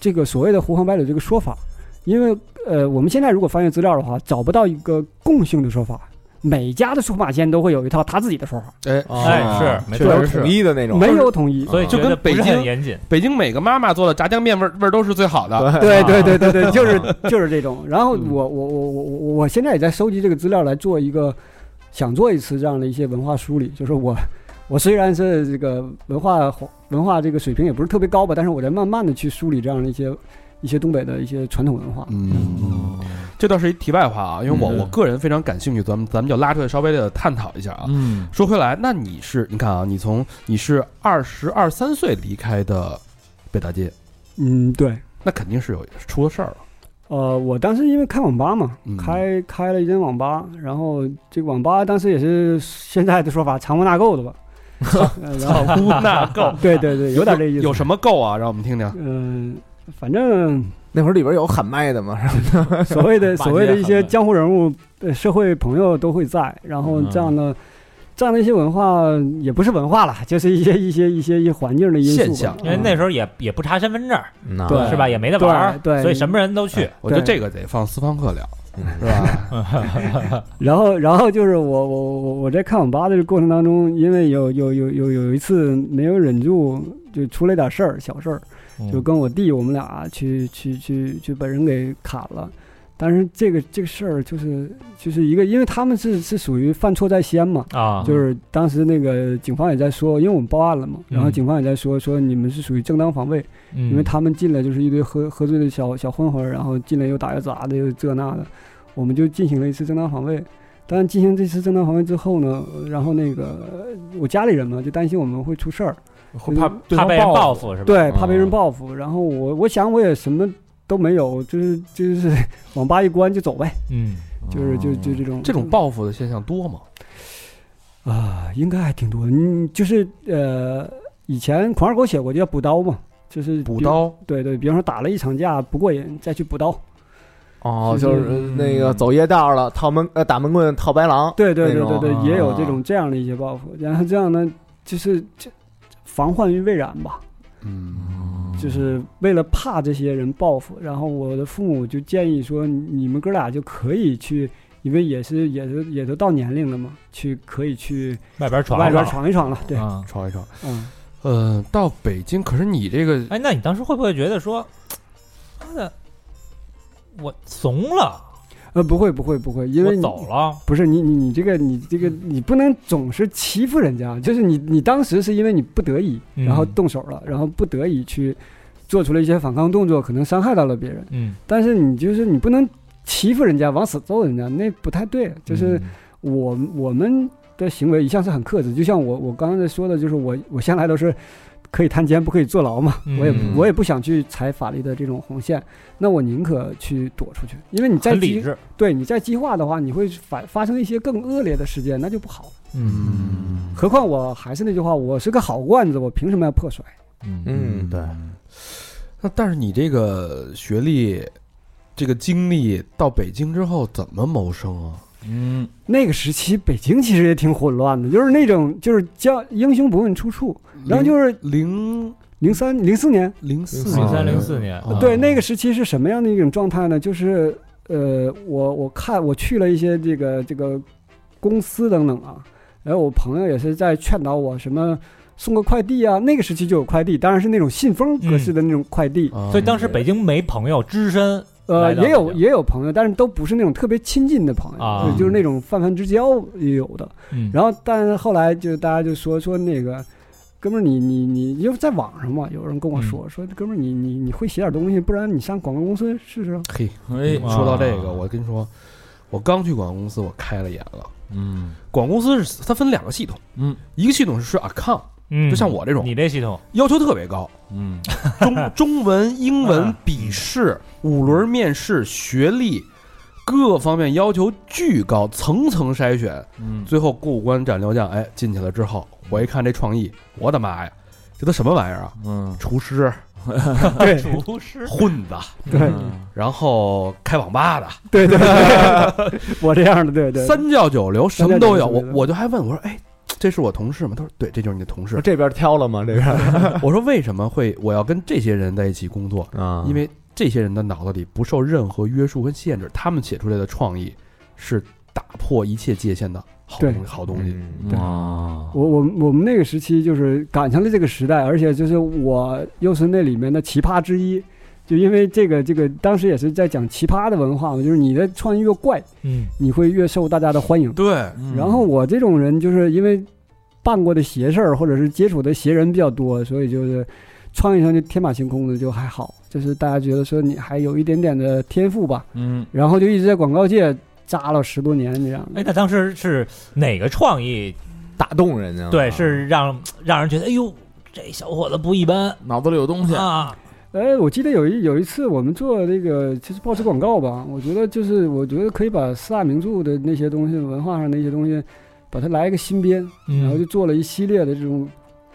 Speaker 4: 这个所谓的“胡黄白柳”这个说法，因为呃，我们现在如果翻阅资料的话，找不到一个共性的说法。每家的出马仙都会有一套他自己的说法，
Speaker 1: 哎，
Speaker 2: 嗯
Speaker 3: 哎是没
Speaker 7: 就
Speaker 3: 错
Speaker 7: 有
Speaker 1: 是
Speaker 7: 统一的那种，
Speaker 4: 没有统一。
Speaker 3: 所以
Speaker 1: 就
Speaker 3: 觉得
Speaker 1: 跟北
Speaker 3: 不是很
Speaker 1: 京
Speaker 3: 严 谨。
Speaker 1: 北京每个妈妈做的炸酱面味儿味儿都是最好的，
Speaker 4: 对对对对对，就是就是这种。然后
Speaker 1: 嗯
Speaker 4: 我我我我我我现在也在收集这个资料来做一个，想做一次这样的一些文化梳理。就是我我虽然是这个文化文化这个水平也不是特别高吧，但是我在慢慢的去梳理这样的一些一些东北的一些传统文化。
Speaker 1: 嗯，这倒是一题外话啊，因为我、
Speaker 2: 嗯
Speaker 1: 我个人非常感兴趣，咱们咱们就拉出来稍微的探讨一下啊。
Speaker 2: 嗯
Speaker 1: 说回来，那你是你看啊，你从你是二十二三岁离开的北大街，
Speaker 4: 嗯，对。
Speaker 1: 那肯定是有出了事儿了。
Speaker 4: 呃，我当时因为开网吧嘛
Speaker 1: 嗯，
Speaker 4: 开开了一间网吧，然后这个网吧当时也是现在的说法藏污 纳垢的吧， 呃然后
Speaker 1: 藏污 纳垢，
Speaker 4: 对对对，有点这意思。
Speaker 1: 有什么够啊？让我们听听。
Speaker 4: 嗯、反正
Speaker 7: 那会儿里边有喊麦的 嘛，是吧
Speaker 4: 所谓的
Speaker 3: 骂
Speaker 4: 所
Speaker 3: 街
Speaker 4: 谓的一
Speaker 3: 很
Speaker 4: 些
Speaker 3: 累
Speaker 4: 江湖人物、呃社会朋友都会在，然后这样的、这样的一些文化也不是文化了，就是一些一些一些一些环境的因素吧
Speaker 1: 现象
Speaker 3: 因为那
Speaker 4: 嗯
Speaker 3: 时候也也不查身份证，
Speaker 4: 对
Speaker 3: 是吧？也没得玩儿，
Speaker 4: 对对
Speaker 3: 所以什么人都去。
Speaker 1: 我觉得
Speaker 4: 对
Speaker 1: 这个得放私房课聊，
Speaker 7: 嗯
Speaker 1: 是吧？
Speaker 4: 然后然后就是我我我我在看网吧的这个过程当中，因为有有有有有一次没有忍住，就出了点事儿，小事儿，哎
Speaker 3: 嗯
Speaker 4: 就跟我弟我们俩去去去去把人给砍了。但是这个这个事儿就是就是一个，因为他们是是属于犯错在先嘛，
Speaker 3: 啊，
Speaker 4: 就是当时那个警方也在说，因为我们报案了嘛，然后
Speaker 3: 嗯
Speaker 4: 警方也在说说你们是属于正当防卫，因为他们进来就是一堆喝喝醉的小小混混儿，然后进来又打又砸的又这那的，我们就进行了一次正当防卫。但进行这次正当防卫之后呢，呃然后那个呃我家里人嘛就担心我们会出事儿，
Speaker 2: 会怕对
Speaker 3: 怕
Speaker 2: 方
Speaker 3: 被人报
Speaker 2: 报复，
Speaker 3: 复是吧？
Speaker 4: 对，怕被人报复。然后我我想我也什么都没有，就是就是 网吧一关就走呗，
Speaker 3: 嗯，
Speaker 4: 就是就就这种
Speaker 1: 这种
Speaker 4: 就
Speaker 1: 报复的现象多吗？
Speaker 4: 啊，应该还挺多。嗯，就是呃，以前《狂二狗》写过就叫补刀嘛，就是
Speaker 1: 补
Speaker 4: 比，
Speaker 1: 刀，
Speaker 4: 对对，比方说打了一场架不过瘾，再去补刀。
Speaker 7: 哦，
Speaker 4: 就
Speaker 7: 就是是那个走夜道了，套门呃打门棍套白狼，
Speaker 4: 对对
Speaker 7: 那
Speaker 4: 对对
Speaker 7: 种
Speaker 3: 哎
Speaker 4: 对，也有这
Speaker 7: 啊
Speaker 4: 种这样的一些报复。然后这样呢，就是这防患于未然吧，
Speaker 1: 嗯，
Speaker 4: 就是为了怕这些人报复，然后我的父母就建议说，你们哥俩就可以去。因为也是也是也都到年龄了嘛，去可以去
Speaker 3: 外边闯
Speaker 4: 外边
Speaker 3: 了
Speaker 4: 闯一闯了，对，
Speaker 3: 啊
Speaker 1: 闯一闯。
Speaker 4: 嗯，
Speaker 1: 呃，到北京，可是你这个
Speaker 3: 哎，那你当时会不会觉得说，妈的，我怂了，
Speaker 4: 呃，不会不会不会，因为
Speaker 3: 我
Speaker 4: 你
Speaker 3: 走了，
Speaker 4: 不是你你你这个你这
Speaker 3: 嗯
Speaker 4: 个你不能总是欺负人家，就是你你当时是因为你不得已，
Speaker 3: 嗯
Speaker 4: 然后动手了，然后不得已去做出了一些反抗动作，可能伤害到了别人，
Speaker 3: 嗯，
Speaker 4: 但是你就是你不能欺负人家，往死揍人家，那不太对。
Speaker 3: 嗯
Speaker 4: 就是我我们的行为一向是很克制，就像我我刚才说的，就是我我向来都是可以探监，不可以坐牢嘛。
Speaker 3: 嗯
Speaker 4: 我也不我也不想去踩法律的这种红线，那我宁可去躲出去，因为你在
Speaker 3: 很理
Speaker 4: 激
Speaker 3: 智，
Speaker 4: 对你在激化的话，你会反发生一些更恶劣的事件，那就不好。
Speaker 3: 嗯
Speaker 4: 何况我还是那句话，我是个好罐子，我凭什么要破摔？
Speaker 7: 嗯，
Speaker 1: 对。那但是你这个学历、这个经历到北京之后怎么谋生啊？
Speaker 2: 嗯，
Speaker 4: 那个时期，北京其实也挺混乱的，就是那种就是叫英雄不问出处，然后就是
Speaker 1: 零
Speaker 4: 零三零四年，
Speaker 1: 零四
Speaker 3: 零三零四年，
Speaker 1: 啊
Speaker 4: 对，那个时期是什么样的一种状态呢？就是呃，我我看我去了一些这个这个公司等等啊，然后我朋友也是在劝导我什么送个快递啊，那个时期就有快递，当然是那种信封格式的那种快递，
Speaker 1: 啊
Speaker 3: 所以当时北京没朋友，只身来
Speaker 4: 呃，
Speaker 3: 到
Speaker 4: 也有
Speaker 3: 北京
Speaker 4: 也有朋友，但是都不是那种特别亲近的朋友，
Speaker 3: 啊
Speaker 4: 就是那种泛泛之交也有的。
Speaker 3: 嗯
Speaker 4: 然后，但是后来就大家就说说那个，哥们儿你你你，因为在网上嘛，有人跟我说、
Speaker 3: 嗯
Speaker 4: 说哥们儿你你你会写点东西，不然你上广告公司 试试。
Speaker 1: 嘿，
Speaker 2: 哎，
Speaker 1: 说到这
Speaker 3: 啊
Speaker 1: 个，我跟你说，我刚去广告公司，我开了眼了。
Speaker 2: 嗯
Speaker 1: 广告公司是它分两个系统，
Speaker 2: 嗯，
Speaker 1: 一个系统是 account，
Speaker 3: 嗯，
Speaker 1: 就像我这种
Speaker 3: 你这系统，
Speaker 1: 要求特别高，
Speaker 2: 嗯
Speaker 1: 中 中文、英文
Speaker 4: 嗯
Speaker 3: 啊
Speaker 1: 笔试、五轮面试、学历各方面要求巨高，层层筛选，
Speaker 2: 嗯，
Speaker 1: 最后过五关斩六将，哎，进去了之后，我一看这创意，我的妈呀，这都什么玩意儿啊？
Speaker 2: 嗯，
Speaker 1: 厨师、
Speaker 4: 对
Speaker 3: 厨
Speaker 4: 嗯
Speaker 3: 师，
Speaker 1: 混子，
Speaker 4: 对
Speaker 2: 嗯
Speaker 1: 然后开网吧的，
Speaker 4: 对对，对 我这样的对对，
Speaker 1: 三教九流什么都有。我
Speaker 4: 三教九流
Speaker 1: 我就还问我说，哎，这是我同事吗？他说，对，这就是你的同事。
Speaker 7: 这边挑了吗？这边
Speaker 1: 我说为什么会我要跟这些人在一起工作？
Speaker 7: 啊
Speaker 1: 因为这些人的脑子里不受任何约束跟限制，他们写出来的创意是打破一切界限的好
Speaker 4: 对
Speaker 1: 东西，好东西。
Speaker 7: 嗯
Speaker 2: 哇，
Speaker 4: 我我们我们那个时期就是赶上了这个时代，而且就是我又是那里面的奇葩之一，就因为这个这个当时也是在讲奇葩的文化嘛，就是你的创意越怪，
Speaker 3: 嗯
Speaker 4: 你会越受大家的欢迎。
Speaker 1: 对，
Speaker 4: 然后我这种人就是因为办过的邪事儿或者是接触的邪人比较多，所以就是呃创意上就天马行空的就还好，就是大家觉得说你还有一点点的天赋吧，
Speaker 2: 嗯
Speaker 4: 然后就一直在广告界扎了十多年这样。
Speaker 3: 哎，那当时是哪个创意？
Speaker 7: 打动人家，啊
Speaker 3: 对，是让让人觉得，哎呦，这小伙子不一般
Speaker 2: 脑子里有东西，
Speaker 3: 啊，
Speaker 4: 哎，我记得有一有一次我们做那个就是报纸广告吧，我觉得就是我觉得可以把四大名著的那些东西、文化上的一些东西，把它来一个新编，然后就
Speaker 3: 嗯，
Speaker 4: 做了一系列的这种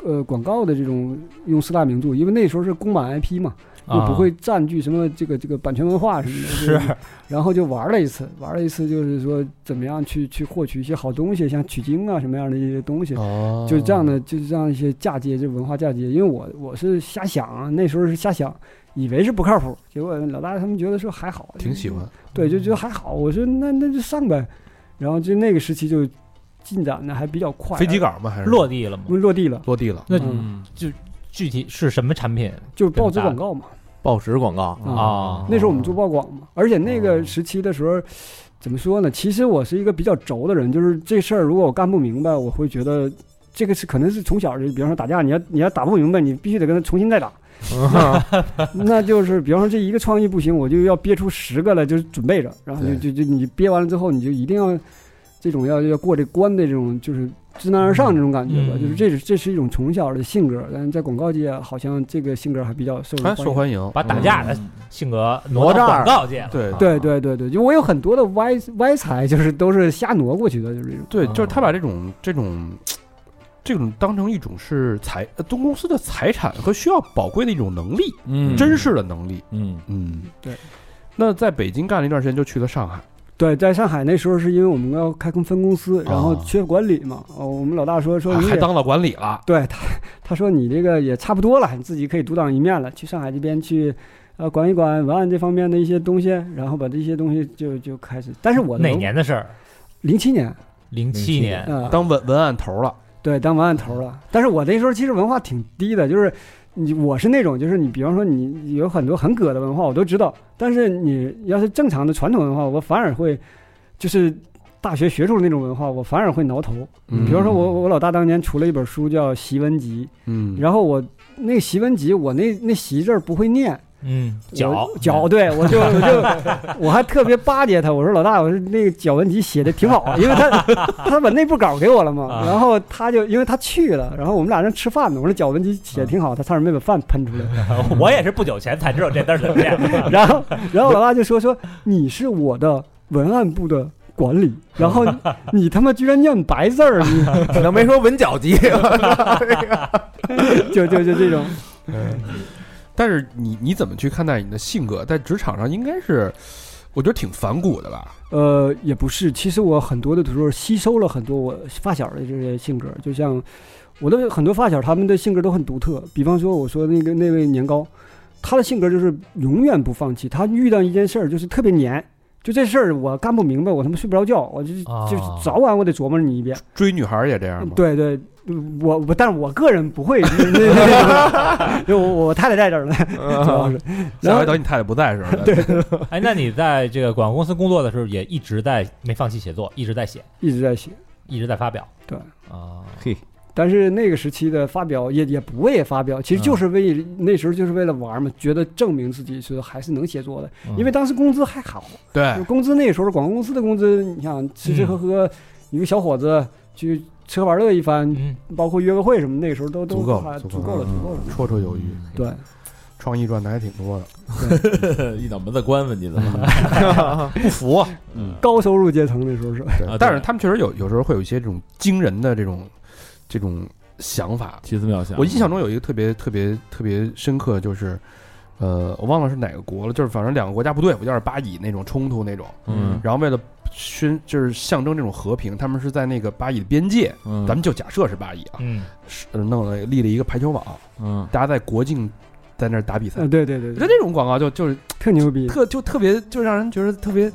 Speaker 4: 呃广告的这种用四大名著，因为那时候是公版 IP 嘛，
Speaker 1: 啊
Speaker 4: 又不会占据什么这个这个版权文化什么的。就是然后就玩了一次，玩了一次就是说怎么样去去获取一些好东西，像取经啊什么样的一些东西。
Speaker 1: 哦
Speaker 4: 就是这样的，就是这样一些嫁接，就文化嫁接。因为我我是瞎想，那时候是瞎想，以为是不靠谱，结果老大他们觉得说还好，
Speaker 1: 挺喜欢。
Speaker 4: 对，就觉得还好。我说那那就上呗，然后就那个时期就进展的还比较快，
Speaker 1: 飞机稿吗？还是
Speaker 3: 落地了吗？
Speaker 4: 落地了，
Speaker 1: 落地了？
Speaker 3: 那
Speaker 4: 嗯，
Speaker 3: 具体是什么产品
Speaker 4: 就是报纸广告嘛。
Speaker 7: 报纸广告
Speaker 4: 啊
Speaker 3: 啊？
Speaker 4: 那时候我们做报广嘛，而且那
Speaker 3: 哦
Speaker 4: 个时期的时候，怎么说呢？其实我是一个比较轴的人，就是这事儿如果我干不明白，我会觉得这个是可能是从小就，比方说打架，你要你要打不明白，你必须得跟他重新再打。
Speaker 3: 嗯
Speaker 4: 那 就是比方说这一个创意不行，我就要憋出十个来，就是准备着，然后就就就你憋完了之后，你就一定要这种要要过这关的这种就是。知难而上这种感觉吧，
Speaker 3: 嗯
Speaker 4: 就是这是这是一种从小的性格，但是在广告界好像这个性格还比较受人
Speaker 1: 哎，
Speaker 4: 欢
Speaker 1: 受
Speaker 4: 迎。
Speaker 1: 欢迎，嗯
Speaker 3: 把打架的性格挪
Speaker 7: 挪这
Speaker 3: 到
Speaker 7: 儿
Speaker 3: 广告界了，
Speaker 1: 对
Speaker 4: 对对对对，就我有很多的歪歪财，就是都是瞎挪过去的，就是这种。
Speaker 1: 对，
Speaker 3: 啊
Speaker 1: 就是他把这种这种这种当成一种是财呃东公司的财产和需要宝贵的一种能力，
Speaker 2: 嗯，
Speaker 1: 珍视的能力。
Speaker 2: 嗯
Speaker 1: 嗯，
Speaker 4: 对。
Speaker 1: 那在北京干了一段时间，就去了上海。
Speaker 4: 对，在上海那时候是因为我们要开工分公司，然后
Speaker 1: 啊
Speaker 4: 缺管理嘛。哦，我们老大说说
Speaker 1: 啊
Speaker 4: 你
Speaker 1: 还
Speaker 4: 也，
Speaker 1: 当了管理了。
Speaker 4: 对 他他说你这个也差不多了，你自己可以独当一面了，去上海这边去。呃，管一管文案这方面的一些东西，然后把这些东西就就开始。但是我
Speaker 3: 哪？年的事儿？
Speaker 4: 零七年，
Speaker 3: 零七
Speaker 7: 07
Speaker 3: 年
Speaker 7: 年，
Speaker 4: 呃，
Speaker 1: 当文文案头了，
Speaker 4: 对，当文案头了。但是我那时候其实文化挺低的，就是你我是那种，就是你比方说你有很多很葛的文化我都知道，但是你要是正常的传统文化，我反而会就是大学学术的那种文化，我反而会挠头。
Speaker 1: 嗯
Speaker 4: 比方说我我老大当年出了一本书叫《习文集》，
Speaker 1: 嗯，
Speaker 4: 然后我那个《习文集》，我那那习字儿不会念，
Speaker 3: 嗯，
Speaker 4: 我
Speaker 3: 脚
Speaker 4: 脚，对我就我就我还特别巴结他，我说老大，我说那个脚文集写的挺好，因为他他把那部稿给我了嘛
Speaker 3: 啊，
Speaker 4: 然后他就因为他去了，然后我们俩正吃饭呢，我说脚文集写的
Speaker 3: 啊
Speaker 4: 挺好，他差点没把饭喷出来，
Speaker 3: 我也是不久前才知道这字儿怎么 念。
Speaker 4: 然后然后老大就说说你是我的文案部的。管理，然后你他妈居然念白字儿，你
Speaker 7: 可能没说文脚级，
Speaker 4: 就就就这种，
Speaker 1: 但是你你怎么去看待你的性格？在职场上应该是，我觉得挺反骨的吧？
Speaker 4: 呃，也不是，其实我很多的时候吸收了很多我发小的这些性格，就像我的很多发小，他们的性格都很独特。比方说，我说那个那位年糕，他的性格就是永远不放弃，他遇到一件事儿就是特别黏。就这事儿我干不明白，我他妈睡不着觉，我就
Speaker 3: 哦
Speaker 4: 就是早晚我得琢磨你一遍。
Speaker 1: 追女孩儿也这样吗？
Speaker 4: 对对，我我但是我个人不会，那 那就我我太太在这儿呢， 主要是。
Speaker 1: 下
Speaker 4: 然后
Speaker 1: 回等你太太不在时候，对，
Speaker 3: 哎，那你在这个广告公司工作的时候，也一直在没放弃写作，一直在写，
Speaker 4: 一直在写，
Speaker 3: 一直在发表。
Speaker 4: 对
Speaker 3: 啊，
Speaker 4: 但是那个时期的发表也也不为发表，其实
Speaker 1: 嗯
Speaker 4: 就是为、那时候就是为了玩嘛，觉得证明自己是还是能写作的，
Speaker 3: 嗯
Speaker 4: 因为当时工资还好，
Speaker 1: 对，
Speaker 4: 工资那时候广告公司的工资，你想吃吃喝
Speaker 1: 嗯
Speaker 4: 喝，一个小伙子去吃喝玩乐一番，
Speaker 3: 嗯，
Speaker 4: 包括约个会什么，那时候都都
Speaker 1: 足够
Speaker 4: 还
Speaker 1: 足够嗯
Speaker 4: 足够了，足够了。
Speaker 1: 绰绰有余，
Speaker 4: 对，
Speaker 1: 创意赚的还挺多的。
Speaker 2: 一脑门子关问你怎么？
Speaker 1: 不服，
Speaker 2: 嗯
Speaker 4: 高收入阶层那 时候是，
Speaker 2: 啊
Speaker 1: 但是
Speaker 2: 对
Speaker 1: 他们确实有有时候会有一些这种惊人的这种这种想法。
Speaker 2: 奇思妙想。
Speaker 1: 我印象中有一个特别特别特别深刻，就是，呃，我忘了是哪个国了，就是反正两个国家不对付，有点巴以那种冲突那种。
Speaker 2: 嗯，
Speaker 1: 然后为了宣就是象征这种和平，他们是在那个巴以的边界，
Speaker 2: 嗯，
Speaker 1: 咱们就假设是巴以啊，
Speaker 3: 嗯，
Speaker 1: 是呃弄了立了一个排球网，
Speaker 2: 嗯
Speaker 1: 大家在国境在那儿打比赛。
Speaker 4: 呃，对对对
Speaker 1: 我觉得
Speaker 4: 对，
Speaker 1: 这种广告就就是
Speaker 4: 特牛逼。
Speaker 1: 特就特别就让人觉得特别，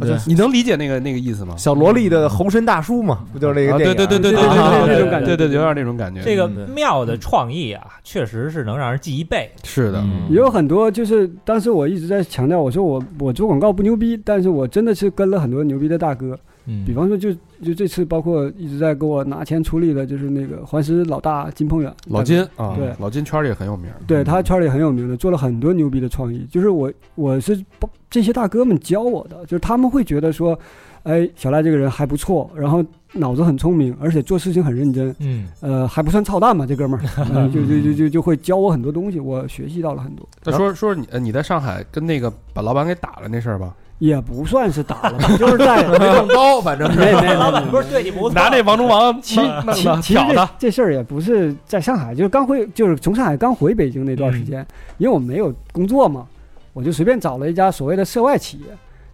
Speaker 2: 对
Speaker 1: 你能理解那个那个意思吗？
Speaker 7: 小萝莉的猴身大叔嘛，不就是那
Speaker 1: 啊
Speaker 7: 个电
Speaker 1: 对
Speaker 7: 影？
Speaker 1: 对对对对
Speaker 4: 对
Speaker 1: 对
Speaker 4: 对
Speaker 1: 对
Speaker 4: 那种感觉
Speaker 1: 对对，有点那种感觉。
Speaker 3: 这个
Speaker 2: 嗯
Speaker 3: 妙的创意啊，确实是能让人记一辈子。
Speaker 1: 是的，
Speaker 2: 嗯
Speaker 4: 也有很多，就是当时我一直在强调，我说我我做广告不牛逼，但是我真的是跟了很多牛逼的大哥，
Speaker 3: 嗯
Speaker 4: 比方说就，就这次，包括一直在给我拿钱出力的，就是那个环石老大金鹏远，
Speaker 1: 老金嗯啊，
Speaker 4: 对
Speaker 1: 老金圈里也很有名。
Speaker 4: 对他圈里很有名的，做了很多牛逼的创意。就是我我是帮这些大哥们教我的，就是他们会觉得说，哎，小赖这个人还不错，然后脑子很聪明，而且做事情很认真，
Speaker 3: 嗯，
Speaker 4: 呃，还不算操蛋吧，这哥 们儿，呃就就就就就会教我很多东西，我学习到了很多，
Speaker 1: 那说说你呃你在上海跟那个把老板给打了那事儿吧，
Speaker 4: 也不算是打了吧，就是在
Speaker 7: 没这么高，反正
Speaker 4: 没没没
Speaker 3: 老
Speaker 4: 没
Speaker 3: 板不是对你不错，
Speaker 1: 拿那王中
Speaker 2: 呃
Speaker 1: 王
Speaker 4: 其其其实这这事儿也不是在上海，就是刚回，就是从上海刚回北京那段时
Speaker 3: 嗯
Speaker 4: 间，因为我没有工作嘛，我就随便找了一家所谓的涉外企业。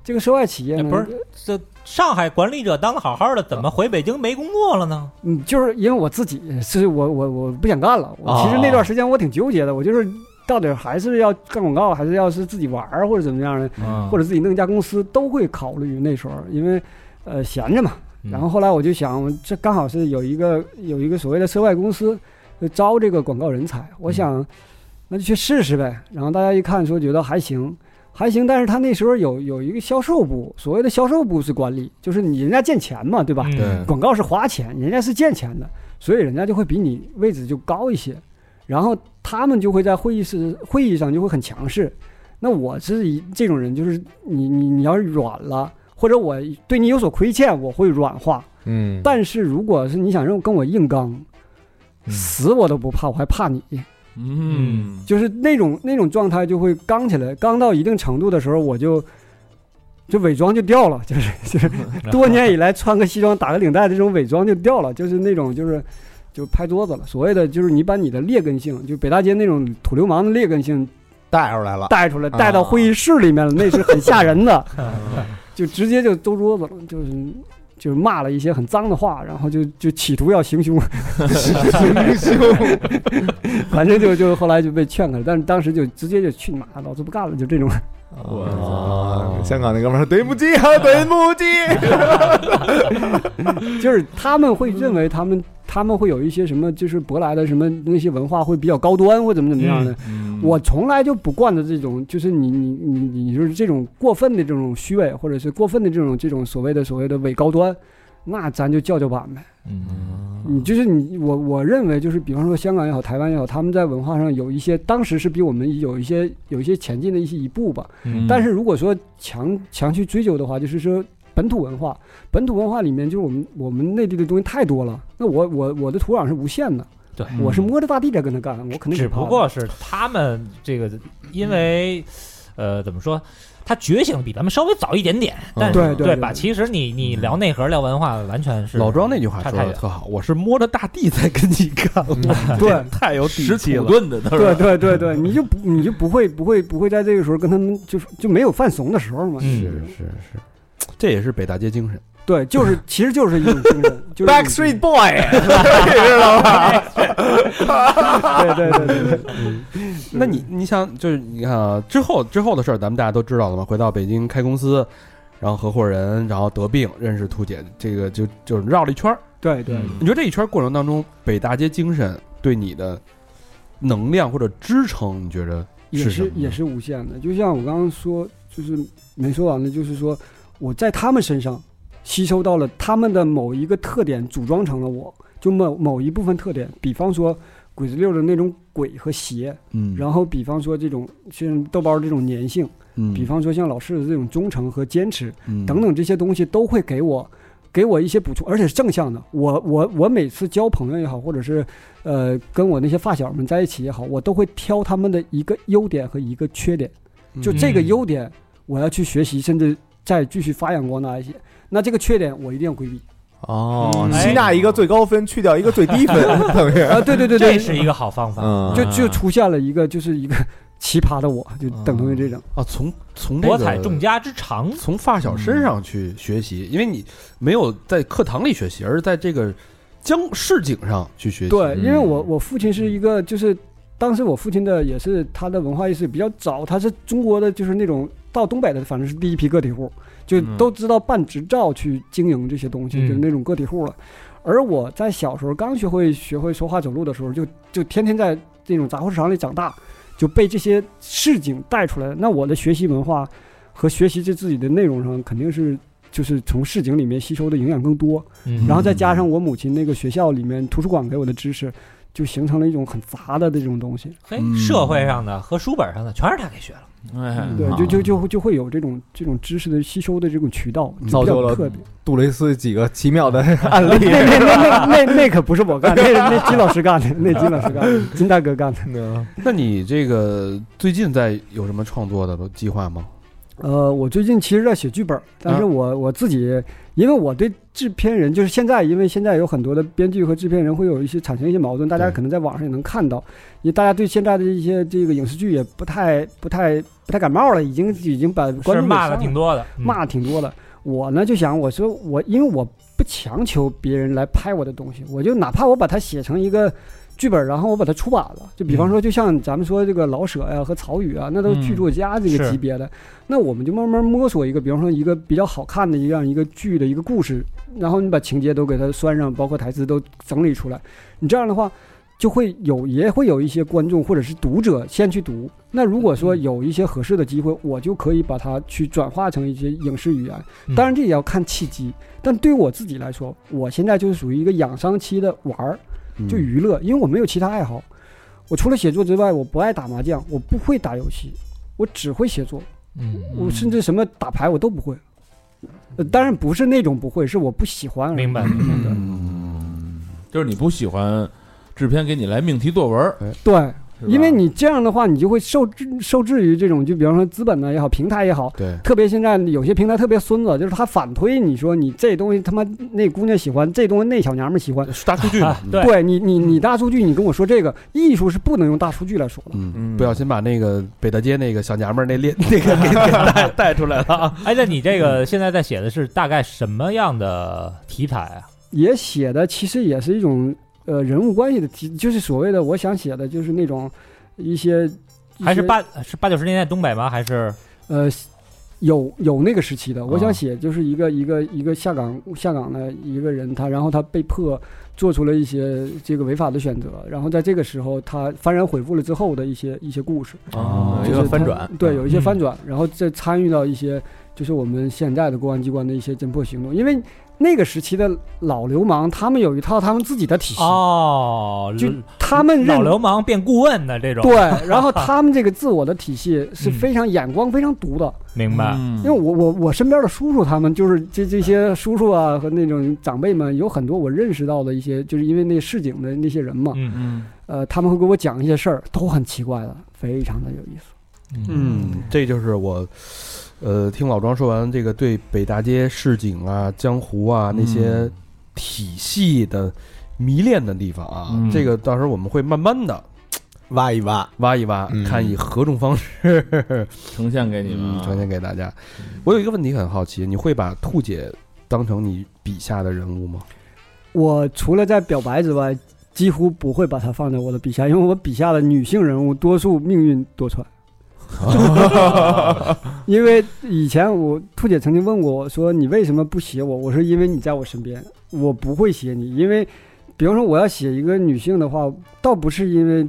Speaker 4: 这个涉外企业
Speaker 3: 哎
Speaker 4: 呢，
Speaker 3: 不是这上海管理者当的好好的，怎么回北京没工作了呢？
Speaker 4: 嗯，就是因为我自己是我我我不想干了。我
Speaker 3: 哦
Speaker 4: 其实那段时间我挺纠结的，我就是到底还是要干广告，还是要是自己玩儿或者怎么样的，
Speaker 3: 嗯
Speaker 4: 或者自己弄一家公司，都会考虑那时候，因为呃闲着嘛。然后后来我就想，这刚好是有一个有一个所谓的涉外公司就招这个广告人才，我想那就去试试呗。然后大家一看说觉得还行，还行，但是他那时候有有一个销售部，所谓的销售部是管理，就是你人家见钱嘛，对吧？
Speaker 3: 嗯
Speaker 1: 对
Speaker 4: 广告是花钱，人家是见钱的，所以人家就会比你位置就高一些，然后他们就会在会议室会议上就会很强势。那我是一这种人，就是你你你要是软了，或者我对你有所亏欠，我会软化。
Speaker 7: 嗯，
Speaker 4: 但是如果是你想让我跟我硬刚，
Speaker 3: 嗯
Speaker 4: 死我都不怕，我还怕你，
Speaker 2: 嗯，
Speaker 4: 就是那种那种状态就会刚起来，刚到一定程度的时候，我就就伪装就掉了，就是 就是多年以来穿个西装打个领带的这种伪装就掉了，就是那种就是就拍桌子了。所谓的就是你把你的劣根性，就北大街那种土流氓的劣根性
Speaker 7: 带出来了，
Speaker 4: 带出来，带到会议室里面了，那是很吓人的，就直接就周桌子了，就是。就是骂了一些很脏的话，然后就就企图要行凶， 反正就就后来就被劝开了，但是当时就直接就去你妈，老子不干了，就这种。
Speaker 7: 啊，香港那哥们儿对不起啊，对不 起，
Speaker 4: 就是他们会认为他们他们会有一些什么，就是舶来的什么那些文化会比较高端或怎么怎么样的。
Speaker 2: 嗯
Speaker 4: 我从来就不惯着这种，就是你你你你就是这种过分的这种虚伪，或者是过分的这种这种所谓的所谓的伪高端。那咱就叫叫板呗。
Speaker 3: 嗯
Speaker 4: 你就是你，我我认为就是，比方说香港也好，台湾也好，他们在文化上有一些，当时是比我们有一些有一些前进的一些一步吧。
Speaker 2: 嗯
Speaker 4: 但是如果说强强去追究的话，就是说本土文化，本土文化里面就是我们我们内地的东西太多了。那我我我的土壤是无限的，
Speaker 3: 对
Speaker 2: 嗯
Speaker 4: 我是摸着大地在跟他干，我肯定
Speaker 3: 只
Speaker 4: 不怕
Speaker 3: 不
Speaker 4: 的嗯
Speaker 3: 过是他们这个，因为呃，怎么说？他觉醒比咱们稍微早一点点，
Speaker 1: 嗯
Speaker 3: 但是
Speaker 4: 对对对嗯
Speaker 3: 吧？其实你你聊内核、聊文化，完全是
Speaker 1: 老庄那句话
Speaker 3: 差
Speaker 1: 说
Speaker 3: 太
Speaker 1: 的
Speaker 3: 远。
Speaker 1: 特好，我是摸着大地在跟你干，
Speaker 4: 对，
Speaker 1: 太有底
Speaker 2: 使
Speaker 1: 气
Speaker 2: 土
Speaker 1: 了。
Speaker 2: 遁的都
Speaker 4: 对
Speaker 2: 是
Speaker 4: 对对对，你就不你就不会不会不会在这个时候跟他们就是就没有犯怂的时候嘛？
Speaker 3: 嗯
Speaker 1: 是是是，这也是北大街精神。
Speaker 4: 对，就是其实就是一种精神，就是
Speaker 7: Backstreet Boy，
Speaker 4: 对对对对对，嗯
Speaker 1: 那你你想就是你看啊，之后之后的事儿咱们大家都知道了嘛。回到北京开公司，然后合伙人，然后得病，认识兔姐，这个就就绕了一圈儿。
Speaker 4: 对对，
Speaker 2: 嗯
Speaker 1: 你觉得这一圈儿过程当中，北大街精神对你的能量或者支撑，你觉得
Speaker 4: 也
Speaker 1: 是什么
Speaker 4: 是也是无限的。就像我刚刚说，就是没说完的，就是说我在他们身上吸收到了他们的某一个特点，组装成了我就某某一部分特点，比方说鬼子六的那种鬼和邪，
Speaker 1: 嗯，
Speaker 4: 然后比方说这种像豆包这种粘性，
Speaker 1: 嗯
Speaker 4: 比方说像老师的这种忠诚和坚持，
Speaker 1: 嗯
Speaker 4: 等等这些东西都会给我给我一些补充，而且是正向的。我我我每次交朋友也好，或者是呃跟我那些发小们在一起也好，我都会挑他们的一个优点和一个缺点，就这个
Speaker 3: 嗯
Speaker 4: 优点我要去学习，甚至再继续发扬光大一些。那这个缺点我一定要规避
Speaker 7: 哦哎
Speaker 3: 嗯
Speaker 7: 吸纳一个最高分，去掉一个最低分，等于
Speaker 4: 啊！对对对
Speaker 3: 这
Speaker 4: 对，
Speaker 3: 是一个好方法。啊
Speaker 7: 嗯
Speaker 4: 就就出现了一个就是一个奇葩的我，就等同于这种。
Speaker 1: 啊，从从这
Speaker 3: 博
Speaker 1: 个
Speaker 3: 采众家之长，
Speaker 1: 从发小身上去学习，因为你没有在课堂里学习，而是在这个江市井上去学习。
Speaker 4: 对，因为
Speaker 2: 嗯
Speaker 4: 我我父亲是一个，就是当时我父亲的也是他的文化意识比较早，他是中国的就是那种到东北的，反正是第一批个体户，就
Speaker 2: 嗯
Speaker 4: 都知道办执照去经营这些东西，
Speaker 3: 嗯
Speaker 4: 就是那种个体户了。而我在小时候刚学会学会说话走路的时候，就就天天在这种杂货市场里长大，就被这些市井带出来的。那我的学习文化和学习这自己的内容上，肯定是就是从市井里面吸收的营养更多。
Speaker 3: 嗯
Speaker 4: 然后再加上我母亲那个学校里面图书馆给我的知识，就形成了一种很杂的这种东西。
Speaker 3: 嘿
Speaker 1: 嗯，
Speaker 3: 社会上的和书本上的全是他给学了。
Speaker 2: 哎
Speaker 7: 嗯
Speaker 4: 对，
Speaker 2: 好
Speaker 4: 就就就会就会有这种这种知识的吸收的这种渠道，就
Speaker 7: 造
Speaker 4: 比
Speaker 7: 就
Speaker 4: 较
Speaker 7: 了
Speaker 4: 特别。
Speaker 7: 杜蕾斯几个奇妙的案
Speaker 4: 哎 那
Speaker 7: 例。
Speaker 4: 那那那那那可不是我干，的，那那金老师干的，那金老师干 的，金大哥干的。
Speaker 1: 那你这个最近在有什么创作的计划吗？
Speaker 4: 呃，我最近其实在写剧本，但是
Speaker 1: 啊
Speaker 4: 我我自己，因为我对制片人，就是现在，因为现在有很多的编剧和制片人会有一些产生一些矛盾，大家
Speaker 1: 对
Speaker 4: 可能在网上也能看到，因为大家对现在的一些这个影视剧也不太不太不太感冒了，已经已经把观
Speaker 3: 是
Speaker 4: 众
Speaker 3: 骂的挺
Speaker 4: 多，
Speaker 3: 多的，嗯
Speaker 4: 骂的挺多的。我呢就想，我说我因为我不强求别人来拍我的东西，我就哪怕我把它写成一个。剧本，然后我把它出版了。就
Speaker 3: 嗯
Speaker 4: 比方说，就像咱们说这个老舍呀、和曹禺啊，那都是剧作家这个
Speaker 3: 是
Speaker 4: 级别的。那我们就慢慢摸索一个，比方说一个比较好看的一样一个剧的一个故事，然后你把情节都给它拴上，包括台词都整理出来。你这样的话，就会有也会有一些观众或者是读者先去读。那如果
Speaker 3: 嗯
Speaker 4: 说有一些合适的机会，我就可以把它去转化成一些影视语言。
Speaker 3: 嗯
Speaker 4: 当然这也要看契机。但对于我自己来说，我现在就是属于一个养伤期的玩儿。
Speaker 1: 嗯
Speaker 4: 就娱乐，
Speaker 3: 嗯
Speaker 4: 因为我没有其他爱好。我除了写作之外，我不爱打麻将，我不会打游戏，我只会写作，
Speaker 3: 嗯，
Speaker 4: 我甚至什么打牌我都不会。呃，当然不是那种不会，是我不喜欢而已。
Speaker 3: 明白明白。
Speaker 4: 嗯
Speaker 2: 嗯就是你不喜欢制片给你来命题作文儿，
Speaker 4: 对，
Speaker 2: 是吧
Speaker 4: 因为你这样的话，你就会受制受制于这种，就比方说资本呢也好，平台也好，
Speaker 1: 对，
Speaker 4: 特别现在有些平台特别孙子，就是他反推你说你这东西他妈那姑娘喜欢，这东西那小娘们儿喜欢。
Speaker 1: 大数据嘛，嗯
Speaker 3: 对
Speaker 4: 对你，你你大数据，你跟我说这个艺术是不能用大数据来说的。
Speaker 1: 嗯，
Speaker 7: 嗯
Speaker 1: 不小心把那个北大街那个小娘们儿那列那个给给带带出来了啊。
Speaker 3: 哎，那你这
Speaker 4: 嗯
Speaker 3: 个现在在写的是大概什么样的题材啊？
Speaker 4: 也写的其实也是一种呃人物关系的题，就是所谓的我想写的就是那种一些一
Speaker 3: 还是
Speaker 4: 些
Speaker 3: 八是八九十年代东北吗？还是
Speaker 4: 呃有有那个时期的，我
Speaker 3: 啊
Speaker 4: 想写就是一个一个一个下岗下岗的一个人，他然后他被迫做出了一些这个违法的选择，然后在这个时候他幡然悔悟了之后的一些一些故事，
Speaker 2: 哦
Speaker 7: 嗯
Speaker 4: 就
Speaker 7: 一
Speaker 4: 是
Speaker 7: 个翻
Speaker 4: 他
Speaker 7: 转，
Speaker 4: 对，有一些翻
Speaker 3: 嗯
Speaker 4: 转，然后再参与到一些就是我们现在的公安机关的一些侦破行动，因为那个时期的老流氓，他们有一套他们自己的体系，
Speaker 3: 哦，
Speaker 4: 就他们认
Speaker 3: 老流氓变顾问的这种，
Speaker 4: 对，然后他们这个自我的体系是
Speaker 7: 嗯
Speaker 4: 非常眼光非常毒的，
Speaker 3: 明白？
Speaker 2: 嗯
Speaker 4: 因为我我我身边的叔叔他们就是这这些叔叔啊和那种长辈们有很多我认识到的一些，就是因为那市井的那些人嘛，
Speaker 3: 嗯
Speaker 2: 嗯
Speaker 4: 呃，他们会给我讲一些事儿，都很奇怪的，非常的有意思。
Speaker 1: 嗯，这就是我，呃，听老庄说完这个对北大街市井啊、江湖啊那些
Speaker 2: 嗯
Speaker 1: 体系的迷恋的地方啊，
Speaker 2: 嗯
Speaker 1: 这个到时候我们会慢慢的
Speaker 7: 挖一挖，
Speaker 1: 挖一挖，
Speaker 7: 嗯
Speaker 1: 看以何种方式
Speaker 2: 呈现给你们
Speaker 1: 嗯
Speaker 2: 啊，
Speaker 1: 呈现给大家。我有一个问题很好奇，你会把兔姐当成你笔下的人物吗？
Speaker 4: 我除了在表白之外，几乎不会把它放在我的笔下，因为我笔下的女性人物多数命运多舛。因为以前我兔姐曾经问过我说：“你为什么不写我？”我说：“因为你在我身边，我不会写你。因为，比方说我要写一个女性的话，倒不是因为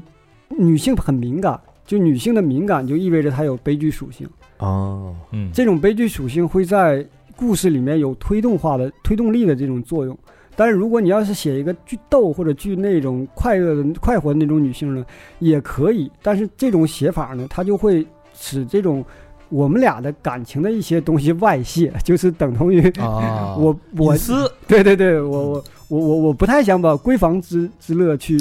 Speaker 4: 女性很敏感，就女性的敏感就意味着她有悲剧属性。
Speaker 7: 哦，
Speaker 3: 嗯，
Speaker 4: 这种悲剧属性会在故事里面有推动化的推动力的这种作用。但是如果你要是写一个剧斗或者剧那种快乐的快活的那种女性呢，也可以。但是这种写法呢，它就会使这种我们俩的感情的一些东西外泄， 就是等同于
Speaker 7: 哎
Speaker 1: 啊
Speaker 7: 哦
Speaker 4: 我我
Speaker 3: 隐私
Speaker 4: 对对对，我我我我我不太想把闺房之之乐去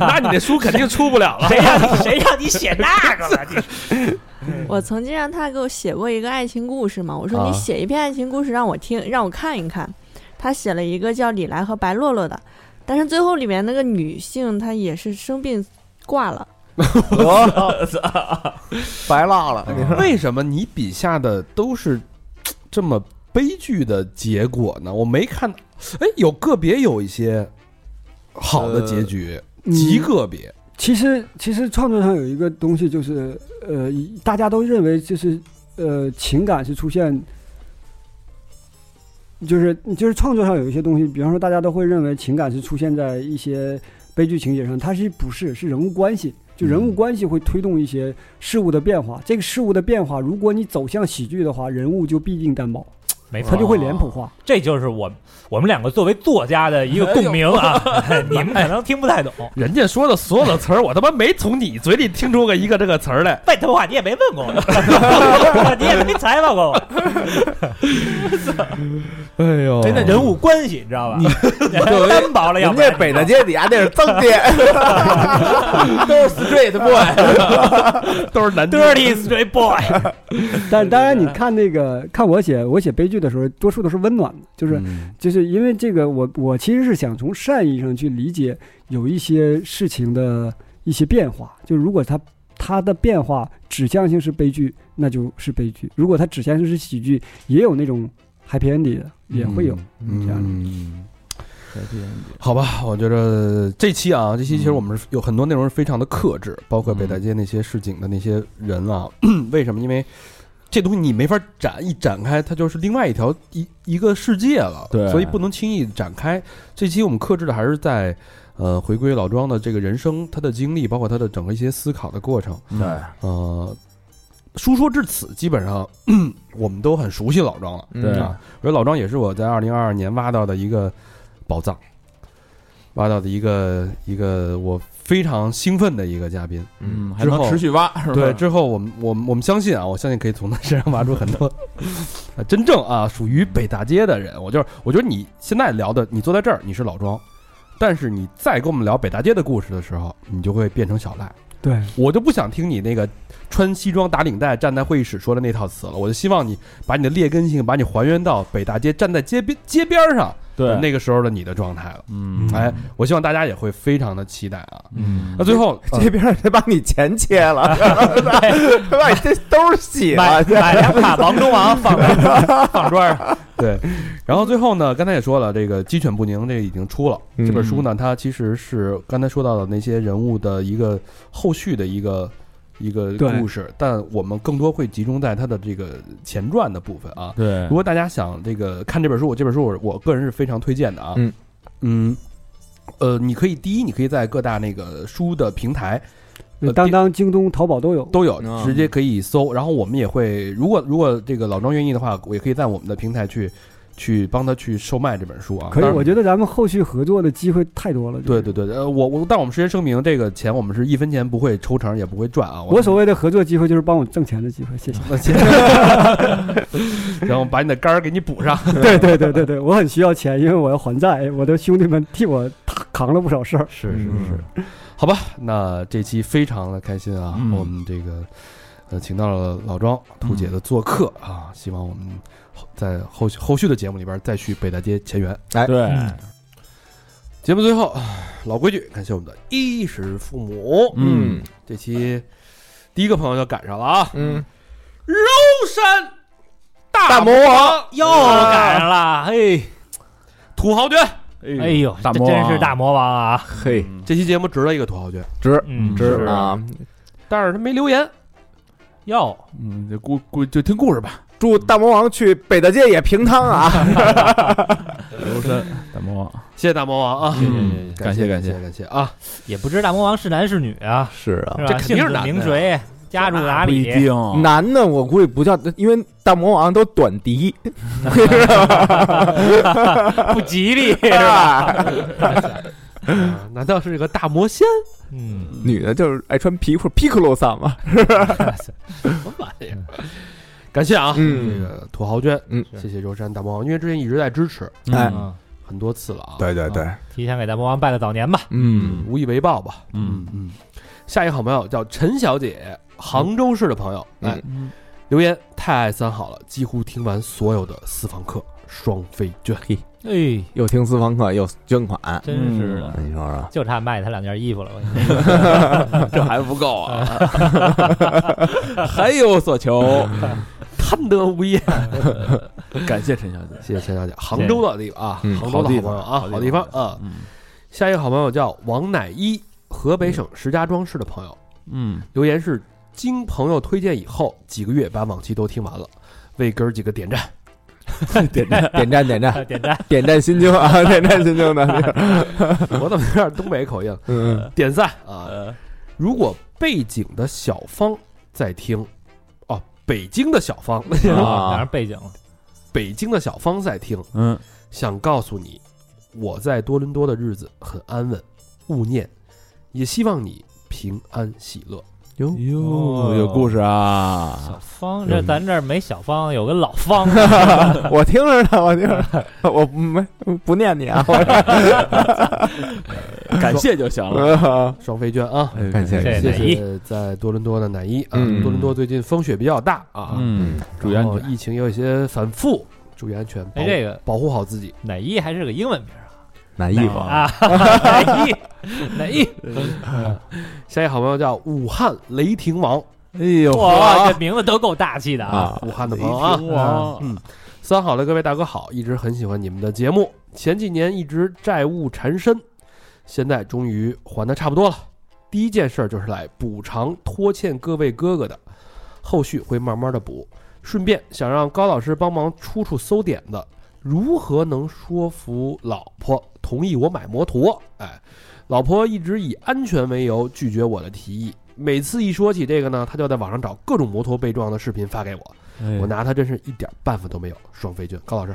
Speaker 1: 那你那书肯定出不了啊 了。
Speaker 3: 谁让你谁让你写那个 了？你
Speaker 5: 我曾经让他给我写过一个爱情故事嘛，我说
Speaker 1: 啊
Speaker 5: 你写一篇爱情故事让我听，让我看一看。他写了一个叫李来和白洛洛的，但是最后里面那个女性她也是生病挂了。
Speaker 7: 白落了，你说
Speaker 1: 为什么你笔下的都是这么悲剧的结果呢？我没看，哎，有个别有一些好的结局，极
Speaker 4: 嗯
Speaker 1: 个别。
Speaker 4: 其实，其实创作上有一个东西，就是呃，以大家都认为就是呃，情感是出现，就是就是创作上有一些东西，比方说大家都会认为情感是出现在一些悲剧情节上，它是不是是人物关系？就人物关系会推动一些事物的变化，这个事物的变化，如果你走向喜剧的话，人物就必定单薄，
Speaker 3: 没错，
Speaker 4: 它就会脸谱化。
Speaker 3: 哦这就是我我们两个作为作家的一个共鸣 啊！ 你们可能听不太懂，
Speaker 1: 人家说的所有的词儿，我他妈没从你嘴里听出个一个这个词儿来。
Speaker 3: 拜托话啊你也没问过 我，你也没采访过我，
Speaker 4: 哦
Speaker 1: 哎呦
Speaker 3: 真的人物关系你知道吧？ 单薄了，要
Speaker 7: 人
Speaker 3: 不
Speaker 7: 家
Speaker 3: 然
Speaker 7: 北大街底下那是增街，都是 straight
Speaker 4: 啊
Speaker 7: boy，
Speaker 1: 都是男
Speaker 3: dirty straight boy，
Speaker 4: 但当然，你看那个看我写我写悲剧的时候，多数都是温暖的，就是
Speaker 1: 嗯
Speaker 4: 就是因为这个我，我其实是想从善意上去理解有一些事情的一些变化。就如果它它的变化指向性是悲剧，那就是悲剧；如果它指向性是喜剧，也有那种 happy ending 的，也会有。这样
Speaker 1: 嗯，
Speaker 2: 嗯
Speaker 1: 好吧，我觉得这期啊，这期其实我们是有很多内容是非常的克制，包括北
Speaker 4: 嗯
Speaker 1: 大街那些市井的那些人啊， 为什么？因为这东西你没法展一展开，它就是另外一条一一个世界了，
Speaker 2: 对
Speaker 1: 所以不能轻易展开。这期我们克制的还是在呃回归老庄的这个人生，他的经历，包括他的整个一些思考的过程。
Speaker 2: 对，
Speaker 1: 呃，书说至此，基本上 我们都很熟悉老庄了。
Speaker 7: 嗯
Speaker 2: 对
Speaker 1: 啊，我觉得老庄也是我在二零二二年挖到的一个宝藏，挖到的一个一个我非常兴奋的一个嘉宾。
Speaker 2: 嗯，还
Speaker 1: 之后
Speaker 2: 能持续挖，是吧？
Speaker 1: 对，之后我们我们我们相信啊，我相信可以从他身上挖出很多 呃真正啊属于北大街的人。我就是我觉得你现在聊的，你坐在这儿你是老庄，但是你再跟我们聊北大街的故事的时候，你就会变成小赖。
Speaker 4: 对，
Speaker 1: 我就不想听你那个穿西装打领带站在会议室说的那套词了，我就希望你把你的劣根性，把你还原到北大街站在街边街边儿上
Speaker 2: 对，
Speaker 1: 那个时候的你的状态了。
Speaker 2: 嗯，
Speaker 1: 哎，我希望大家也会非常的期待啊。
Speaker 2: 嗯
Speaker 1: 那，最后，呃
Speaker 7: 这边儿得把你钱切 了， 把你这兜儿洗
Speaker 4: 啊
Speaker 3: 买
Speaker 7: 了，
Speaker 3: 买两卡王中王放在放桌上，
Speaker 1: 对，然后最后呢，刚才也说了，这个《鸡犬不宁》这个已经出了，
Speaker 7: 嗯
Speaker 1: 这本书呢，它其实是刚才说到的那些人物的一个后续的一个。一个
Speaker 4: 对
Speaker 1: 故事，但我们更多会集中在它的这个前传的部分啊。
Speaker 2: 对
Speaker 1: 如，果大家想这个看这本书，我这本书我我个人是非常推荐的啊。
Speaker 7: 嗯
Speaker 1: 嗯呃，你可以第一，你可以在各大那个书的平台呃
Speaker 4: 当当、京东、淘宝都有。
Speaker 1: 都有
Speaker 7: 嗯，
Speaker 1: 直接可以搜。然后我们也会，如果如果这个老庄愿意的话，我也可以在我们的平台去去帮他去售卖这本书啊。
Speaker 4: 可以，
Speaker 1: 当然
Speaker 4: 我觉得咱们后续合作的机会太多了。就是
Speaker 1: 对对对，呃，我我，但我们事先声明，这个钱我们是一分钱不会抽成，也不会赚啊。
Speaker 4: 我所谓的合作机会就是帮我挣钱的机会，谢 谢。
Speaker 1: 那钱， 然后把你的杆儿给你补上。
Speaker 4: 对对对对对，我很需要钱，因为我要还债，我的兄弟们替我扛了不少事儿。
Speaker 1: 是是是，好吧，那这期非常的开心啊，
Speaker 2: 嗯
Speaker 1: 我们这个呃请到了老庄兔姐的做客啊，希望我们后在后续后续的节目里边再去北大街前缘。
Speaker 2: 对，
Speaker 1: 节目最后啊老规矩，感谢我们的衣食父母。
Speaker 2: 嗯，
Speaker 1: 这期第一个朋友就赶上了啊，
Speaker 7: 嗯，
Speaker 1: 巫山
Speaker 7: 大
Speaker 1: 大
Speaker 7: 魔王
Speaker 3: 又赶上了，嘿，
Speaker 1: 土豪捐，
Speaker 3: 哎呦，
Speaker 2: 大
Speaker 3: 这
Speaker 2: 魔
Speaker 3: 真
Speaker 2: 王
Speaker 3: 是大魔王啊！
Speaker 7: 嘿，
Speaker 1: 这期节目值了一个土豪捐，
Speaker 3: 嗯，
Speaker 2: 是
Speaker 3: 是
Speaker 7: 啊，
Speaker 1: 但是他没留言，
Speaker 3: 哟，
Speaker 2: 嗯，就故故就听故事吧。
Speaker 7: 祝大魔王去北大街也平摊啊！
Speaker 2: 刘山大魔王，
Speaker 1: 谢谢大魔王啊，
Speaker 2: 嗯感谢感
Speaker 1: 感
Speaker 2: 谢
Speaker 1: 感谢啊，
Speaker 3: 也不知大魔王是男是女啊，
Speaker 7: 是啊
Speaker 3: 是吧？
Speaker 1: 这肯定
Speaker 3: 姓
Speaker 1: 是
Speaker 3: 字
Speaker 1: 男的呀
Speaker 3: 名谁，家住哪
Speaker 2: 不一
Speaker 3: 里？嗯
Speaker 2: 定，
Speaker 7: 男的我估计不叫，因为大魔王都短笛，
Speaker 3: 不吉 利。
Speaker 7: 是吧？
Speaker 1: 啊难道是个大魔仙？
Speaker 3: 嗯，
Speaker 7: 女的就是爱穿皮裤，Piccolo 桑嘛。
Speaker 1: 什么玩意儿？感谢啊，
Speaker 7: 嗯
Speaker 1: 这个土豪捐，
Speaker 7: 嗯
Speaker 1: 谢谢舟山大魔王，因为之前一直在支持
Speaker 7: 哎
Speaker 3: 嗯
Speaker 1: 很多次了啊，，
Speaker 7: 对
Speaker 3: 对，提前给大魔王拜个早年吧。
Speaker 7: 嗯，
Speaker 1: 无以为报吧，
Speaker 2: 嗯
Speaker 1: 嗯。下一个好朋友叫陈小姐，杭州市的朋友，
Speaker 7: 嗯
Speaker 1: 哎，
Speaker 2: 嗯，
Speaker 1: 留言太爱三好了，几乎听完所有的私房课，双飞卷，
Speaker 3: 哎，嗯
Speaker 7: 又听私房课又捐款，
Speaker 3: 真是的，
Speaker 7: 你说 说，
Speaker 3: 就差卖他两件衣服了。我跟你
Speaker 6: 这还不够 啊，还有所求。
Speaker 1: 贪得无厌。
Speaker 2: 感谢陈小姐，
Speaker 1: 谢谢陈小姐，杭州的地方啊，
Speaker 7: 嗯
Speaker 1: 杭州的好朋友啊，
Speaker 2: 好
Speaker 1: 好
Speaker 2: 地
Speaker 1: 地
Speaker 2: 方
Speaker 1: 方啊。
Speaker 2: 嗯
Speaker 1: 下一个好朋友叫王乃一，河北省石家庄市的朋友，
Speaker 2: 嗯，
Speaker 1: 留言是经朋友推荐以后，几个月把往期都听完了，为哥儿几个点赞。
Speaker 7: 点赞点赞 点赞
Speaker 3: 说点赞，
Speaker 7: 点赞心经啊，点赞心经的，
Speaker 1: 我怎么有点东北口音？
Speaker 7: 嗯，
Speaker 1: 点赞
Speaker 3: 呃
Speaker 1: 啊！如果背景的小芳在听，哦，北京的小芳，
Speaker 3: 赶上背景了。
Speaker 1: 北京的小芳在听，
Speaker 2: 嗯，
Speaker 1: 想告诉你，我在多伦多的日子很安稳，勿念，也希望你平安喜乐。
Speaker 7: 哟
Speaker 2: 哟，有故事啊，
Speaker 3: 小芳，这咱这儿没小 芳，有个老芳啊。
Speaker 7: 我听着呢，我听着呢，我不没不念你 啊，
Speaker 2: 感谢就行了。
Speaker 7: 我
Speaker 1: 双飞娟啊，
Speaker 2: 哎
Speaker 7: 感谢
Speaker 3: 谢
Speaker 1: 谢
Speaker 3: 乃一
Speaker 1: 谢在多伦多的乃一啊，
Speaker 7: 嗯
Speaker 1: 多伦多最近风雪比较大啊，
Speaker 2: 嗯，注意
Speaker 1: 然
Speaker 2: 安
Speaker 1: 后
Speaker 3: 哦
Speaker 2: 全。
Speaker 1: 疫情也有一些反复，注意安全，保
Speaker 3: 哎，这个
Speaker 1: 保护好自己。
Speaker 3: 乃一还是个英文名儿
Speaker 7: 难译吧？
Speaker 3: 啊， 乃一，乃一，
Speaker 1: 下一个好朋友叫武汉雷霆王，
Speaker 2: 哎呦，
Speaker 3: 哇，这名字都够大气的啊。
Speaker 7: 啊，
Speaker 1: 武汉的朋友啊，
Speaker 2: 哇，
Speaker 1: 嗯，三好的各位大哥好，一直很喜欢你们的节目，前几年一直债务缠身，现在终于还的差不多了。第一件事儿就是来补偿拖欠各位哥哥的，后续会慢慢的补。顺便想让高老师帮忙出出馊点子，如何能说服老婆同意我买摩托？哎，老婆一直以安全为由拒绝我的提议，每次一说起这个呢，她就在网上找各种摩托被撞的视频发给我，我拿他真是一点办法都没有。双飞卷，高老师，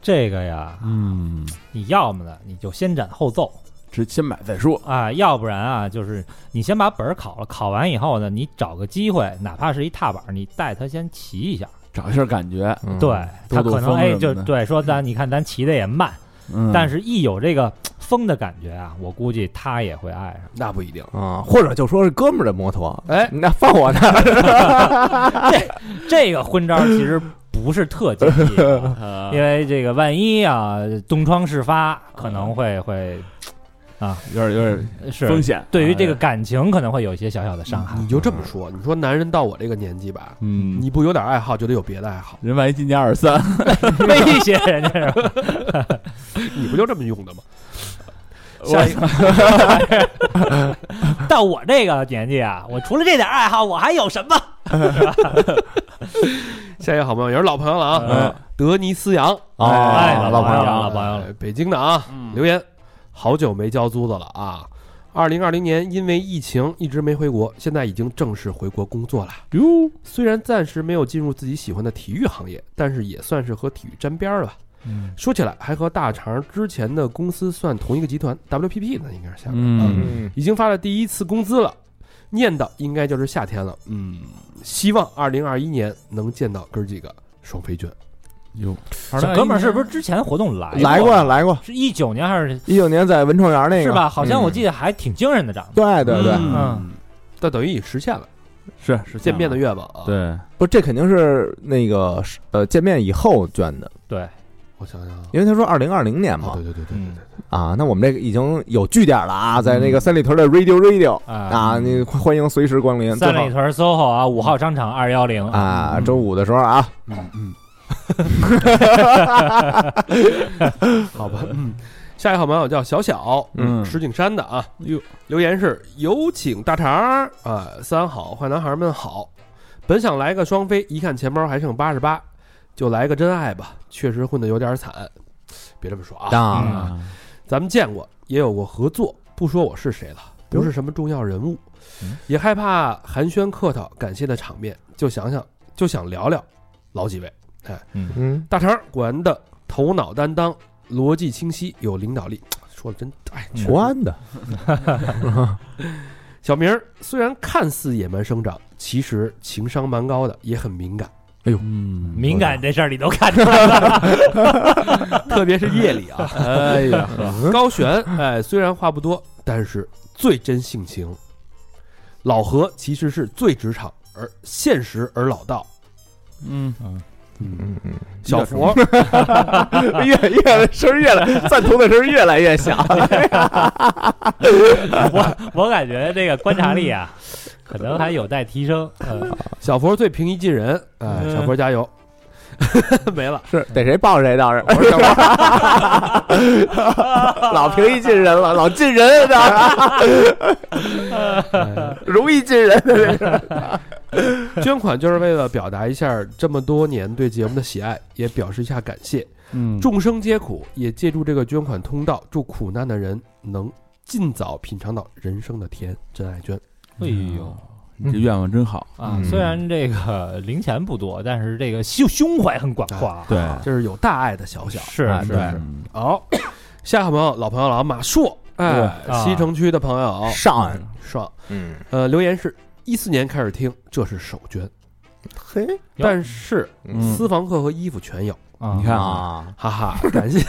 Speaker 3: 这个呀，
Speaker 2: 嗯，
Speaker 3: 你要么呢，你就先斩后奏
Speaker 2: 这先买再说。
Speaker 3: 啊，要不然啊，就是你先把本儿考了，考完以后呢，你找个机会，哪怕是一踏板，你带他先骑一下。
Speaker 2: 找一下感觉，
Speaker 3: 对
Speaker 2: 兜
Speaker 3: 他
Speaker 2: 兜
Speaker 3: 可能
Speaker 2: 风
Speaker 3: 哎，
Speaker 2: 什么
Speaker 3: 就
Speaker 2: 的
Speaker 3: 对说咱你看咱骑的也慢，
Speaker 2: 嗯，
Speaker 3: 但
Speaker 2: 是
Speaker 3: 是一有这个风的感觉啊，我估计他也会爱上。
Speaker 1: 那不一定。
Speaker 7: 啊，或者就说是哥们儿的摩托，
Speaker 1: 哎，
Speaker 7: 那放我那儿，
Speaker 3: 这个昏招其实不是特建议 啊，因为这个万一啊东窗事发，可能会会
Speaker 2: 有点有点风
Speaker 3: 是
Speaker 2: 险，哎
Speaker 3: 对于这个感情可能会有一些小小的 伤害。
Speaker 1: 你就这么说，你说男人到我这个年纪吧，
Speaker 2: 嗯，
Speaker 1: 你不有点爱好，就得有别的爱好，
Speaker 2: 人万一今年二十三，
Speaker 3: 威胁人家是吧？
Speaker 1: 你不就这么用的吗？
Speaker 2: 下一
Speaker 3: 到我这个年纪啊，我除了这点爱好，我还有什么？
Speaker 1: 下一个好朋友也是老朋友了啊，德尼斯杨，
Speaker 3: 嗯哎，
Speaker 7: 啊，
Speaker 3: 老朋友
Speaker 7: 嗯朋
Speaker 3: 了，
Speaker 7: 友，
Speaker 1: 哎
Speaker 3: 老朋友了嗯
Speaker 1: 呃，北京的啊，留言，好久没交租子了啊。二零二零年因为疫情一直没回国，现在已经正式回国工作了。
Speaker 2: 哟，
Speaker 1: 虽然暂时没有进入自己喜欢的体育行业，但是也算是和体育沾边儿了吧。
Speaker 3: 嗯
Speaker 1: 说起来，还和大肠之前的公司算同一个集团，WPP 呢，应该是下面、
Speaker 2: 嗯，
Speaker 1: 已经发了第一次工资了，念叨应该就是夏天了。嗯，希望二零二一年能见到哥儿几个双飞卷。
Speaker 2: 哟，
Speaker 3: 小哥们儿是不是之前活动来
Speaker 7: 哎来过
Speaker 3: 过？
Speaker 7: 来过，
Speaker 3: 是一九年还是
Speaker 7: 一九年在文创园那个
Speaker 3: 哎是吧？好像我
Speaker 7: 嗯
Speaker 3: 记得还挺精神的长得。
Speaker 7: 对对对，
Speaker 3: 嗯，
Speaker 1: 但等于已实现了
Speaker 2: 是是
Speaker 1: 见面的愿望啊。，
Speaker 2: 对，
Speaker 3: 嗯
Speaker 7: 不，这肯定是那个是呃见面以后捐的，
Speaker 3: 对，
Speaker 1: 我想想啊，
Speaker 7: 因为他说二零二零年
Speaker 1: 啊
Speaker 7: 嘛
Speaker 1: 对对对对对
Speaker 3: 嗯
Speaker 1: 对，
Speaker 7: 啊，那我们这个已经有据点了啊，在那个三里屯的 Radio Radio
Speaker 3: 啊，
Speaker 7: 啊，你欢迎随时光临，
Speaker 3: 三
Speaker 7: 正好
Speaker 3: 里屯 SOHO 啊，五号商场二幺零
Speaker 7: 啊，周五的时候啊，
Speaker 1: 嗯嗯，好吧，嗯。下一个好朋友叫小小，
Speaker 2: 嗯
Speaker 1: 石景山的啊，
Speaker 2: 哟，
Speaker 1: 留言是有请大肠儿啊、三好坏男孩们好，本想来个双飞，一看钱包还剩八十八，就来个真爱吧，确实混得有点惨，别这么说啊，
Speaker 7: 啊，
Speaker 2: 啊
Speaker 1: 咱们见过，也有过合作，不说我是谁了，不是什么重要人物，也害怕寒暄客套，感谢的场面，就想想就想聊聊老几位，
Speaker 7: 嗯，
Speaker 1: 大肠儿果然的头脑担当，逻辑清晰，有领导力，说的真哎，确实
Speaker 7: 国嗯安的，
Speaker 1: 小明儿虽然看似野蛮生长，其实情商蛮高的，也很敏感，
Speaker 2: 嗯，
Speaker 3: 哎敏感这事儿你都看出来了，
Speaker 1: 特别是夜里 啊。
Speaker 2: 哎呀，
Speaker 1: 高璇，哎，虽然话不多，但是最真性情。老何其实是最职场而现实而老道。
Speaker 2: 嗯，
Speaker 1: 嗯，
Speaker 7: 嗯嗯，嗯
Speaker 1: 小佛，
Speaker 7: 越越声儿越来赞同的声儿越来越响，
Speaker 3: 我我感觉这个观察力啊，可能还有待提升。嗯
Speaker 1: 小佛最平易近人，哎，
Speaker 3: 嗯
Speaker 1: 小佛加油。 没了，
Speaker 7: 是逮谁抱着谁倒是，我说什么？ 老平易近人了，老近人啊， 容易近人，
Speaker 1: 捐款就是为了表达一下这么多年对节目的喜爱，也表示一下感谢。
Speaker 2: 嗯，
Speaker 1: 众生皆苦，也借助这个捐款通道，祝苦难的人能尽早品尝到人生的甜。真爱捐，
Speaker 3: 哎呦
Speaker 2: 这愿望真好，
Speaker 3: 啊
Speaker 7: 嗯，
Speaker 3: 虽然这个零钱不多，但是这个胸胸怀很广阔啊。
Speaker 2: 对，
Speaker 1: 这是有大爱的小小。
Speaker 3: 是
Speaker 7: 啊
Speaker 3: 是
Speaker 7: 对
Speaker 2: 嗯
Speaker 1: 好， 下一个朋友，老朋友了，啊，马硕，哎，
Speaker 3: 对啊
Speaker 1: 西城区的朋友，
Speaker 7: 上岸，
Speaker 1: 爽，
Speaker 7: 嗯，
Speaker 1: 呃，留言是一四年开始听，这是首捐，
Speaker 7: 嘿，
Speaker 3: 哟
Speaker 1: 但是
Speaker 2: 嗯
Speaker 1: 私房课和衣服全有，
Speaker 3: 啊
Speaker 2: 你看啊，
Speaker 7: 啊，
Speaker 1: 哈哈，感谢，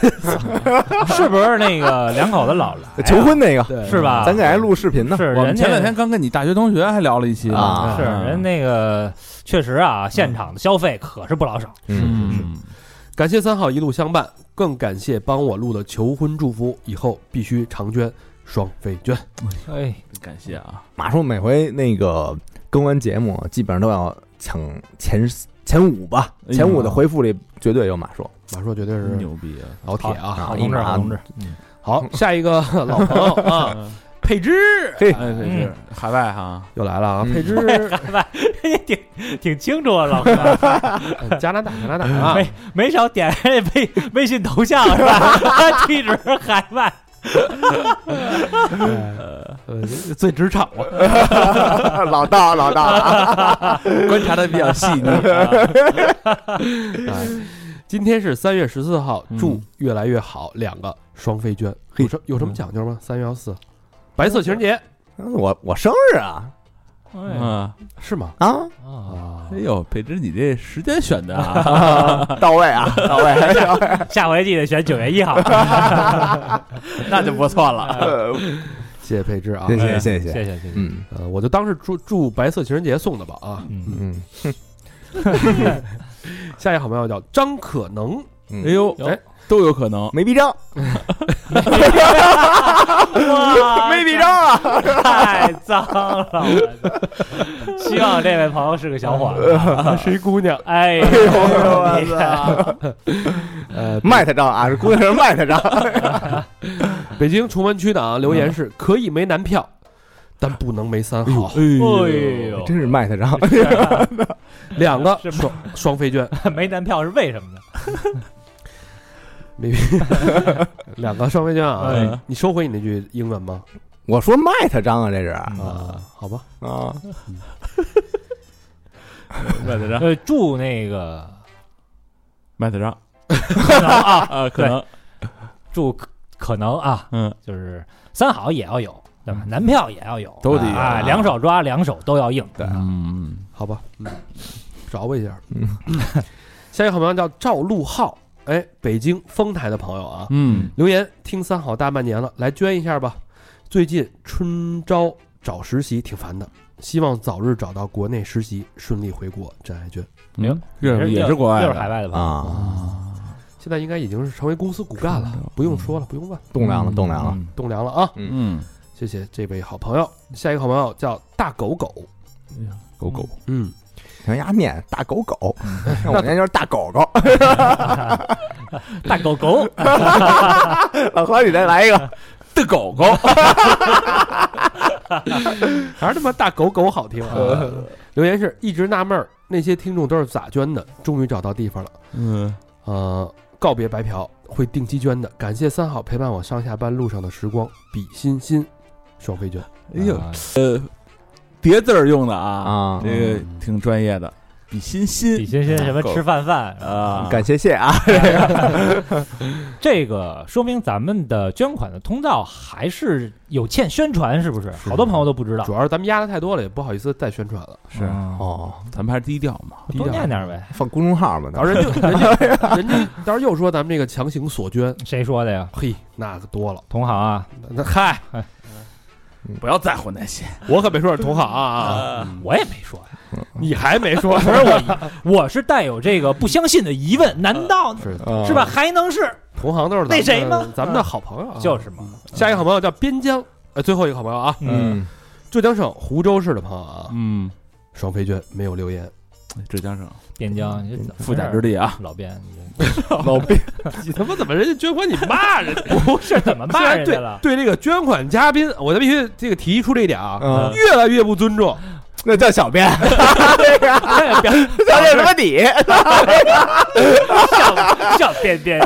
Speaker 3: 是不是那个两口子老来
Speaker 7: 求婚那个，
Speaker 1: 对
Speaker 3: 是？吧？
Speaker 7: 咱给还录视频呢，
Speaker 3: 是
Speaker 2: 我们
Speaker 3: 人家
Speaker 2: 前两天刚跟你大学同学还聊了一期呢
Speaker 7: 啊
Speaker 3: 是人，那个确实啊，现场的消费可是不老少。
Speaker 2: 嗯，
Speaker 1: 感谢三好一路相伴，更感谢帮我录的求婚祝福，以后必须常捐，双飞捐。
Speaker 3: 哎，
Speaker 2: 感谢啊，
Speaker 7: 马叔每回那个更完节目，基本上都要抢前前五吧，
Speaker 2: 哎呀
Speaker 7: 前五的回复里绝对有马叔
Speaker 1: 马硕绝对是
Speaker 2: 牛逼啊，嗯
Speaker 1: 老铁啊！
Speaker 3: 好同志，好同志，
Speaker 1: 好，下一个老朋友啊，佩芝
Speaker 7: 嘿，
Speaker 2: 哎，这是
Speaker 3: 嗯
Speaker 2: 海外哈，
Speaker 1: 又来了啊！
Speaker 7: 嗯
Speaker 1: 佩 芝，
Speaker 3: 人家挺挺清楚啊，老哥。
Speaker 1: 呃
Speaker 2: 嗯
Speaker 1: 加拿大，加拿大啊！
Speaker 3: 没没少点开这微微信头像是吧？ 地址海外，
Speaker 2: 嗯
Speaker 1: 呃，最职场了，
Speaker 7: 老大老啊 大，
Speaker 2: 观察的比较细腻，嗯
Speaker 1: 哎今天是三月十四号，
Speaker 2: 嗯
Speaker 1: 祝越来越好，两个双飞娟，
Speaker 7: 嘿
Speaker 1: 有什有什
Speaker 2: 嗯
Speaker 1: 么讲究吗？三月幺四，白色情人节
Speaker 7: 我我生日啊
Speaker 3: 哎
Speaker 2: 嗯，
Speaker 1: 是吗？
Speaker 7: 啊，
Speaker 3: 啊，
Speaker 1: 啊
Speaker 2: 哎，呦，培芝，你这时间选的啊，
Speaker 7: 到位啊到 位，
Speaker 3: 哎下回记得选九月一号。
Speaker 7: 那就不错了，
Speaker 1: 谢谢佩芝啊
Speaker 7: 谢！谢谢
Speaker 3: 哎谢
Speaker 7: 谢，
Speaker 3: 谢谢谢。
Speaker 7: 嗯
Speaker 1: 呃，我就当是祝祝白色情人节送的吧啊！
Speaker 3: 嗯，
Speaker 7: 嗯，
Speaker 1: 下一个好朋友叫张可能，
Speaker 7: 嗯
Speaker 2: 哎呦，哎，都有可能，
Speaker 7: 没必章
Speaker 3: 哇，
Speaker 7: 没必章啊，
Speaker 3: 太脏了！我操希望这位朋友是个小伙子。
Speaker 1: 是一姑娘，
Speaker 3: 哎呦，
Speaker 7: 我
Speaker 3: 你
Speaker 7: 操，
Speaker 2: 嗯
Speaker 1: 呃，
Speaker 7: 卖他章啊，是姑娘是卖他 章，
Speaker 1: 北京崇文区的啊，留言是可以没男票，但不能没三好，
Speaker 3: 嗯哎呦，
Speaker 7: 真是卖他章，
Speaker 1: 两个
Speaker 3: 是吗
Speaker 1: 双双飞娟，
Speaker 3: 没男票是为什么呢？
Speaker 1: 没两个双飞娟啊
Speaker 2: 哎！
Speaker 1: 啊
Speaker 3: 嗯
Speaker 1: 哎你收回你那句英文吗？
Speaker 7: 我说卖他张啊，这是
Speaker 3: 嗯
Speaker 7: 啊，
Speaker 1: 啊，好吧，
Speaker 2: 麦特章，
Speaker 3: 呃，祝那个
Speaker 2: 麦特章
Speaker 3: 可能啊，
Speaker 2: 啊，可能
Speaker 3: 祝可可能啊，
Speaker 2: 嗯，
Speaker 3: 就是三好也要有，对吧？男票也要有，
Speaker 7: 都得有
Speaker 3: 啊，两手抓，两手都要硬。
Speaker 7: 对啊，
Speaker 2: 嗯，
Speaker 1: 好吧，嗯，找我一下。
Speaker 7: 嗯，
Speaker 1: 下一个好朋友叫赵陆浩，哎，北京丰台的朋友啊，
Speaker 2: 嗯，
Speaker 1: 留言听三好大半年了，来捐一下吧。最近春招找实习挺烦的，希望早日找到国内实习，顺利回国。真爱捐，
Speaker 2: 行，这也是国外
Speaker 3: 又
Speaker 2: 的
Speaker 3: 是海外的朋友，
Speaker 7: 啊，
Speaker 1: 现在应该已经是成为公司骨干了，不用说了，不用问，
Speaker 7: 栋梁了，栋梁了，，
Speaker 1: 栋梁了啊！
Speaker 2: 嗯，
Speaker 1: 谢谢这位好朋友。下一个好朋友叫大狗狗，
Speaker 7: 狗狗，
Speaker 1: 嗯，
Speaker 7: 让丫念大狗 狗，
Speaker 2: 嗯
Speaker 7: 像我念就是大狗 狗，
Speaker 3: 大狗狗，
Speaker 7: 老何你再来一个，
Speaker 2: 的狗狗，
Speaker 1: 还是他妈大狗狗好听啊！
Speaker 2: 嗯
Speaker 1: 留言是一直纳闷儿，那些听众都是咋捐的？终于找到地方了。
Speaker 2: 嗯，
Speaker 1: 呃，告别白嫖，会定期捐的。感谢三好陪伴我上下班路上的时光，比心心，双飞捐。
Speaker 2: 哎呦，呃，叠字儿用的啊，
Speaker 7: 啊，
Speaker 2: 这个挺专业的，比心
Speaker 3: 李
Speaker 2: 心
Speaker 3: 欣欣什么
Speaker 2: 大狗
Speaker 3: 吃饭饭
Speaker 2: 啊，
Speaker 7: 感谢谢啊，
Speaker 3: 这个说明咱们的捐款的通道还是有欠宣传，是不是？好多朋友都不知道嗯
Speaker 1: 主，要是咱们压的太多了，也不好意思再宣传了。
Speaker 2: 是
Speaker 7: 哦，
Speaker 2: 咱们还是低调嘛，
Speaker 3: 多念点呗。
Speaker 7: 放公众号嘛，
Speaker 1: 到时候人家人家人家到时候又说咱们这个强行索捐，
Speaker 3: 谁说的呀？
Speaker 1: 嘿，那个多了。
Speaker 3: 同行啊，
Speaker 1: 那嗨，
Speaker 2: 不要在乎那些，
Speaker 1: 我可没说是同行啊， 啊
Speaker 3: 嗯我也没说呀。
Speaker 1: 嗯你还没说，
Speaker 3: 不是我，我是带有这个不相信的疑问，难道
Speaker 1: 是的嗯
Speaker 7: 啊
Speaker 3: 是吧？？还能是
Speaker 1: 同行都是咱们的
Speaker 3: 那谁吗
Speaker 1: 咱们的好朋友啊，
Speaker 3: 就是嘛？
Speaker 1: 下一个好朋友叫边疆，呃，最后一个好朋友啊，
Speaker 7: 嗯，
Speaker 1: 浙江省湖州市的朋友啊，
Speaker 2: 嗯，
Speaker 1: 双飞娟没有留言，
Speaker 2: 浙江省
Speaker 3: 边疆
Speaker 1: 嗯
Speaker 3: 你怎么
Speaker 2: 富甲之地啊，
Speaker 3: 老边，你
Speaker 7: 老毕，
Speaker 1: 你他妈怎么人家捐款你骂 人？
Speaker 3: 这不是怎么
Speaker 1: 虽
Speaker 3: 骂
Speaker 1: 然
Speaker 3: 人
Speaker 1: 对
Speaker 3: 家了？
Speaker 1: 对这个捐款嘉宾，我必须这个提出这一点啊，
Speaker 7: 嗯，
Speaker 1: 越来越不 尊重。
Speaker 7: 那叫小编，
Speaker 3: 哎
Speaker 7: 叫什么底？
Speaker 3: 笑笑边边，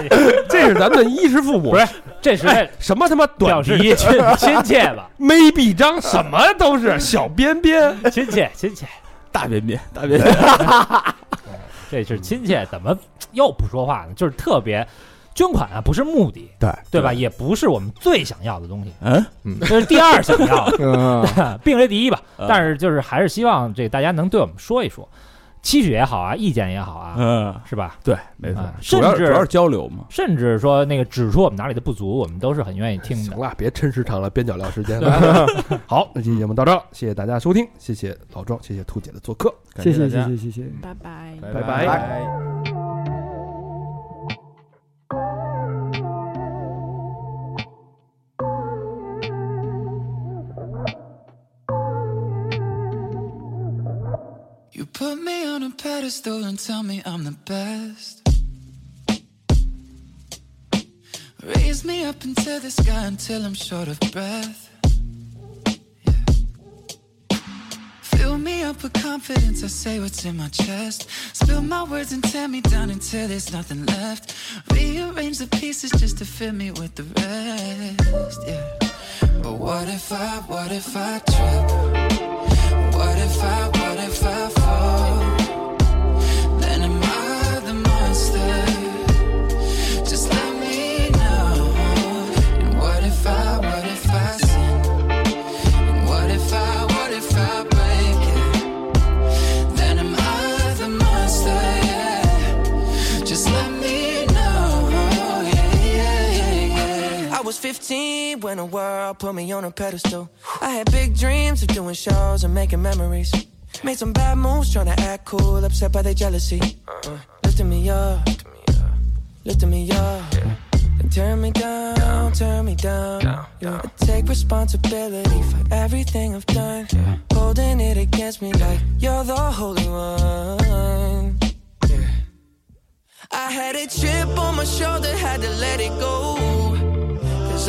Speaker 1: 这是咱们的衣食父母，
Speaker 3: 不是这是在
Speaker 1: 什么他妈哎短
Speaker 3: 表
Speaker 1: 笛
Speaker 3: 示、亲亲切了，
Speaker 1: 没臂章，什么 都是小边边。
Speaker 3: 亲切亲切，
Speaker 2: 大便便，大便便，
Speaker 3: 这是亲切，怎么又不说话呢？就是特别。捐款啊，不是目的，
Speaker 7: 对
Speaker 3: 对吧？也不是我们最想要的东西，
Speaker 2: 嗯，
Speaker 3: 这是第二想要的。
Speaker 7: 嗯，
Speaker 3: 并列第一吧。
Speaker 2: 嗯
Speaker 3: 但是就是还是希望这大家能对我们说一说，期许也好啊，意见也好啊，
Speaker 2: 嗯，
Speaker 3: 是吧？
Speaker 2: 对，没错
Speaker 3: 啊，
Speaker 2: 主要
Speaker 3: 甚至
Speaker 2: 主要是交流嘛，
Speaker 3: 甚至说那个指出我们哪里的不足，我们都是很愿意听
Speaker 1: 行
Speaker 3: 的。
Speaker 1: 了，别抻时长了，边角料时间了。好，那期节目到这儿了，谢谢大家收听，谢谢老庄，谢谢兔姐的做客。
Speaker 2: 感
Speaker 4: 谢谢
Speaker 2: 大
Speaker 4: 谢
Speaker 2: 家，
Speaker 4: 谢谢谢。
Speaker 5: 拜拜。
Speaker 2: 拜
Speaker 1: 拜
Speaker 2: 拜。
Speaker 9: You put me on a pedestal and tell me I'm the best. Raise me up into the sky until I'm short of breath. Yeah. Fill me up with confidence, I say what's in my chest. Spill my words and tear me down until there's nothing left. Rearrange the pieces just to fill me with the rest. Yeah. But what if I, what if I trip? What if I, what if I fall? Then am I the monster? Just let me know. And what if I, what if I sin? And what if I, what if I break it? Then am I the monster? Yeah. Just let me know. Yeah, yeah, yeah, yeah.
Speaker 10: I was 15 when the world put me on a pedestal. I had big dreams of doing shows and making memories. Made some bad moves trying to act cool, upset by their jealousy. Uh, lifting me up, lifting me up. They Turn me down, turn me down. Yeah. I take responsibility for everything I've done. Holding it against me like you're the holy one. Yeah. I had a chip on my shoulder, had to let it go. Cause